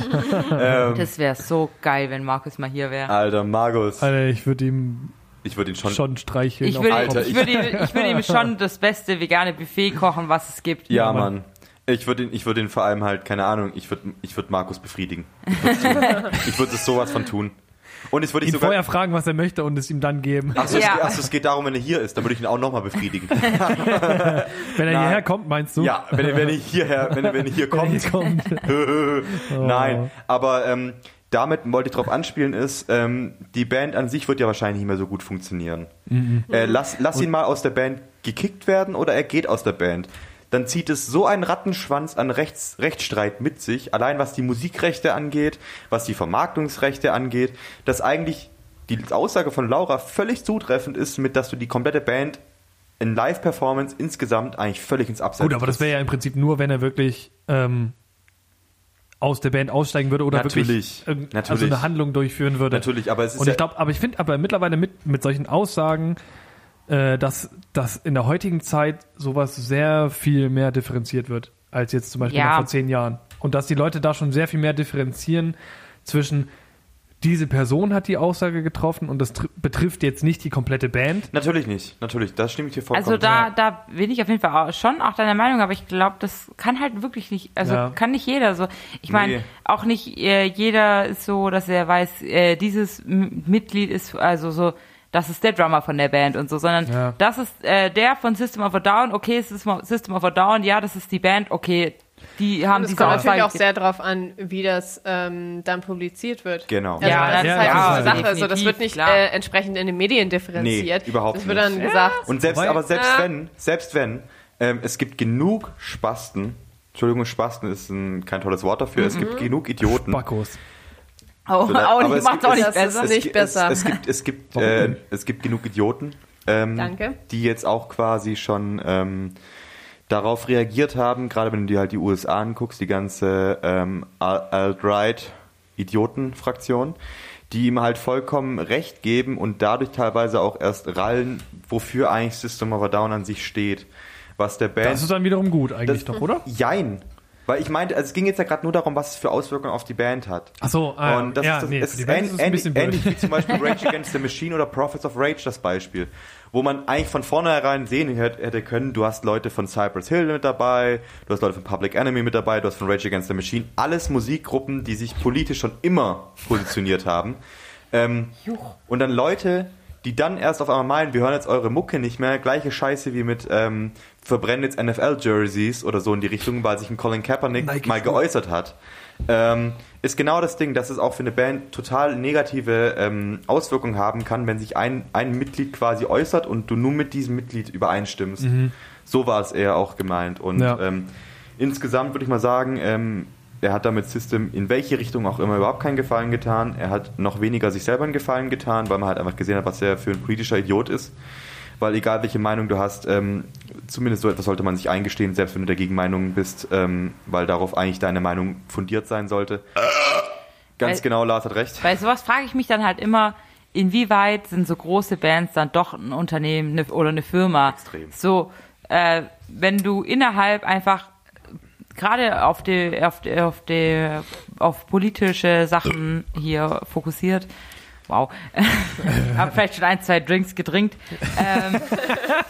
S2: das wäre so geil, wenn Markus mal hier wäre.
S1: Alter, Markus.
S3: Alter, ich würde ihm
S1: Ich würde ihn schon...
S3: schon streicheln.
S2: Ich würde,
S3: auf den
S1: Alter,
S2: ich,
S1: ich-
S2: würde, ihm- ich würde ihm schon das beste vegane Buffet kochen, was es gibt.
S1: ja,
S3: Ja, Mann.
S1: Mann. Ich würde ihn, ich würde ihn vor allem halt, keine Ahnung, ich würde ich würd Markus befriedigen. Ich würde es sowas von tun. Und es würde ich
S3: ihn
S1: sogar...
S3: vorher fragen, was er möchte und es ihm dann geben.
S1: Achso,
S2: Ja.
S1: es, achso, es geht darum, wenn er hier ist, dann würde ich ihn auch nochmal befriedigen.
S3: Wenn er
S1: Nein.
S3: hierher kommt, meinst du?
S1: Ja, wenn er, wenn er hierher, wenn er, wenn er hier
S3: Wenn er
S1: kommt.
S3: hier kommt.
S1: Nein, aber ähm, damit wollte ich drauf anspielen ist, ähm, die Band an sich wird ja wahrscheinlich nicht mehr so gut funktionieren.
S3: Mhm.
S1: Äh, lass lass ihn mal aus der Band gekickt werden oder er geht aus der Band. Dann zieht es so einen Rattenschwanz an Rechts, Rechtsstreit mit sich, allein was die Musikrechte angeht, was die Vermarktungsrechte angeht, dass eigentlich die Aussage von Laura völlig zutreffend ist, mit dass du die komplette Band in Live-Performance insgesamt eigentlich völlig ins Abseits
S3: Gut, aber das wäre ja im Prinzip nur, wenn er wirklich ähm, aus der Band aussteigen würde oder
S1: Natürlich,
S3: wirklich ähm,
S1: natürlich.
S3: Also eine Handlung durchführen würde.
S1: Natürlich, aber es ist
S3: Und
S1: ja-
S3: ich glaube, aber ich finde aber mittlerweile mit, mit solchen Aussagen, äh, dass, dass in der heutigen Zeit sowas sehr viel mehr differenziert wird, als jetzt zum Beispiel
S2: Ja.
S3: noch vor zehn Jahren. Und dass die Leute da schon sehr viel mehr differenzieren zwischen diese Person hat die Aussage getroffen und das tr- betrifft jetzt nicht die komplette Band.
S1: Natürlich nicht, natürlich, da stimme ich dir vollkommen
S2: Also da,
S3: ja.
S2: da bin ich auf jeden Fall auch schon auch deiner Meinung, aber ich glaube, das kann halt wirklich nicht, also
S3: Ja.
S2: kann nicht jeder so. Ich meine,
S1: Nee.
S2: auch nicht äh, jeder ist so, dass er weiß, äh, dieses M Mitglied ist also so, das ist der Drummer von der Band und so, sondern
S3: Ja.
S2: das ist äh, der von System of a Down, okay, es ist Mo- System of a Down, ja, das ist die Band, okay, die haben
S4: Und es
S2: diese
S4: kommt natürlich
S2: Aussage.
S4: auch sehr darauf an, wie das ähm, dann publiziert wird.
S1: Genau.
S4: Also,
S2: Ja,
S4: das
S2: ja,
S4: ist halt
S3: ja,
S4: so eine Sache.
S2: definitiv,
S4: Also, das wird nicht
S2: klar.
S4: äh, entsprechend in den Medien differenziert.
S1: Nee, überhaupt
S4: Das wird
S1: nicht.
S4: dann gesagt.
S1: Und selbst,
S3: Wobei-
S1: aber selbst
S4: Ja.
S1: wenn, selbst wenn, ähm, es gibt genug Spasten, Entschuldigung, Spasten ist ein, kein tolles Wort dafür. Es gibt genug Idioten.
S3: Backos.
S2: Oh,
S1: Vielleicht-
S2: auch
S1: aber
S2: nicht,
S1: es
S2: macht's
S1: gibt-
S2: auch nicht
S1: es-
S2: besser.
S1: Es,
S4: Nicht
S1: gibt-
S4: besser.
S1: Es, es, gibt, es, gibt,
S3: Warum
S1: äh,
S3: denn?
S1: es gibt genug Idioten, ähm,
S4: Danke.
S1: die jetzt auch quasi schon ähm, darauf reagiert haben, gerade wenn du dir halt die USA anguckst, die ganze ähm, Al- Alt-Right-Idioten-Fraktion, die ihm halt vollkommen recht geben und dadurch teilweise auch erst rallen, wofür eigentlich System of a Down an sich steht. Was der Band
S3: Das ist dann wiederum gut eigentlich doch, oder?
S1: Jein. Weil ich meinte, also es ging jetzt ja gerade nur darum, was es für Auswirkungen auf die Band hat.
S3: Ach so, ah,
S1: Und das
S3: ja,
S1: ist, das,
S3: nee,
S1: es
S3: für die
S1: ist
S3: Band
S1: ähnlich,
S3: ist es ein bisschen
S1: ähnlich, ähnlich
S3: blöd.
S1: wie zum Beispiel Rage Against the Machine oder Prophets of Rage das Beispiel, wo man eigentlich von vornherein sehen hätte hätte können, du hast Leute von Cypress Hill mit dabei, du hast Leute von Public Enemy mit dabei, du hast von Rage Against the Machine, alles Musikgruppen, die sich politisch schon immer positioniert haben. Ähm, und dann Leute, die dann erst auf einmal meinen, wir hören jetzt eure Mucke nicht mehr, gleiche Scheiße wie mit ähm, verbrennen jetzt NFL-Jerseys oder so in die Richtung, weil sich ein Colin Kaepernick mal geäußert hat. Ähm, ist genau das Ding, dass es auch für eine Band total negative ähm, Auswirkungen haben kann, wenn sich ein, ein Mitglied quasi äußert und du nur mit diesem Mitglied übereinstimmst. So war es eher auch gemeint. Und
S3: Ja.
S1: ähm, insgesamt würde ich mal sagen, ähm, er hat damit System in welche Richtung auch immer überhaupt keinen Gefallen getan. Er hat noch weniger sich selber einen Gefallen getan, weil man halt einfach gesehen hat, was er für ein politischer Idiot ist. Weil egal welche Meinung du hast, ähm, zumindest so etwas sollte man sich eingestehen, selbst wenn du der Gegenmeinung bist, ähm, weil darauf eigentlich deine Meinung fundiert sein sollte. Ganz
S2: Weil-
S1: genau, Lars hat recht.
S2: Bei sowas frage ich mich dann halt immer, inwieweit sind so große Bands dann doch ein Unternehmen ne- oder eine Firma?
S1: Extrem.
S2: So, äh, wenn du innerhalb einfach gerade auf die, auf die, auf die, auf politische Sachen hier fokussiert, wow, hab vielleicht schon ein, zwei Drinks getrinkt. Ähm,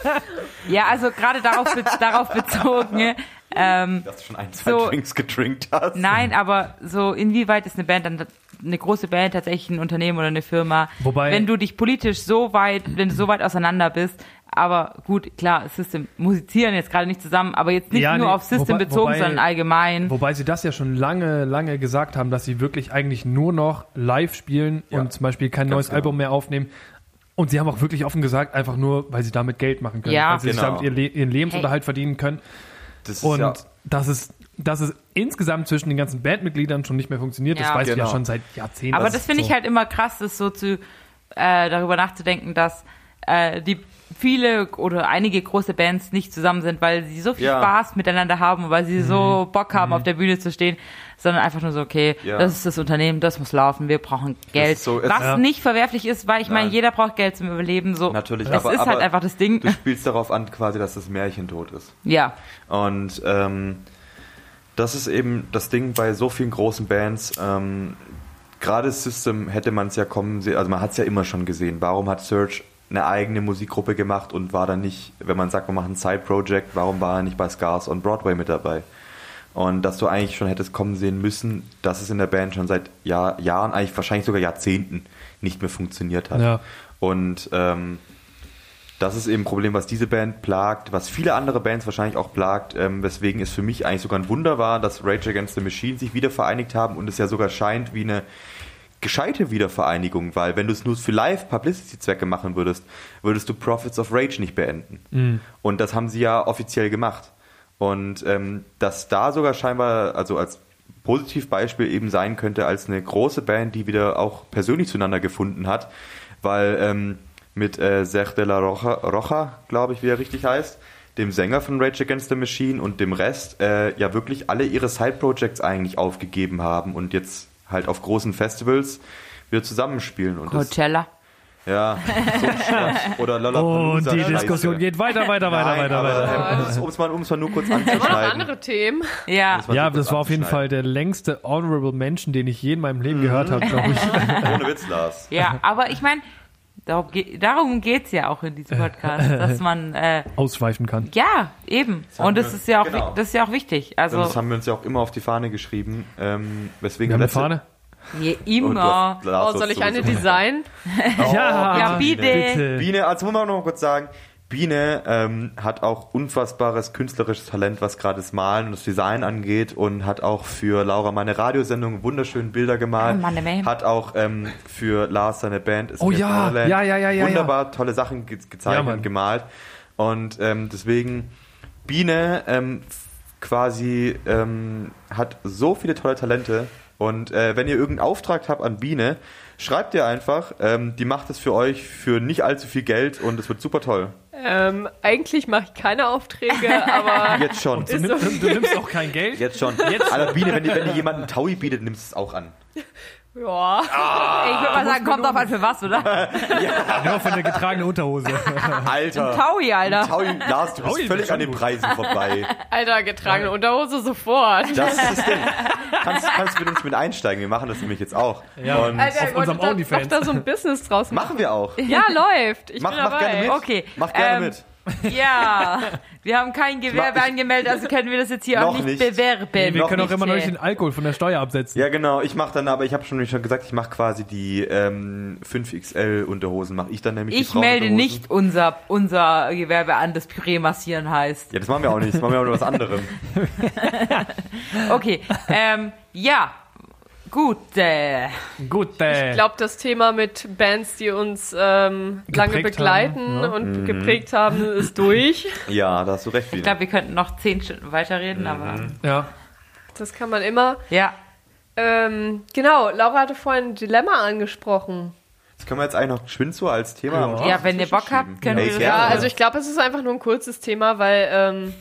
S2: ja, also gerade darauf, be- darauf bezogen, ne? ähm,
S1: Dass du schon ein, zwei
S2: So-
S1: Drinks getrinkt hast.
S2: Nein, aber so inwieweit ist eine Band dann eine große Band tatsächlich ein Unternehmen oder eine Firma?
S3: Wobei-
S2: wenn du dich politisch so weit, wenn du so weit auseinander bist, aber gut, klar, System musizieren jetzt gerade nicht zusammen, aber jetzt nicht
S3: Ja,
S2: nur
S3: nee,
S2: auf System
S3: wobei-
S2: bezogen,
S3: wobei-
S2: sondern allgemein.
S3: Wobei sie das ja schon lange, lange gesagt haben, dass sie wirklich eigentlich nur noch live spielen
S1: Ja,
S3: und zum Beispiel kein neues
S1: genau.
S3: Album mehr aufnehmen. Und sie haben auch wirklich offen gesagt, einfach nur, weil sie damit Geld machen können,
S2: Ja.
S3: weil sie
S1: Genau.
S3: sich damit ihr Le ihren Lebensunterhalt verdienen können.
S1: Das ist
S3: Und
S1: ja-
S3: dass es, dass es insgesamt zwischen den ganzen Bandmitgliedern schon nicht mehr funktioniert, das
S2: Ja.
S3: weiß ich ja
S1: Genau.
S3: schon seit Jahrzehnten.
S2: Aber das finde ich halt immer krass, das so zu äh, darüber nachzudenken, dass äh, die viele oder einige große Bands nicht zusammen sind, weil sie so viel
S1: Ja. Mhm.
S2: Spaß miteinander haben und weil sie so Bock haben, auf der Bühne zu stehen, sondern einfach nur so, okay,
S1: Ja.
S2: das ist das Unternehmen, das muss laufen, wir brauchen Geld.
S1: ist so, es-
S2: was
S1: Ja.
S2: nicht verwerflich ist, weil ich meine,
S1: Nein.
S2: jeder braucht Geld zum Überleben. So.
S1: Natürlich,
S2: es
S1: aber-
S2: ist halt
S1: aber
S2: einfach das Ding.
S1: Du spielst darauf an, quasi, dass das Märchen tot ist.
S2: Ja.
S1: Und ähm, das ist eben das Ding bei so vielen großen Bands. Ähm, Gerade System hätte man es ja kommen sehen, also man hat es ja immer schon gesehen. Warum hat Search eine eigene Musikgruppe gemacht und war dann nicht, wenn man sagt, wir machen ein Side-Project, warum war er nicht bei Scars on Broadway mit dabei? Und dass du eigentlich schon hättest kommen sehen müssen, dass es in der Band schon seit Jahr, Jahren, eigentlich wahrscheinlich sogar Jahrzehnten nicht mehr funktioniert hat.
S3: Ja.
S1: Und ähm, das ist eben ein Problem, was diese Band plagt, was viele andere Bands wahrscheinlich auch plagt, ähm, weswegen es für mich eigentlich sogar ein Wunder war, dass Rage Against the Machine sich wieder vereinigt haben und es ja sogar scheint wie eine gescheite Wiedervereinigung, weil wenn du es nur für Live-Publicity-Zwecke machen würdest, würdest du Profits of Rage nicht beenden. Und das haben sie ja offiziell gemacht. Und ähm, dass da sogar scheinbar, also als Positivbeispiel eben sein könnte, als eine große Band, die wieder auch persönlich zueinander gefunden hat, weil ähm, mit äh, Serge de la Roja, Roja glaube ich, wie er richtig heißt, dem Sänger von Rage Against the Machine und dem Rest äh, ja wirklich alle ihre Side-Projects eigentlich aufgegeben haben und jetzt halt auf großen Festivals wieder zusammenspielen. Und das,
S2: Coachella.
S1: ja, so ein Schrott. Oder
S3: Und
S1: Lollapalooza.
S3: Oh, die
S1: Scheiße.
S3: Diskussion geht weiter, weiter, weiter,
S1: Nein,
S3: weiter,
S1: aber,
S3: weiter.
S1: ähm, um's- um's mal- um's mal nur kurz
S4: Immer noch
S1: anzuschneiden. Um
S4: andere Themen.
S2: Ja.
S1: mal
S3: Ja,
S1: so kurz
S3: das war auf jeden Fall
S1: anzuschneiden.
S3: der längste Honorable Mention, den ich je in meinem Leben gehört habe, glaube ich.
S1: Ohne Witz, Lars.
S2: Ja, aber ich meine, darum, ge darum geht's ja auch in diesem Podcast, dass man äh,
S3: Ausschweifen kann.
S2: Ja, eben. Und das
S1: wir-
S2: ist ja auch,
S1: genau.
S2: wi- das ist ja auch wichtig. Also
S1: Und das haben wir uns ja auch immer auf die Fahne geschrieben. Ähm, weswegen
S3: Wir haben eine
S1: letzte-
S3: Fahne.
S2: je
S1: Und du
S2: immer.
S1: hast- Lars,
S4: Oh,
S1: du
S4: soll
S1: hast
S4: ich eine
S1: sowieso-
S4: designen?
S2: Ja, bitte.
S3: Äh,
S1: Biene, also muss man auch noch mal kurz sagen, Biene ähm, hat auch unfassbares künstlerisches Talent, was gerade das Malen und das Design angeht und hat auch für Laura meine Radiosendung wunderschöne Bilder gemalt.
S2: Oh, meine Mäh.
S1: hat auch ähm, für Lars seine Band ist
S3: Oh
S1: mir
S3: ja,
S1: Fatherland
S3: ja, ja, ja, ja,
S1: wunderbar tolle Sachen ge gezeichnet
S3: Ja, Mann.
S1: und gemalt und ähm, deswegen Biene ähm, quasi ähm, hat so viele tolle Talente. Und äh, wenn ihr irgendeinen Auftrag habt an Biene, schreibt ihr einfach, ähm, die macht es für euch für nicht allzu viel Geld und es wird super toll.
S4: Ähm, eigentlich mache ich keine Aufträge, aber
S1: Jetzt schon.
S3: Du,
S4: Ist
S3: nimm,
S4: so
S3: du, du nimmst auch kein Geld.
S1: Jetzt schon. Aller Biene, wenn dir, wenn dir jemand einen Taui bietet, nimmst du es auch an.
S4: ja.
S2: Ich würde mal sagen, kommt drauf an für was, oder?
S3: Nur von der getragenen Unterhose.
S1: Alter.
S2: Taui, Alter.
S1: Taui, Lars, du bist
S3: Taui,
S1: völlig
S3: schon
S1: an den
S3: gut.
S1: Preisen vorbei.
S4: Alter, getragene Unterhose sofort.
S1: Das ist das Ding. Kannst, kannst du mit uns mit einsteigen? Wir machen das nämlich jetzt auch.
S3: Ja.
S1: Und
S4: Alter,
S3: Auf
S4: ihr wolltet
S3: unserem
S4: da-
S3: OnlyFans.
S4: doch da so ein Business draus machen.
S1: machen wir auch.
S4: Ja, läuft. Ich
S1: Mach,
S4: bin
S1: mach
S4: dabei.
S1: gerne mit.
S2: Okay,
S1: Mach gerne
S2: ähm,
S1: mit.
S2: Ja, wir haben kein Gewerbe
S1: Ich-
S2: angemeldet, also können wir das jetzt hier auch
S1: Noch
S2: nicht,
S1: nicht.
S2: bewerben.
S3: Wir
S1: Noch
S3: können auch
S1: nicht,
S3: immer noch
S2: äh,
S3: nicht den Alkohol von der Steuer absetzen.
S1: Ja, genau. Ich mache dann aber, ich habe schon, schon gesagt, ich mache quasi die ähm, 5XL Unterhosen. Mache ich dann nämlich die
S2: Ich melde
S1: Frauenunterhosen.
S2: nicht unser, unser Gewerbe an, das Püree massieren heißt.
S1: Ja, das machen wir auch nicht. Das machen wir auch nur was anderem.
S2: Okay, ähm, ja, gut. Äh,
S3: Gut, äh,
S4: Ich glaube, das Thema mit Bands, die uns ähm, lange
S3: Geprägt
S4: begleiten
S3: haben, ja.
S4: und geprägt haben, ist durch.
S1: Ja, da hast du recht.
S2: ich
S1: Wieder.
S2: glaube, wir könnten noch zehn Stunden weiterreden,
S1: Mhm.
S2: aber
S3: ja.
S4: Das kann man immer.
S2: ja.
S4: Ähm, genau, Laura hatte vorhin ein Dilemma angesprochen.
S1: Das können wir jetzt eigentlich noch geschwind so als Thema. am Schluss
S2: Ja, wenn ihr Bock habt, können wir
S1: Ey,
S2: das
S1: gerne.
S4: Ja,
S1: Ja.
S4: also ich glaube, es ist einfach nur ein kurzes Thema, weil ähm,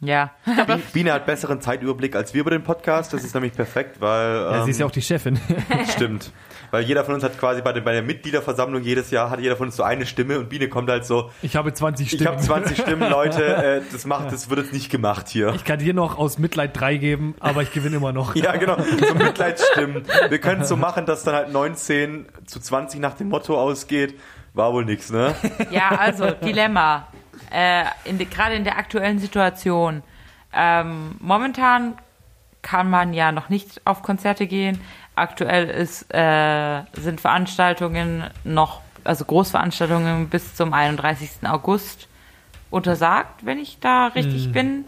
S2: Ja.
S1: Bi- Biene hat besseren Zeitüberblick als wir über den Podcast. Das ist nämlich perfekt, weil. Ähm,
S3: ja, sie ist ja auch die Chefin.
S1: Stimmt. Weil jeder von uns hat quasi bei, den, bei der Mitgliederversammlung jedes Jahr hat jeder von uns so eine Stimme und Biene kommt halt so,
S3: Ich habe 20 Stimmen.
S1: ich habe 20 Stimmen, Leute, äh, das macht, das wird jetzt nicht gemacht hier.
S3: Ich kann dir noch aus Mitleid 3 geben, aber ich gewinne immer noch.
S1: Ja, genau, so Mitleidsstimmen. Wir können es so machen, dass dann halt 19 zu 20 nach dem Motto ausgeht. War wohl nix, ne?
S2: Ja, also Dilemma. Äh, in de, Gerade in der aktuellen Situation. Ähm, momentan kann man ja noch nicht auf Konzerte gehen. Aktuell ist, äh, sind Veranstaltungen noch, also Großveranstaltungen bis zum 31. August untersagt, wenn ich da richtig
S1: Hm.
S2: bin.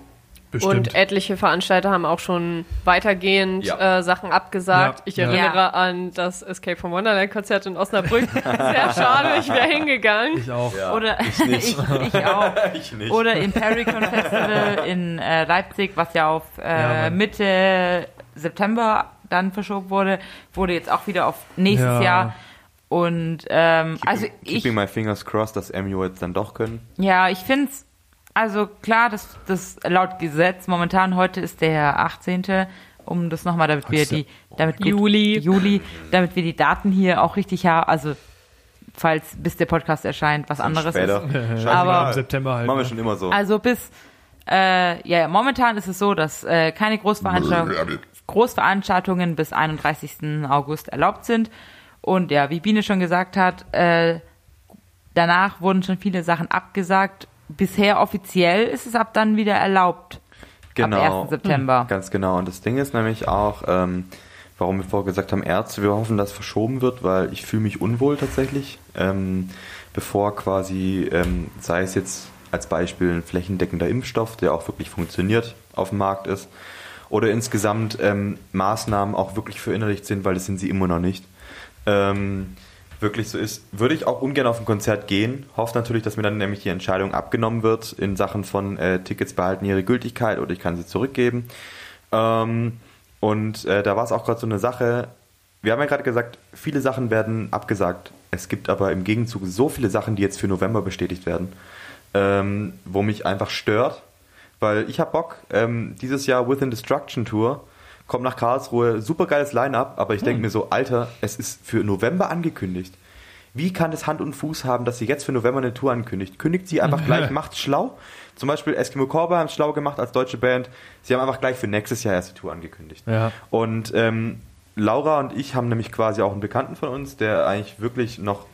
S4: und etliche Veranstalter haben auch schon weitergehend
S1: Ja.
S4: äh, Sachen abgesagt.
S3: Ja.
S4: Ich
S3: Ja.
S4: erinnere
S2: Ja.
S4: an das Escape from Wonderland Konzert in Osnabrück. Sehr schade, ich wäre hingegangen.
S3: ich auch.
S1: Ja,
S2: Oder
S1: ich nicht.
S2: ich, ich auch.
S1: Ich nicht.
S2: Oder im Pericon Festival in äh, Leipzig, was ja auf äh,
S3: Ja, Mann.
S2: Mitte September dann verschoben wurde, wurde jetzt auch wieder auf nächstes
S3: Ja.
S2: Jahr. Und ähm, also ich,
S1: Keeping my fingers crossed, dass MU jetzt dann doch können.
S2: ja, ich finde es, also klar, das, das laut Gesetz momentan, heute ist der 18., um das nochmal, damit wir
S3: ist der-
S2: die, damit gut- Juli, damit wir die Daten hier auch richtig haben, also falls bis der Podcast erscheint, was anderes ist.
S1: Später.
S2: Aber-
S3: Im September halt,
S1: Machen wir
S3: ne?
S1: schon immer so.
S2: Also bis, äh, ja, momentan ist es so, dass äh, keine Großveranstaltungen, Großveranstaltungen bis 31. August erlaubt sind. Und ja, wie Biene schon gesagt hat, äh, danach wurden schon viele Sachen abgesagt. Bisher offiziell ist es ab dann wieder erlaubt. Ab 1. September.
S1: Genau. Ganz genau. Und das Ding ist nämlich auch, ähm, warum wir vorher gesagt haben, Ärzte, wir hoffen, dass verschoben wird, weil ich fühle mich unwohl tatsächlich, ähm, bevor quasi, ähm, sei es jetzt als Beispiel ein flächendeckender Impfstoff, der auch wirklich funktioniert, auf dem Markt ist, oder insgesamt ähm, Maßnahmen auch wirklich verinnerlicht sind, weil das sind sie immer noch nicht. Ähm, wirklich so ist, würde ich auch ungern auf ein Konzert gehen. Hoffe natürlich, dass mir dann nämlich die Entscheidung abgenommen wird in Sachen von äh, Tickets behalten ihre Gültigkeit oder ich kann sie zurückgeben. Ähm, und äh, da war es auch gerade so eine Sache. Wir haben ja gerade gesagt, viele Sachen werden abgesagt. Es gibt aber im Gegenzug so viele Sachen, die jetzt für November bestätigt werden, ähm, wo mich einfach stört, weil ich habe Bock. Ähm, dieses Jahr Within Destruction Tour kommt nach Karlsruhe, super geiles Line-up, aber ich denke mir so, Alter, es ist für November angekündigt. Wie kann es Hand und Fuß haben, dass sie jetzt für November eine Tour ankündigt? Kündigt sie einfach gleich, macht's schlau. Zum Beispiel Eskimo Cowboy haben schlau gemacht als deutsche Band. Sie haben einfach gleich für nächstes Jahr erst die Tour angekündigt.
S3: Ja.
S1: Und ähm, Laura und ich haben nämlich quasi auch einen Bekannten von uns, der eigentlich wirklich noch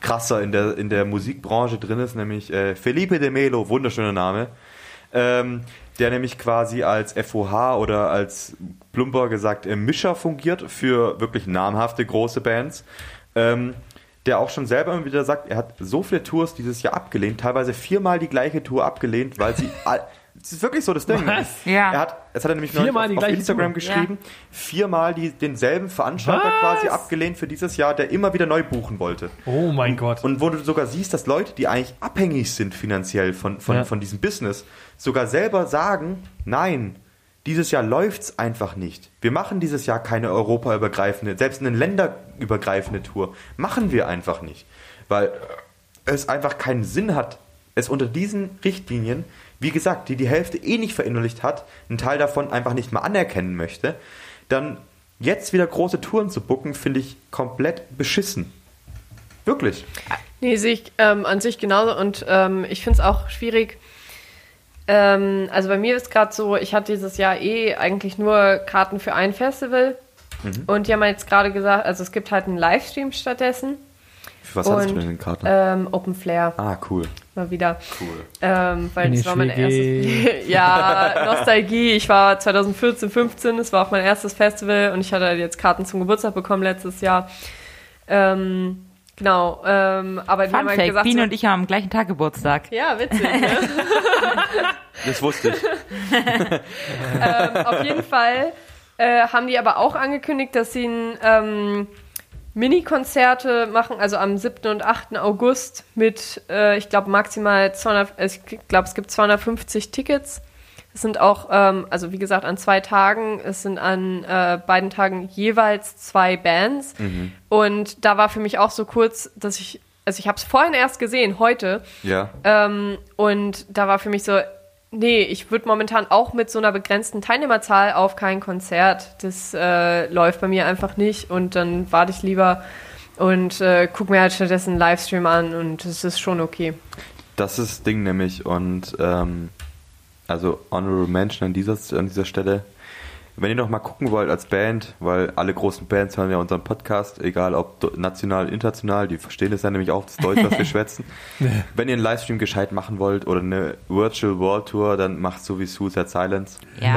S1: krasser in der, in der Musikbranche drin ist, nämlich äh, Felipe de Melo, wunderschöner Name. Ähm, der nämlich quasi als FOH oder als plumper gesagt äh, Mischer fungiert für wirklich namhafte große Bands. Ähm, der auch schon selber immer wieder sagt, er hat so viele Tours dieses Jahr abgelehnt, teilweise viermal die gleiche Tour abgelehnt, weil sie all, Es ist wirklich so das Ding.
S3: Was?
S2: Ja.
S1: Er hat, es hat er nämlich neulich
S3: Viermal die
S1: auf, auf
S3: gleiche
S1: Instagram
S3: Tour.
S1: geschrieben, viermal die, denselben Veranstalter
S3: Was?
S1: quasi abgelehnt für dieses Jahr, der immer wieder neu buchen wollte.
S3: Oh mein Gott.
S1: Und wo du sogar siehst, dass Leute, die eigentlich abhängig sind finanziell von, von,
S3: Ja.
S1: von diesem Business, sogar selber sagen, nein, dieses Jahr läuft's einfach nicht. Wir machen dieses Jahr keine europaübergreifende, selbst eine länderübergreifende Tour. Machen wir einfach nicht. Weil es einfach keinen Sinn hat, es unter diesen Richtlinien, wie gesagt, die die Hälfte eh nicht verinnerlicht hat, einen Teil davon einfach nicht mal anerkennen möchte, dann jetzt wieder große Touren zu bucken, finde ich komplett beschissen. Wirklich.
S4: Nee, sehe ich ähm, an sich genauso und ähm, ich finde es auch schwierig. Ähm, also bei mir ist gerade so, ich hatte dieses Jahr eh eigentlich nur Karten für ein Festival
S1: Mhm.
S4: und die haben jetzt gerade gesagt, also es gibt halt einen Livestream stattdessen.
S1: Für was
S4: und,
S1: hattest du denn den
S2: äh,
S1: Karten?
S4: Ähm, Open Flair,
S1: ah, cool.
S4: mal wieder.
S1: Cool.
S4: Ähm, weil das war mein
S3: NSWG.
S4: erstes. ja, Nostalgie. Ich war 2014, 15, das war auch mein erstes Festival und ich hatte halt jetzt Karten zum Geburtstag bekommen letztes Jahr. Ähm, genau. Ähm, aber die
S2: Fun
S4: haben halt
S2: Fact,
S4: gesagt,
S2: Biene
S4: so-
S2: und ich haben am gleichen Tag Geburtstag.
S4: ja, witzig. Ne?
S1: Das wusste ich.
S4: Ähm, Auf jeden Fall äh, haben die aber auch angekündigt, dass sie ein, ähm, Mini-Konzerte machen, also am 7. und 8. August mit, äh, ich glaube, maximal 200, äh, ich glaube, es gibt 250 Tickets. Es sind auch, ähm, also wie gesagt, an zwei Tagen, es sind an äh, beiden Tagen jeweils zwei Bands. Und da war für mich auch so kurz, dass ich, also ich habe es vorhin erst gesehen, heute,
S1: ja.
S4: ähm, und da war für mich so, nee, ich würde momentan auch mit so einer begrenzten Teilnehmerzahl auf kein Konzert. Das äh, läuft bei mir einfach nicht und dann warte ich lieber und äh, guck mir halt stattdessen einen Livestream an und es ist schon okay.
S1: Das ist das Ding nämlich und ähm, also Honorable Mention an dieser, an dieser Stelle. Wenn ihr noch mal gucken wollt als Band, weil alle großen Bands hören ja unseren Podcast, egal ob do- national, international, die verstehen das ja nämlich auch, das Deutsch, was wir schwätzen. Wenn ihr einen Livestream gescheit machen wollt oder eine Virtual World Tour, dann macht so wie Suicide Silence.
S2: Ja,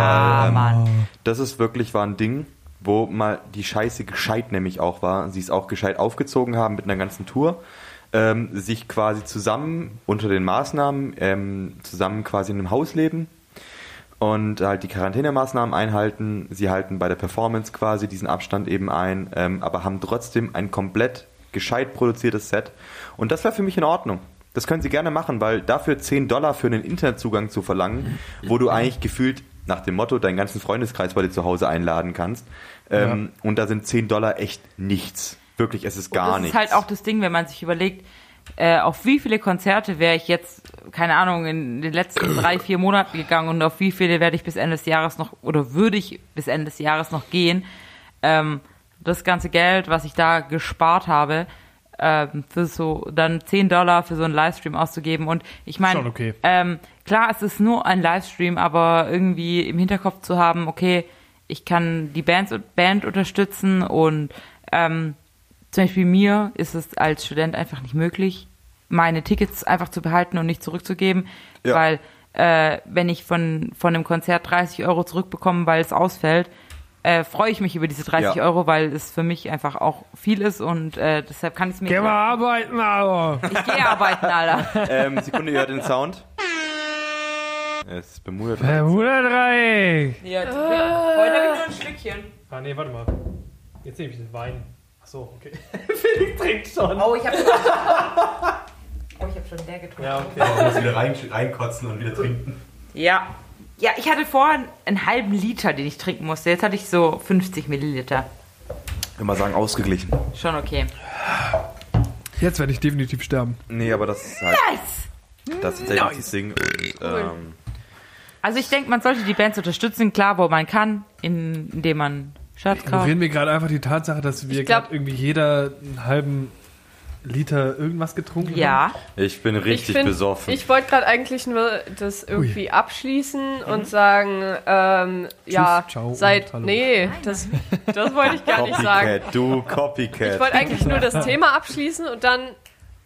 S1: Weil, ähm,
S2: Mann.
S1: Das ist wirklich war ein Ding, wo mal die Scheiße gescheit nämlich auch war. Sie es auch gescheit aufgezogen haben mit einer ganzen Tour. Ähm, sich quasi zusammen unter den Maßnahmen, ähm, zusammen quasi in einem Haus leben und halt die Quarantänemaßnahmen einhalten. Sie halten bei der Performance quasi diesen Abstand eben ein, ähm, aber haben trotzdem ein komplett gescheit produziertes Set. Und das war für mich in Ordnung. Das können Sie gerne machen, weil dafür 10 Dollar für einen Internetzugang zu verlangen, wo du eigentlich gefühlt nach dem Motto deinen ganzen Freundeskreis bei dir zu Hause einladen kannst. Ähm, Und da sind 10 Dollar echt nichts. Wirklich, es ist gar
S2: das
S1: nichts.
S2: ist halt auch das Ding, wenn man sich überlegt, äh, auf wie viele Konzerte wäre ich jetzt, keine Ahnung, in den letzten drei, vier Monaten gegangen und auf wie viele werde ich bis Ende des Jahres noch oder würde ich bis Ende des Jahres noch gehen. Ähm, das ganze Geld, was ich da gespart habe, ähm, für so dann 10 Dollar für so einen Livestream auszugeben. Und ich meine,
S3: Schon okay.
S2: ähm, klar, es ist nur ein Livestream, aber irgendwie im Hinterkopf zu haben, okay, ich kann die Bands, Band unterstützen und ähm, zum Beispiel mir ist es als Student einfach nicht möglich, meine Tickets einfach zu behalten und nicht zurückzugeben,
S1: Ja.
S2: weil äh, wenn ich von, von einem Konzert 30 Euro zurückbekomme, weil es ausfällt, äh, freue ich mich über diese 30
S1: Ja.
S2: Euro, weil es für mich einfach auch viel ist und äh, deshalb kann ich es mir...
S3: Geh mal arbeiten, aber.
S2: Ich gehe arbeiten, Alter.
S1: ähm, Sekunde, ihr hört den Sound. Es ist Bermuda.
S2: Äh,
S3: Bruder 3.
S2: ja, heute habe ich nur ein Stückchen.
S3: Ah, nee, warte mal. Jetzt nehme ich den Wein. Achso, okay. Felix trinkt schon.
S2: Oh, ich habe schon. Oh, ich habe schon leer getrunken.
S3: Ja, okay.
S5: muss wieder rein, reinkotzen und wieder trinken.
S2: Ja. Ja, ich hatte vorhin einen halben Liter, den ich trinken musste. Jetzt hatte ich so 50 Milliliter.
S1: Immer sagen, ausgeglichen.
S2: Schon okay.
S3: Jetzt werde ich definitiv sterben.
S1: Nee, aber das ist halt.
S2: Nice!
S1: Das ist tatsächlich das Ding. Und, ähm,
S2: Also ich denke, man sollte die Bands unterstützen, klar, wo man kann, in- indem man Shirts kauft.
S3: Ignorieren wir gerade einfach die Tatsache, dass wir
S4: Ich glaub-
S3: gerade irgendwie jeder einen halben Liter irgendwas getrunken haben?
S2: Ja.
S1: ich bin richtig
S4: ich find-
S1: besoffen.
S4: Ich wollte gerade eigentlich nur das irgendwie abschließen und sagen, ähm, ja,
S3: Mhm. ciao
S4: seid,
S3: und hallo.
S4: nee, das, das wollte ich gar nicht sagen.
S1: Copycat, du
S4: Ich
S1: Copycat.
S4: wollte eigentlich nur das Thema abschließen und dann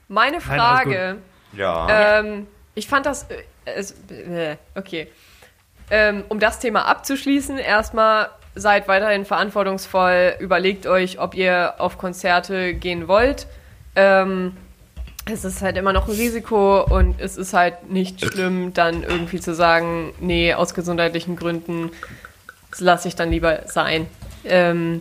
S4: meine
S3: Nein, alles
S4: Frage.
S1: ja.
S4: Ähm, ich fand das. äh, Es, äh, okay. Ähm, um das Thema abzuschließen, erstmal seid weiterhin verantwortungsvoll. Überlegt euch, ob ihr auf Konzerte gehen wollt. Ähm, es ist halt immer noch ein Risiko und es ist halt nicht schlimm, dann irgendwie zu sagen, nee, aus gesundheitlichen Gründen lasse ich dann lieber sein. Ähm,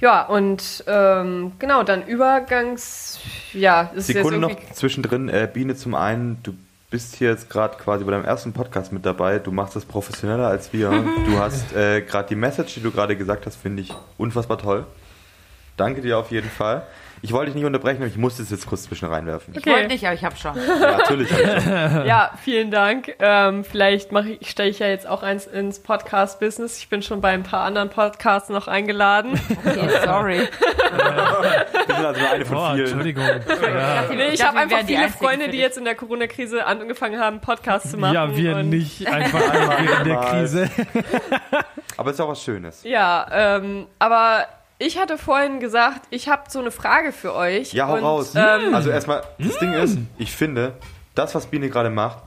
S4: ja, und ähm, genau, dann Übergangs. Ja, ist
S1: Sekunden
S4: jetzt
S1: noch
S4: irgendwie.
S1: zwischendrin. Äh, Biene, zum einen, du bist hier jetzt gerade quasi bei deinem ersten Podcast mit dabei. Du machst das professioneller als wir. Du hast äh, gerade die Message, die du gerade gesagt hast, finde ich unfassbar toll. Danke dir auf jeden Fall. Ich wollte dich nicht unterbrechen, aber ich musste es jetzt kurz zwischen reinwerfen.
S2: Ich
S4: Okay.
S2: wollte nicht, aber ich habe schon.
S1: Ja, natürlich. hab ich schon.
S4: Ja, vielen Dank. Ähm, vielleicht mache ich, stelle ich ja jetzt auch eins ins Podcast-Business. Ich bin schon bei ein paar anderen Podcasts noch eingeladen.
S2: Okay, sorry.
S1: Wir sind also nur eine
S3: Boah,
S1: von vielen.
S3: Entschuldigung. Ja,
S4: Nee, ich
S2: dachte,
S4: habe
S2: wir
S4: einfach
S2: wären die
S4: viele
S2: Einzigen
S4: Freunde,
S2: für
S4: die
S2: dich.
S4: jetzt in der Corona-Krise angefangen haben, Podcasts zu machen.
S3: ja wir
S4: und-
S3: nicht. Einfach einmal während der
S1: Einmal.
S3: Krise.
S1: Aber es ist auch was Schönes.
S4: Ja, ähm, aber ich hatte vorhin gesagt, ich habe so eine Frage für euch.
S1: Ja, hau
S4: und,
S1: raus.
S4: Ähm,
S1: also erstmal, das Ding ist, ich finde, das, was Biene gerade macht,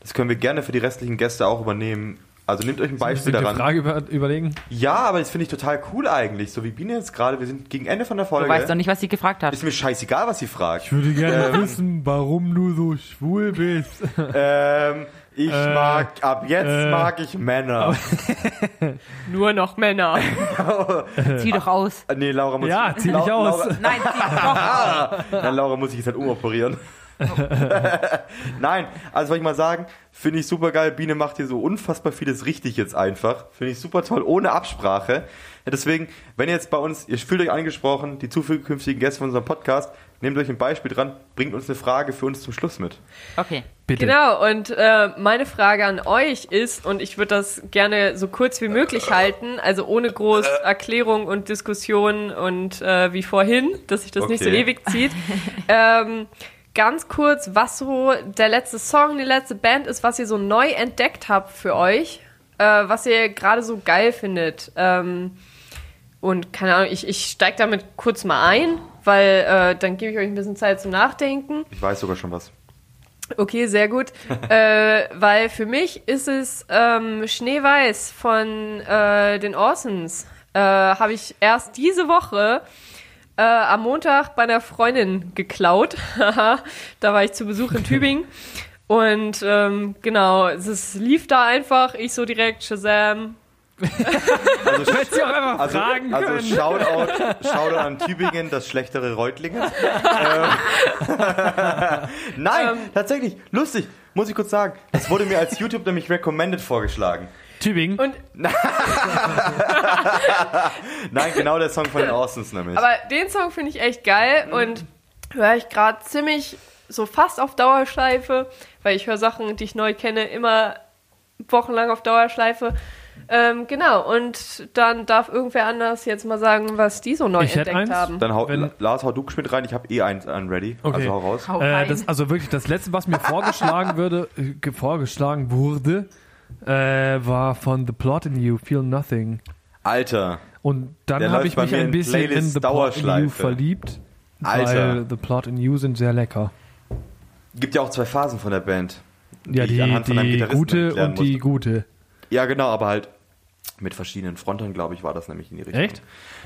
S1: das können wir gerne für die restlichen Gäste auch übernehmen. Also nehmt euch ein
S3: Müssen
S1: Beispiel
S3: wir eine
S1: daran.
S3: Frage über, überlegen?
S1: Ja, aber das finde ich total cool eigentlich. So wie Biene jetzt gerade, wir sind gegen Ende von der Folge.
S2: Du weißt doch nicht, was sie gefragt hat.
S1: Ist mir scheißegal, was sie fragt.
S3: würde gerne wissen, warum du so schwul bist.
S1: Ähm, ich
S3: Äh,
S1: mag, ab jetzt
S3: äh,
S1: mag ich Männer.
S4: nur noch Männer.
S2: Zieh doch aus.
S1: Äh, nee, Laura muss
S3: Ja, zieh dich
S1: Lau-
S3: aus.
S1: Laura,
S2: Nein, zieh doch aus.
S1: nein, Laura muss ich jetzt halt umoperieren. nein, also wollte ich mal sagen, finde ich super geil. Biene macht hier so unfassbar vieles richtig jetzt einfach. Finde ich super toll, ohne Absprache. Ja, deswegen, wenn ihr jetzt bei uns, ihr fühlt euch angesprochen, die zukünftigen Gäste von unserem Podcast, nehmt euch ein Beispiel dran, bringt uns eine Frage für uns zum Schluss mit.
S2: Okay.
S3: Bitte.
S4: Genau, und äh, meine Frage an euch ist, und ich würde das gerne so kurz wie möglich halten, also ohne groß Erklärung und Diskussion und äh, wie vorhin, dass sich das nicht so
S1: Okay.
S4: ewig zieht. ähm, ganz kurz, was so der letzte Song, die letzte Band ist, was ihr so neu entdeckt habt für euch, äh, was ihr gerade so geil findet. Ähm, und keine Ahnung, ich, ich steige damit kurz mal ein, weil äh, dann gebe ich euch ein bisschen Zeit zum Nachdenken.
S1: Ich weiß sogar schon was.
S4: Okay, sehr gut. äh, weil für mich ist es ähm, Schneeweiß von äh, den Orsons. Äh, Habe ich erst diese Woche äh, am Montag bei einer Freundin geklaut. Haha, da war ich zu Besuch in Tübingen. Und ähm, genau, es ist, lief da einfach. Ich so direkt Shazam.
S1: Also,
S3: Hättest du auch einfach
S1: Also,
S3: fragen können.
S1: also Shoutout, Shoutout an Tübingen, das schlechtere Reutlingen. ähm, Nein,
S3: Ähm.
S1: tatsächlich, lustig, muss ich kurz sagen. Das wurde mir als YouTube nämlich recommended vorgeschlagen.
S3: Tübingen.
S4: Und
S1: Nein, genau der Song von den Orsons nämlich.
S4: Aber den Song finde ich echt
S1: Mhm.
S4: geil und höre ich gerade ziemlich so fast auf Dauerschleife, weil ich höre Sachen, die ich neu kenne, immer wochenlang auf Dauerschleife. Ähm, genau, und dann darf irgendwer anders jetzt mal sagen, was die so neu
S3: Ich hätte
S4: entdeckt
S3: eins.
S4: haben.
S1: Dann hau,
S3: Wenn-
S1: Lars, hau du geschwind rein, ich habe eh eins an ready.
S3: Okay.
S1: Also hau raus.
S2: Hau
S3: Äh,
S2: rein.
S3: das, also wirklich, das letzte, was mir vorgeschlagen, würde, äh, ge- vorgeschlagen wurde, äh, war von The Plot in You, Feel Nothing.
S1: Alter,
S3: Und
S1: Der
S3: dann habe
S1: läuft
S3: ich
S1: bei
S3: mich
S1: mir
S3: ein
S1: in
S3: bisschen in
S1: Playlist
S3: The Plot in You
S1: Dauerschleife.
S3: verliebt.
S1: Alter.
S3: Weil The Plot in You sind sehr lecker.
S1: gibt ja auch zwei Phasen von der Band.
S3: Ja,
S1: ich
S3: die,
S1: anhand von einem
S3: die
S1: Gitarristen
S3: gute
S1: erklären
S3: und die
S1: musste.
S3: gute.
S1: Ja, genau, aber halt mit verschiedenen Frontern, glaube ich, war das nämlich in die Richtung.
S3: Echt?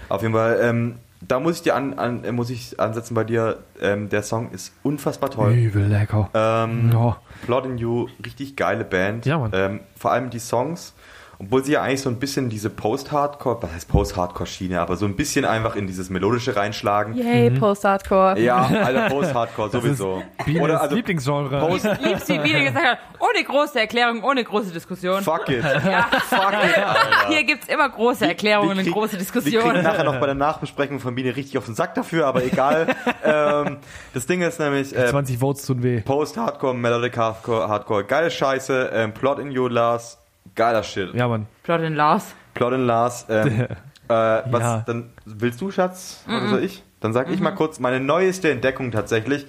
S1: Auf jeden Fall, ähm, da muss ich dir an, an, äh, muss ich ansetzen bei dir. Ähm, der Song ist unfassbar toll.
S3: Übel lecker.
S1: Ähm,
S3: Ja.
S1: Plot in You, richtig geile Band.
S3: Ja, Mann.
S1: Ähm, vor allem die Songs, obwohl sie ja eigentlich so ein bisschen diese Post-Hardcore, was heißt Post-Hardcore-Schiene, aber so ein bisschen einfach in dieses Melodische reinschlagen.
S4: Yay, Post-Hardcore.
S1: Ja, Alter, Post-Hardcore sowieso.
S3: Bienes
S1: Oder also,
S3: Lieblingsgenre.
S1: Post,
S2: Liebst wie Biene gesagt hat, ohne große Erklärung, ohne große Diskussion.
S1: fuck it. Fuck it, Alter.
S2: Hier gibt's immer große Erklärungen
S1: Wir
S2: und
S1: kriegen-
S2: große
S1: Wir kriegen
S2: Diskussionen.
S1: nachher noch bei der Nachbesprechung von Biene richtig auf den Sack dafür, aber egal. ähm, das Ding ist nämlich, äh,
S3: 20 Votes tun weh.
S1: Post-Hardcore, Melodic Hardcore, Hardcore, geile Scheiße, ähm, Plot in You, Lars, geiler Shit.
S3: Ja, Mann.
S2: Plot in Lars.
S1: Plot in Lars, ähm, äh, was,
S3: Ja.
S1: dann willst du, Schatz, oder
S2: Mhm.
S1: soll ich? Dann sag ich mal kurz, meine neueste Entdeckung tatsächlich,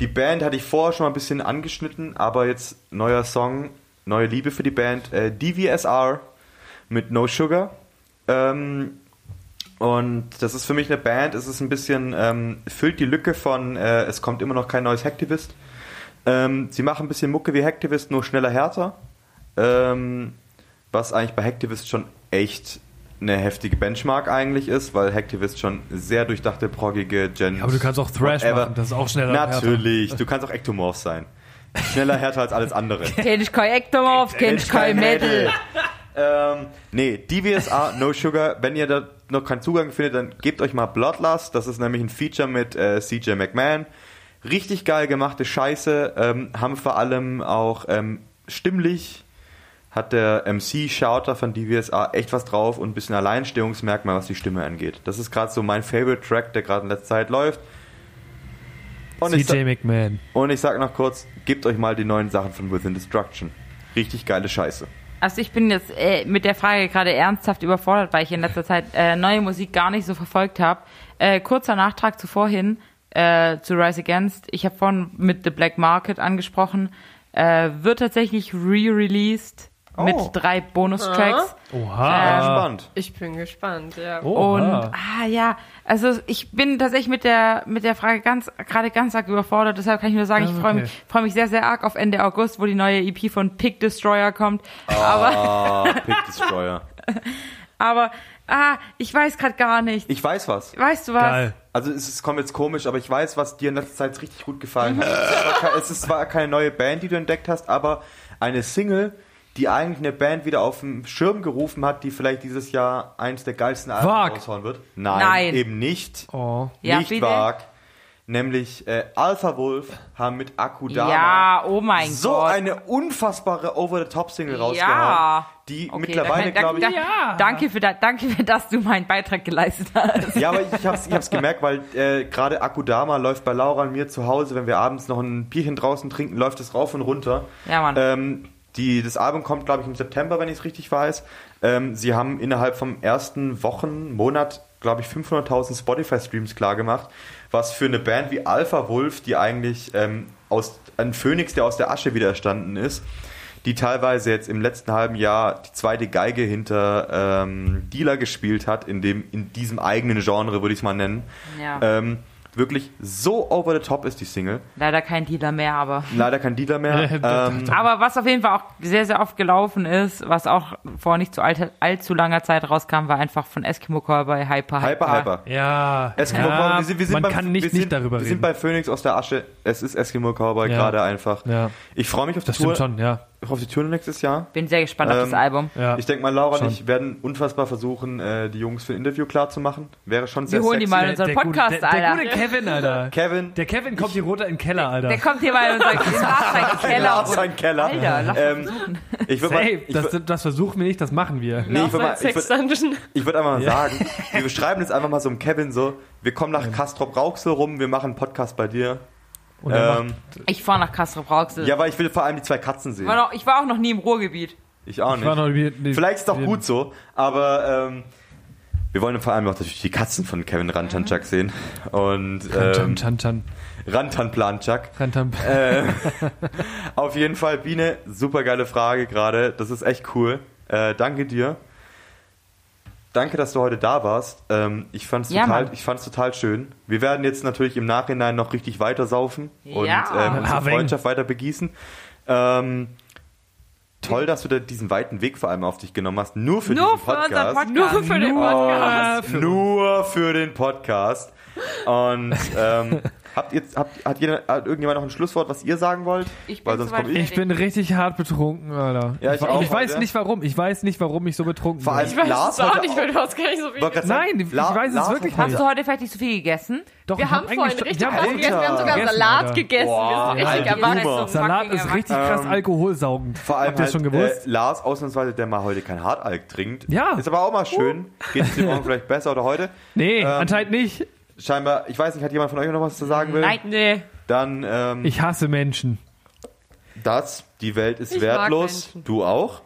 S1: die Band hatte ich vorher schon mal ein bisschen angeschnitten, aber jetzt neuer Song, neue Liebe für die Band, äh, DVSR mit No Sugar, ähm, und das ist für mich eine Band, es ist ein bisschen, ähm, füllt die Lücke von, äh, es kommt immer noch kein neues Hacktivist. Ähm, sie machen ein bisschen Mucke wie Hacktivist, nur schneller härter. Ähm, was eigentlich bei Hacktivist schon echt eine heftige Benchmark eigentlich ist, weil Hacktivist schon sehr durchdachte, progige Gen.
S3: Ja, aber du kannst auch Thrash
S1: whatever-
S3: machen, das ist auch schneller. und härter.
S1: Natürlich, du kannst auch Ectomorph sein. Schneller, härter als alles andere.
S2: Kenn ich kein Ektomorph, kenn ich kein Metal.
S1: ähm, nee, DVSA No Sugar, wenn ihr da noch keinen Zugang findet, dann gebt euch mal Bloodlust. Das ist nämlich ein Feature mit äh, CJ McMahon. Richtig geil gemachte Scheiße, ähm, haben vor allem auch ähm, stimmlich hat der MC-Shouter von DVSA echt was drauf und ein bisschen Alleinstehungsmerkmal, was die Stimme angeht. Das ist gerade so mein Favorite-Track, der gerade in letzter Zeit läuft. Und ich sa-
S3: CJ McMahon.
S1: und ich sag noch kurz, gebt euch mal die neuen Sachen von Within Destruction. Richtig geile Scheiße.
S2: Also ich bin jetzt äh, mit der Frage gerade ernsthaft überfordert, weil ich in letzter Zeit äh, neue Musik gar nicht so verfolgt habe. Äh, kurzer Nachtrag zu vorhin äh, zu Rise Against. Ich habe vorhin mit The Black Market angesprochen. Äh, wird tatsächlich re-released mit
S1: Oh.
S2: drei Bonustracks.
S3: Oha.
S1: Ah,
S2: Ähm,
S1: Spannend.
S4: Ich bin gespannt, ja.
S1: Oh,
S2: Und
S3: Oha.
S2: ah ja, also ich bin tatsächlich mit der mit der Frage ganz gerade ganz arg überfordert, deshalb kann ich nur sagen, ich
S3: Ah,
S2: freue
S3: okay.
S2: mich, freue mich sehr, sehr arg auf Ende August, wo die neue EP von Pig Destroyer kommt. Aber,
S1: Ah, Pick Destroyer.
S2: aber ah, ich weiß gerade gar nicht.
S1: Ich weiß was.
S2: Weißt du was?
S3: Geil.
S1: Also es ist, kommt jetzt komisch, aber ich weiß, was dir in letzter Zeit richtig gut gefallen hat. Es war ke- Es ist zwar keine neue Band, die du entdeckt hast, aber eine Single, die eigentlich eine Band wieder auf den Schirm gerufen hat, die vielleicht dieses Jahr eins der geilsten Alben
S3: Wag.
S1: raushauen wird. Nein,
S2: Nein.
S1: eben nicht.
S3: Oh.
S2: Ja,
S1: nicht
S2: bitte?
S1: Wag. Nämlich äh, Alpha Wolf haben mit Akudama
S2: Ja, oh mein
S1: so
S2: Gott.
S1: eine unfassbare Over-the-Top-Single rausgehauen,
S2: Ja.
S1: die
S2: Okay,
S1: mittlerweile,
S2: da kann-
S1: glaube
S2: da,
S1: ich...
S2: da, Danke für da, danke für dass du meinen Beitrag geleistet hast.
S1: Ja, aber ich hab's, ich hab's gemerkt, weil äh, gerade Akudama läuft bei Laura und mir zu Hause, wenn wir abends noch ein Bierchen draußen trinken, läuft es rauf und runter.
S2: Ja, Mann.
S1: Ähm, die, das Album kommt, glaube ich, im September, wenn ich es richtig weiß. Ähm, sie haben innerhalb vom ersten Wochen, Monat, glaube ich, 500.000 Spotify-Streams klargemacht, was für eine Band wie Alpha Wolf, die eigentlich ähm, aus, ein Phönix, der aus der Asche wieder erstanden ist, die teilweise jetzt im letzten halben Jahr die zweite Geige hinter ähm, Dealer gespielt hat, in, dem, in diesem eigenen Genre, würde ich es mal nennen.
S2: Ja.
S1: Ähm, wirklich so over the top ist die Single.
S2: Leider kein Dealer mehr, aber
S1: Leider kein Dealer mehr. ähm,
S2: aber was auf jeden Fall auch sehr sehr oft gelaufen ist, was auch vor nicht zu alt, allzu langer Zeit rauskam, war einfach von Eskimo Call bei Hyper
S1: hyper, hyper.
S3: Ja.
S1: Eskimo
S3: ja.
S1: Cowboy, wir sind, wir sind
S3: man
S1: beim-
S3: kann nicht,
S1: wir
S3: nicht
S1: sind,
S3: darüber
S1: Wir
S3: reden.
S1: sind bei Phoenix aus der Asche. Es ist Eskimo Cowboy
S3: Ja.
S1: gerade einfach.
S3: Ja.
S1: Ich freue mich auf die
S3: das
S1: Tour.
S3: stimmt schon, ja.
S1: Auf die Tour nächstes Jahr.
S2: Bin sehr gespannt auf das
S1: Ähm,
S2: Album.
S3: ja.
S1: Ich denke mal, Laura
S3: Schon.
S1: und ich werden unfassbar versuchen, äh, die Jungs für ein Interview klar zu machen. Wäre schon sehr
S2: Wir holen
S1: sexy.
S2: die mal in unseren Podcast,
S3: gute, der, der
S2: Alter.
S3: gute Kevin, Alter.
S1: Kevin,
S3: Der Kevin kommt hier runter in den Keller, Alter.
S2: Der kommt hier mal in unseren Keller.
S1: Keller
S2: Keller.
S1: aus seinem Keller.
S2: Alter, lass
S1: ähm,
S2: uns suchen.
S1: ich würde mal,
S3: Safe.
S1: ich
S3: Das,
S1: würd,
S3: das versuchen wir nicht, das machen wir.
S1: nee, ich würd mal,
S4: Sex
S1: ich würd,
S4: Dungeon.
S1: ich würd einfach mal sagen, wir beschreiben jetzt einfach mal so im Kevin so, wir kommen nach Castrop Rauxel rum, wir machen einen Podcast bei dir.
S3: Und dann
S1: Ähm,
S2: Ich fahre nach Castro Brauxel.
S1: ja, weil ich will vor allem die zwei Katzen
S2: War
S1: sehen.
S2: noch, ich war auch noch nie im Ruhrgebiet.
S1: Ich auch
S3: ich war
S1: nicht.
S3: noch die,
S1: Vielleicht ist es auch gut so, aber ähm, wir wollen vor allem auch natürlich die Katzen von Kevin Rantanchak sehen. Und
S3: Chan,
S1: ähm, äh,
S3: chan, chan,
S1: Rantanplanchak.
S3: chan, chan.
S1: Auf jeden Fall, Biene, super geile Frage gerade. Das ist echt cool. Äh, danke dir. Danke, dass du heute da warst. Ähm, ich fand's
S2: Ja,
S1: total,
S2: Mann.
S1: ich fand's total schön. Wir werden jetzt natürlich im Nachhinein noch richtig weiter saufen und
S2: Ja.
S1: ähm, unsere
S3: Ah, wenn.
S1: Freundschaft weiter begießen. Ähm, toll, dass du da diesen weiten Weg vor allem auf dich genommen hast. Nur für
S2: Nur
S1: diesen
S2: für
S1: Podcast.
S2: unseren Podcast.
S4: Nur für
S3: Oh
S4: den
S1: oh.
S4: Podcast.
S1: Nur für den Podcast. Und ähm, habt ihr, habt, hat, jeder, hat irgendjemand noch ein Schlusswort, was ihr sagen wollt?
S2: Ich
S1: Weil
S2: bin
S1: sonst
S2: soweit
S1: komm ich.
S3: Ich bin richtig hart betrunken, Alter.
S1: Ja, ich
S3: ich
S1: auch,
S3: ich weiß
S1: Alter.
S3: nicht warum. Ich weiß nicht, warum ich so betrunken
S1: Vor allem
S3: bin.
S4: Ich weiß
S1: Lars
S4: es auch
S1: heute
S4: nicht,
S1: auch-
S4: weil du hast gar nicht so viel.
S1: Wollte grad sagen,
S3: Nein, ich
S1: La-
S3: weiß es
S1: Lars
S3: wirklich
S1: hat-
S2: Hast du heute vielleicht nicht so viel gegessen?
S3: Doch, ich
S4: Wir
S3: hab
S4: haben vorhin
S3: eingesto-
S4: richtig
S3: Ja,
S4: krass
S3: Alter.
S4: gegessen. Wir haben sogar
S3: Gegessen,
S4: Salat
S3: Alter.
S4: gegessen.
S1: Boah, halt
S4: wir sind richtig
S1: Alter,
S4: erwachsen.
S2: Boomer.
S3: Salat
S2: fucking
S3: ist richtig
S1: erwachsen.
S3: krass
S1: Ähm,
S3: alkoholsaugend.
S1: Vor allem
S3: Habt ihr das
S1: halt,
S3: schon gewusst?
S1: Äh, Lars ausnahmsweise, der mal heute kein Hartalk trinkt.
S3: Ja. Uh.
S1: Ist aber auch mal schön. Geht es dir morgen vielleicht besser oder heute?
S3: nee,
S1: ähm,
S3: anscheinend nicht.
S1: Scheinbar, ich weiß nicht, hat jemand von euch noch was zu sagen
S4: Äh.
S1: will?
S2: Nein, nee.
S1: Dann ähm,
S3: Ich hasse Menschen.
S1: das, die Welt ist
S4: Ich mag
S1: wertlos.
S4: Menschen.
S1: Du auch?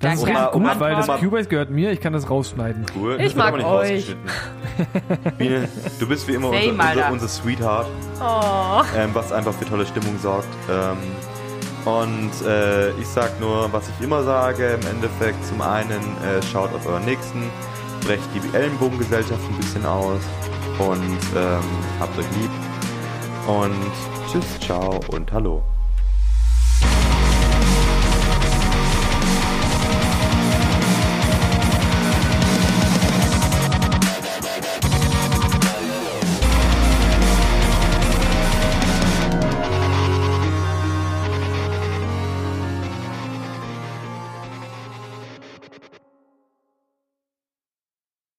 S3: Das ist
S2: Danke.
S3: richtig
S1: Um mal-
S3: gut, weil
S1: um
S3: das
S1: mal-
S3: Cubase gehört mir. Ich kann das rausschneiden.
S1: Cool.
S4: Ich
S1: Das wird
S4: mag
S1: aber nicht
S4: euch.
S1: rausgeschnitten. Biene, du bist wie immer
S2: Same,
S1: unser, unser,
S2: Alter.
S1: unser Sweetheart,
S4: Oh.
S1: ähm, was einfach für tolle Stimmung sorgt. Ähm, und äh, ich sag nur, was ich immer sage, im Endeffekt zum einen, äh, schaut auf euren Nächsten, brecht die Ellenbogengesellschaft ein bisschen aus und ähm, habt euch lieb. Und tschüss, ciao und hallo.